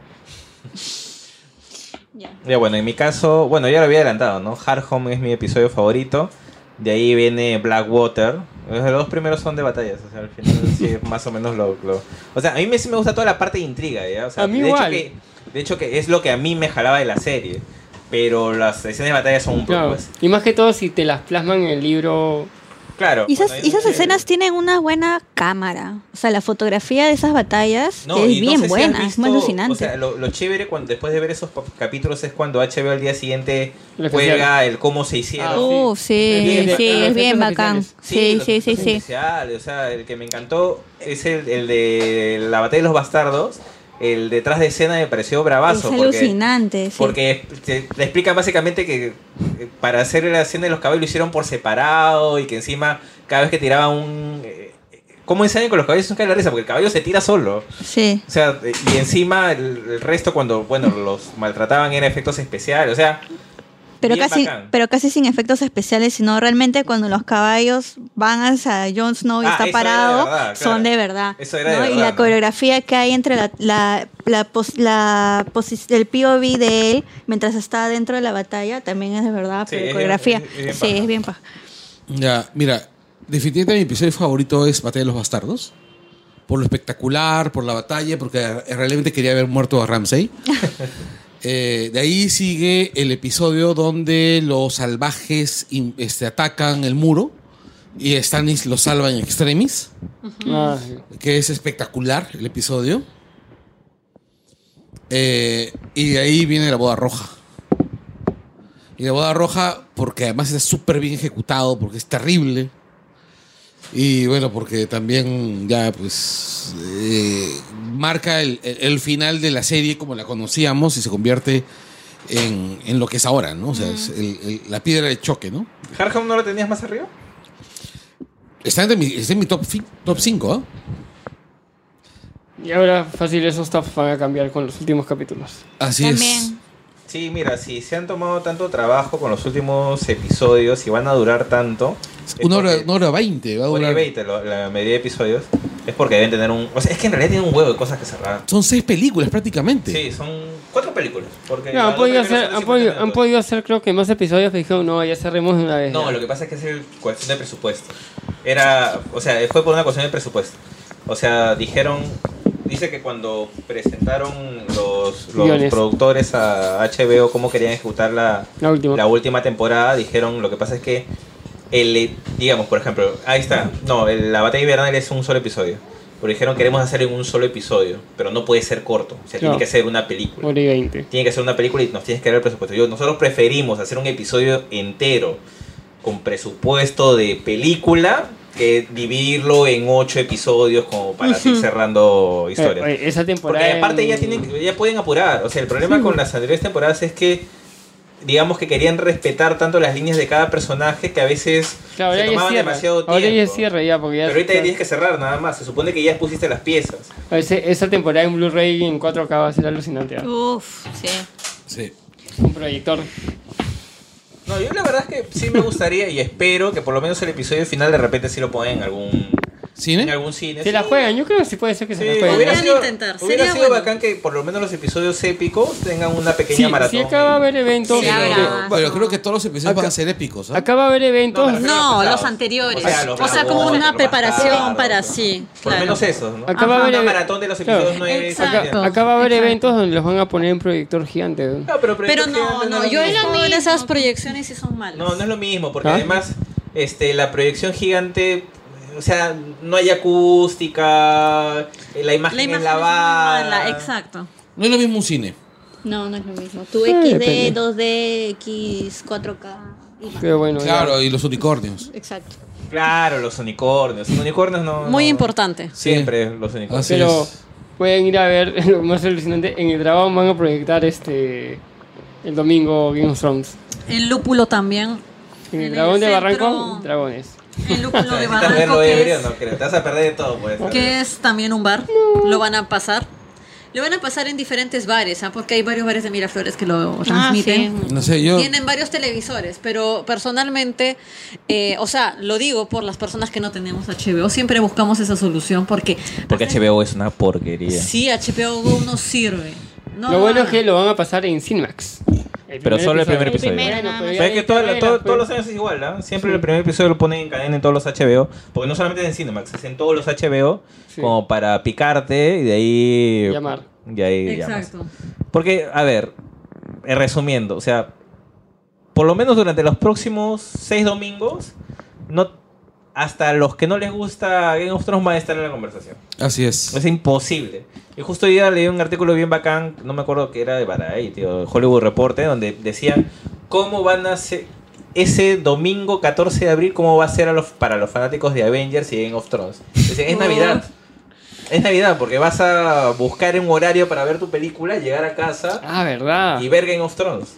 Ya bueno, en mi caso, bueno, ya lo había adelantado, ¿no? Hard Home es mi episodio favorito. De ahí viene Blackwater. Los dos primeros son de batallas, o sea, al final sí es más o menos lo, lo- O sea, a mí me, sí me gusta toda la parte de intriga, ¿ya? O sea,
A mí
de
igual.
Hecho que, de hecho que es lo que a mí me jalaba de la serie. pero las escenas de batalla son un poco
Claro.
más.
Y más que todo si te las plasman en el libro.
Claro.
Y esas,
cuando hay
y esas
un-
escenas tienen una buena cámara. O sea, la fotografía de esas batallas
No,
que es
y no
bien
sé si
buena,
has
es muy
visto-
alucinante.
O sea, lo, lo chévere cuando, después de ver esos pap- capítulos es cuando HBO al día siguiente
Lo que
juega el cómo se hicieron.
Ah,
Uh, sí,
Sí,
sí,
sí,
es
los
bien
efectos
bacán.
especiales.
Sí,
los
sí, sí,
efectos
sí.
especiales, o sea, el que me encantó es el, el de la batalla de los bastardos. El detrás de escena me pareció
Es
bravazo. porque,
alucinante. sí.
porque te, te explican básicamente que eh, para hacer la escena de los caballos lo hicieron por separado y que encima cada vez que tiraban un... eh, ¿Cómo ensayan con los caballos? Es un cae la risa porque el caballo se tira solo.
Sí.
O sea, eh, y encima el, el resto cuando, bueno, los maltrataban era efectos especiales. O sea,
Pero
bien
casi,
bacán.
pero casi sin efectos especiales, sino realmente cuando los caballos van hacia Jon Snow y
Ah,
está
eso era de
parado,
verdad,
son
claro.
de verdad.
Eso era de
¿no? Y
verdad,
la
¿no?
coreografía que hay entre la, la, la, pos- la posi- el POV de él mientras está dentro de la batalla también es de verdad,
Sí,
pero
es bien-
coreografía.
es bien
sí,
paja.
es bien paja.
Ya, mira, definitivamente mi episodio favorito es Batalla de los Bastardos. Por lo espectacular, por la batalla, porque realmente quería haber muerto a Ramsey. de ahí sigue el episodio donde los salvajes in- este, atacan el muro y Stannis los salva en extremis,
Ah, sí.
que es espectacular el episodio. Eh, y de ahí viene la boda roja. Y la boda roja, porque además está súper bien ejecutado, porque es terrible. Y bueno, porque también ya pues eh, marca el, el- el final de la serie como la conocíamos y se convierte en, en lo que es ahora, ¿no? O sea, es el- el- la piedra de choque, ¿no?
¿Harham no lo tenías más arriba?
Está en mi, está en mi top 5, top cinco, ¿ah?
Y ahora fácil esos tops van a cambiar con los últimos capítulos.
Así es.
También.
Sí, mira, si se han tomado tanto trabajo con los últimos episodios y van a durar tanto. es
Una hora,
porque-
una hora veinte va a
porque
durar.
20 lo- la mayoría de episodios. Es porque deben tener un. O sea, es que en realidad tienen un huevo de cosas que cerrar.
Son seis películas prácticamente.
Sí, son cuatro películas. Porque
No,
las
han
dos
podido,
primeras
hacer,
son de
han, podido,
50
han
minutos.
podido hacer creo que más episodios, pero dijeron, no, ya cerremos de una vez.
No,
ya".
lo que pasa es que es el cuestión de presupuesto. Era. O sea, fue por una cuestión de presupuesto. O sea, dijeron. Dice que cuando presentaron los, los
Guiones.
productores a HBO cómo querían ejecutar la,
La última.
la última temporada dijeron lo que pasa es que el digamos por ejemplo ahí está no el- la batalla invernal es un solo episodio pero dijeron queremos hacer en un solo episodio pero no puede ser corto o sea tiene
Claro.
que ser una película
Hora y 20.
tiene que ser una película y nos tienes que dar el presupuesto Yo- nosotros preferimos hacer un episodio entero con presupuesto de película que dividirlo en ocho episodios como para seguir cerrando historias
Eh, oye, esa temporada.
porque aparte
en-
ya tienen, ya pueden apurar. O sea, el problema con las anteriores temporadas es que digamos que querían respetar tanto las líneas de cada personaje que a veces
Claro, ahora
se
ya
tomaban
cierra.
demasiado tiempo.
Ahora ya cierra ya, porque ya.
Pero ahorita ya tienes que cerrar nada más. Se supone que ya pusiste las piezas.
Ese- esa temporada en Blu-ray en 4K va a ser alucinante. ¿ah?
Uf, sí.
Sí.
Un proyector.
No, yo la verdad es que sí me gustaría y espero que por lo menos el episodio final de repente sí lo pongan en algún en
¿Cine?
algún cine.
Se la
Sí.
juegan, yo creo que sí puede ser que
Sí,
se la jueguen.
hubiera
Podrían
sido,
intentar,
hubiera
sería
sido
bueno.
bacán que por lo menos los episodios épicos tengan una pequeña
Sí,
maratón.
sí, acá va a haber eventos.
Sí,
porque-
habrá.
Pero creo que todos los episodios
Acá-
van a ser épicos. ¿ah?
Acá va a haber
No,
eventos.
me refiero a
No, los
pesados.
anteriores.
O sea, los
O sea, como
blancos,
una
los
preparación
bastardos,
para
¿no?
sí.
Por lo
Claro.
menos esos, ¿no?
Acá va a haber
Una
ev-
maratón de los
Claro.
episodios no es...
Exacto.
Acá, acá va a haber eventos donde los van a poner en proyector gigante. ¿eh?
No, pero,
Pero no, no, yo he
era
estado en esas proyecciones y son malas.
No, no es lo mismo, porque
¿Ah?
además este, la proyección gigante, o sea, no hay acústica, eh, la imagen,
La imagen
es
es muy
lavada.
mala, exacto.
No es lo mismo un cine.
No, no es lo mismo. Tú
Sí,
XD,
depende.
2D, X, 4K. y más.
Pero bueno, ya.
Claro, y los unicornios.
Exacto.
Claro, los unicornios. Los unicornios no...
Muy
no-
importante.
Siempre los unicornios.
Así
Pero
es.
pueden ir a ver lo más alucinante. En el trabajo van a proyectar este el domingo Game of Thrones.
El lúpulo también.
En
En
el
el
dragón de
centro-
Barranco, dragones.
El lúpulo de
Necesitas
Barranco,
verlo
que
ebrio,
es,
no creo. Te vas a perder de todo, pues.
que es también un bar. Lo van a pasar. Lo van a pasar en diferentes bares, ¿ah? porque hay varios bares de Miraflores que
Ah,
lo transmiten.
No sé, yo.
Tienen varios televisores, pero personalmente, eh, o sea, lo digo por las personas que no tenemos HBO, siempre buscamos esa solución porque
pues.
Porque HBO es una porquería.
sí, HBO Go no sirve. No
lo bueno es
hagan.
que lo van a pasar en Cinemax. El
Pero
primer
solo el primer episodio.
Bueno, pero ya
Pero es
hay
que toda la-
carreras,
todo-
pues.
todos los años es igual, ¿ah? Siempre el primer episodio lo ponen en cadena en todos los HBO, porque no solamente en Cinemax, es en todos los HBO,
Sí.
como para picarte y de ahí...
Llamar.
Y ahí llamas.
Exacto.
Porque, a ver, eh, resumiendo, o sea, por lo menos durante los próximos seis domingos, no, hasta los que no les gusta Game of Thrones van a estar en la conversación.
Así es.
Es imposible. Y justo hoy día leí un artículo bien bacán, no me acuerdo que era de Variety o de Hollywood Reporter, donde decían cómo van a ser ese domingo 14 de abril, cómo va a ser a los, para los fanáticos de Avengers y Game of Thrones. Decían, es Navidad. Es Navidad, porque vas a buscar un horario para ver tu película, llegar a casa
Ah, verdad.
y ver Game of Thrones.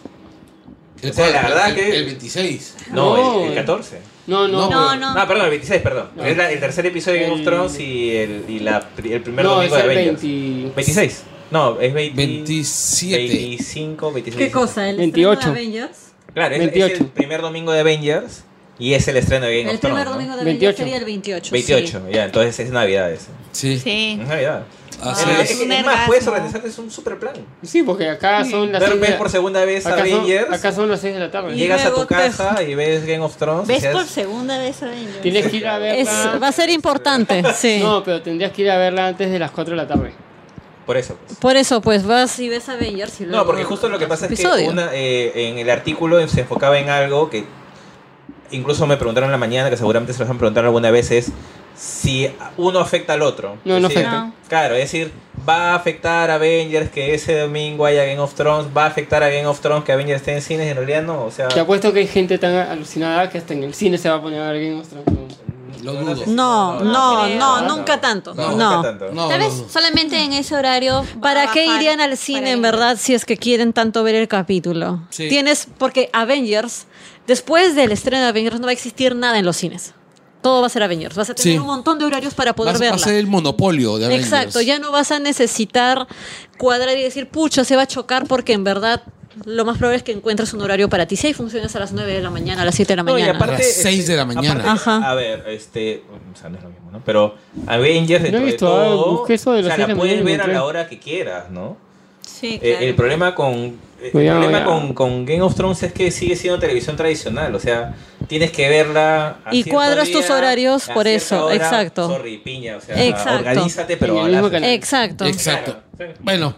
El,
O sea, la
cual-
verdad
el-
que-
El 26.
No,
No.
el, el 14.
No, no.
No,
No,
No,
No, perdón, el 26, perdón.
No.
Es la- el tercer episodio de Game of
El-
Thrones y el, y la pri- el primer
no es
domingo de
el
Avengers.
20.
26. No, es 20,
27.
25, 26.
¿Qué cosa? ¿El
28.
estreno de Avengers?
Claro, es, es
28.
el primer domingo de Avengers y es el estreno de Game
El
of Thrones.
primer
¿no?
domingo de
28.
Avengers sería el 28. sí.
28, ya, entonces es Navidad ese.
Sí.
Sí.
Es Navidad.
Así
Ah,
es.
es
es,
un
más, puedes
orgasmo.
organizarte, es un super plan.
Sí, porque acá son las
Ver
6 de
ves
la
por segunda vez
acá son-
Avengers,
acá son las 6 de la tarde.
Y
llegas a tu
luego te-
casa y ves Game of Thrones. y
¿Ves
seas-
por segunda vez Avengers?
Tienes que ir a
Es-
verla.
va a ser importante, sí.
No, pero tendrías que ir a verla antes de las 4 de la tarde.
Por eso. pues.
Por eso, pues vas y ves Avengers y luego
No, porque justo lo que pasa es que
episodio.
una, eh, en el artículo se enfocaba en algo que incluso me preguntaron en la mañana, que seguramente se los han preguntado alguna vez, es si uno afecta al otro.
No,
Es
no
decir,
afecta.
No.
Claro, es decir, va a afectar a Avengers que ese domingo haya Game of Thrones, va a afectar a Game of Thrones que Avengers esté en cines, en realidad no, o sea...
Te apuesto que hay gente tan alucinada que hasta en el cine se va a poner a ver Game of Thrones.
Lo dudo.
No, no, no, nunca tanto.
No,
No.
nunca tanto.
No,
Tal
no,
vez
no.
solamente en ese horario. va
¿Para
a
qué
bajar
irían al
para
cine, en
ellos.
verdad, si es que quieren tanto ver el capítulo?
Sí.
Tienes, porque Avengers, después del estreno de Avengers, no va a existir nada en los cines. Todo va a ser Avengers. Vas a tener
Sí.
un montón de horarios para poder
Vas- va a
verla.
ser el monopolio de Avengers.
Exacto, ya no vas a necesitar cuadrar y decir, pucha, se va a chocar porque en verdad lo más probable es que encuentres un horario para ti. Si hay funciones a las 9 de la mañana, a las 7 de la
No, y
mañana.
aparte,
A las seis de la mañana.
Ajá.
A ver, este. O sea, no es lo mismo, ¿no? Pero Avengers,
No he
dentro de
visto,
todo.
ah, busqué eso de
o
las
sea,
seis de
la
la
puedes
mañana y
ver a la
encontré.
hora que quieras, ¿no?
Sí,
Eh,
claro.
el problema con. eh,
Cuidado,
el problema
ya.
con, con Game of Thrones es que sigue siendo televisión tradicional, o sea, tienes que verla. a
Y
cierto
cuadras tus
día,
horarios
a
por
cierta
eso,
hora,
exacto.
Sorry, piña, o sea,
Exacto.
organízate, pero
En el mismo
hablas.
canal.
Exacto.
Exacto.
Claro.
Bueno,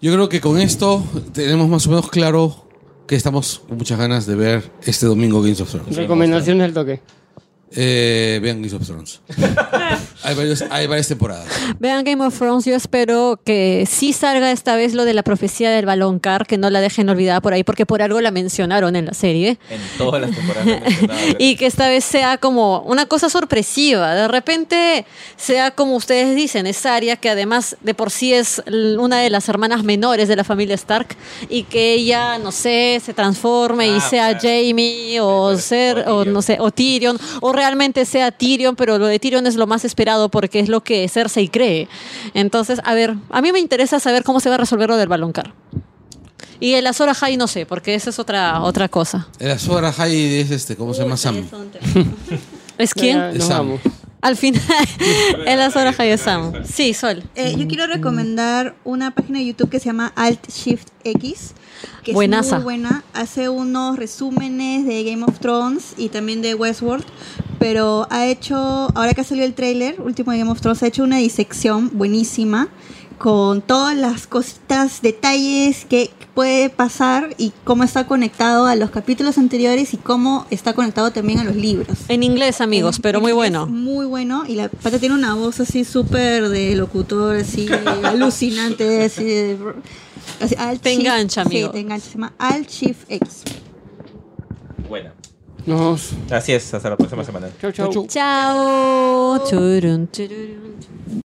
yo creo que con esto tenemos más o menos claro que estamos con muchas ganas de ver este domingo Games of Thrones.
Recomendaciones al toque.
Eh, vean Games of Thrones. hay, varios- hay varias temporadas.
Vean Game of Thrones, yo espero que sí salga esta vez lo de la profecía del baloncar, que no la dejen olvidada por ahí, porque por algo la mencionaron en la serie.
En todas las temporadas. mencionadas.
Y que esta vez sea como una cosa sorpresiva. De repente sea como ustedes dicen, es Arya, que además de por sí es l- una de las hermanas menores de la familia Stark, y que ella, no sé, se transforme
Ah,
y sea
claro.
Jamie o
Puede ser,
ser,
o
o
Tyrion.
no sé, o Tyrion, o realmente sea Tyrion, pero lo de Tyrion es lo más esperado porque es lo que Cersei cree. Entonces, a ver, a mí me interesa saber cómo se va a resolver lo del baloncar. Y el Azor Ahai no sé, porque esa es otra, otra cosa.
El Azor Ahai es este, ¿cómo se llama?
Uy,
Sam.
ustedes son terribles.
¿Es quién?
Ya, nos
Sam.
vamos.
Al final, en las horas hay Sam. Sí, Sol.
Eh, yo quiero recomendar una página de YouTube que se llama Alt Shift X, que es
Buenaza.
muy buena. Hace unos resúmenes de Game of Thrones y también de Westworld, pero ha hecho, ahora que salió el tráiler último de Game of Thrones, ha hecho una disección buenísima con todas las cositas, detalles que puede pasar y cómo está conectado a los capítulos anteriores y cómo está conectado también a los libros.
En inglés, amigos,
En-
pero
en
muy
inglés,
bueno.
Muy bueno. Y la pata tiene una voz así súper de locutor, así alucinante, así. de- así, Alt
Te
Shift-
engancha, amigo.
Sí, te engancha. Se llama Alt Shift X.
Bueno,
Nos vamos.
así es, hasta la próxima semana.
Chau, chau.
Chau, chau.
Chao. Churun, chururun.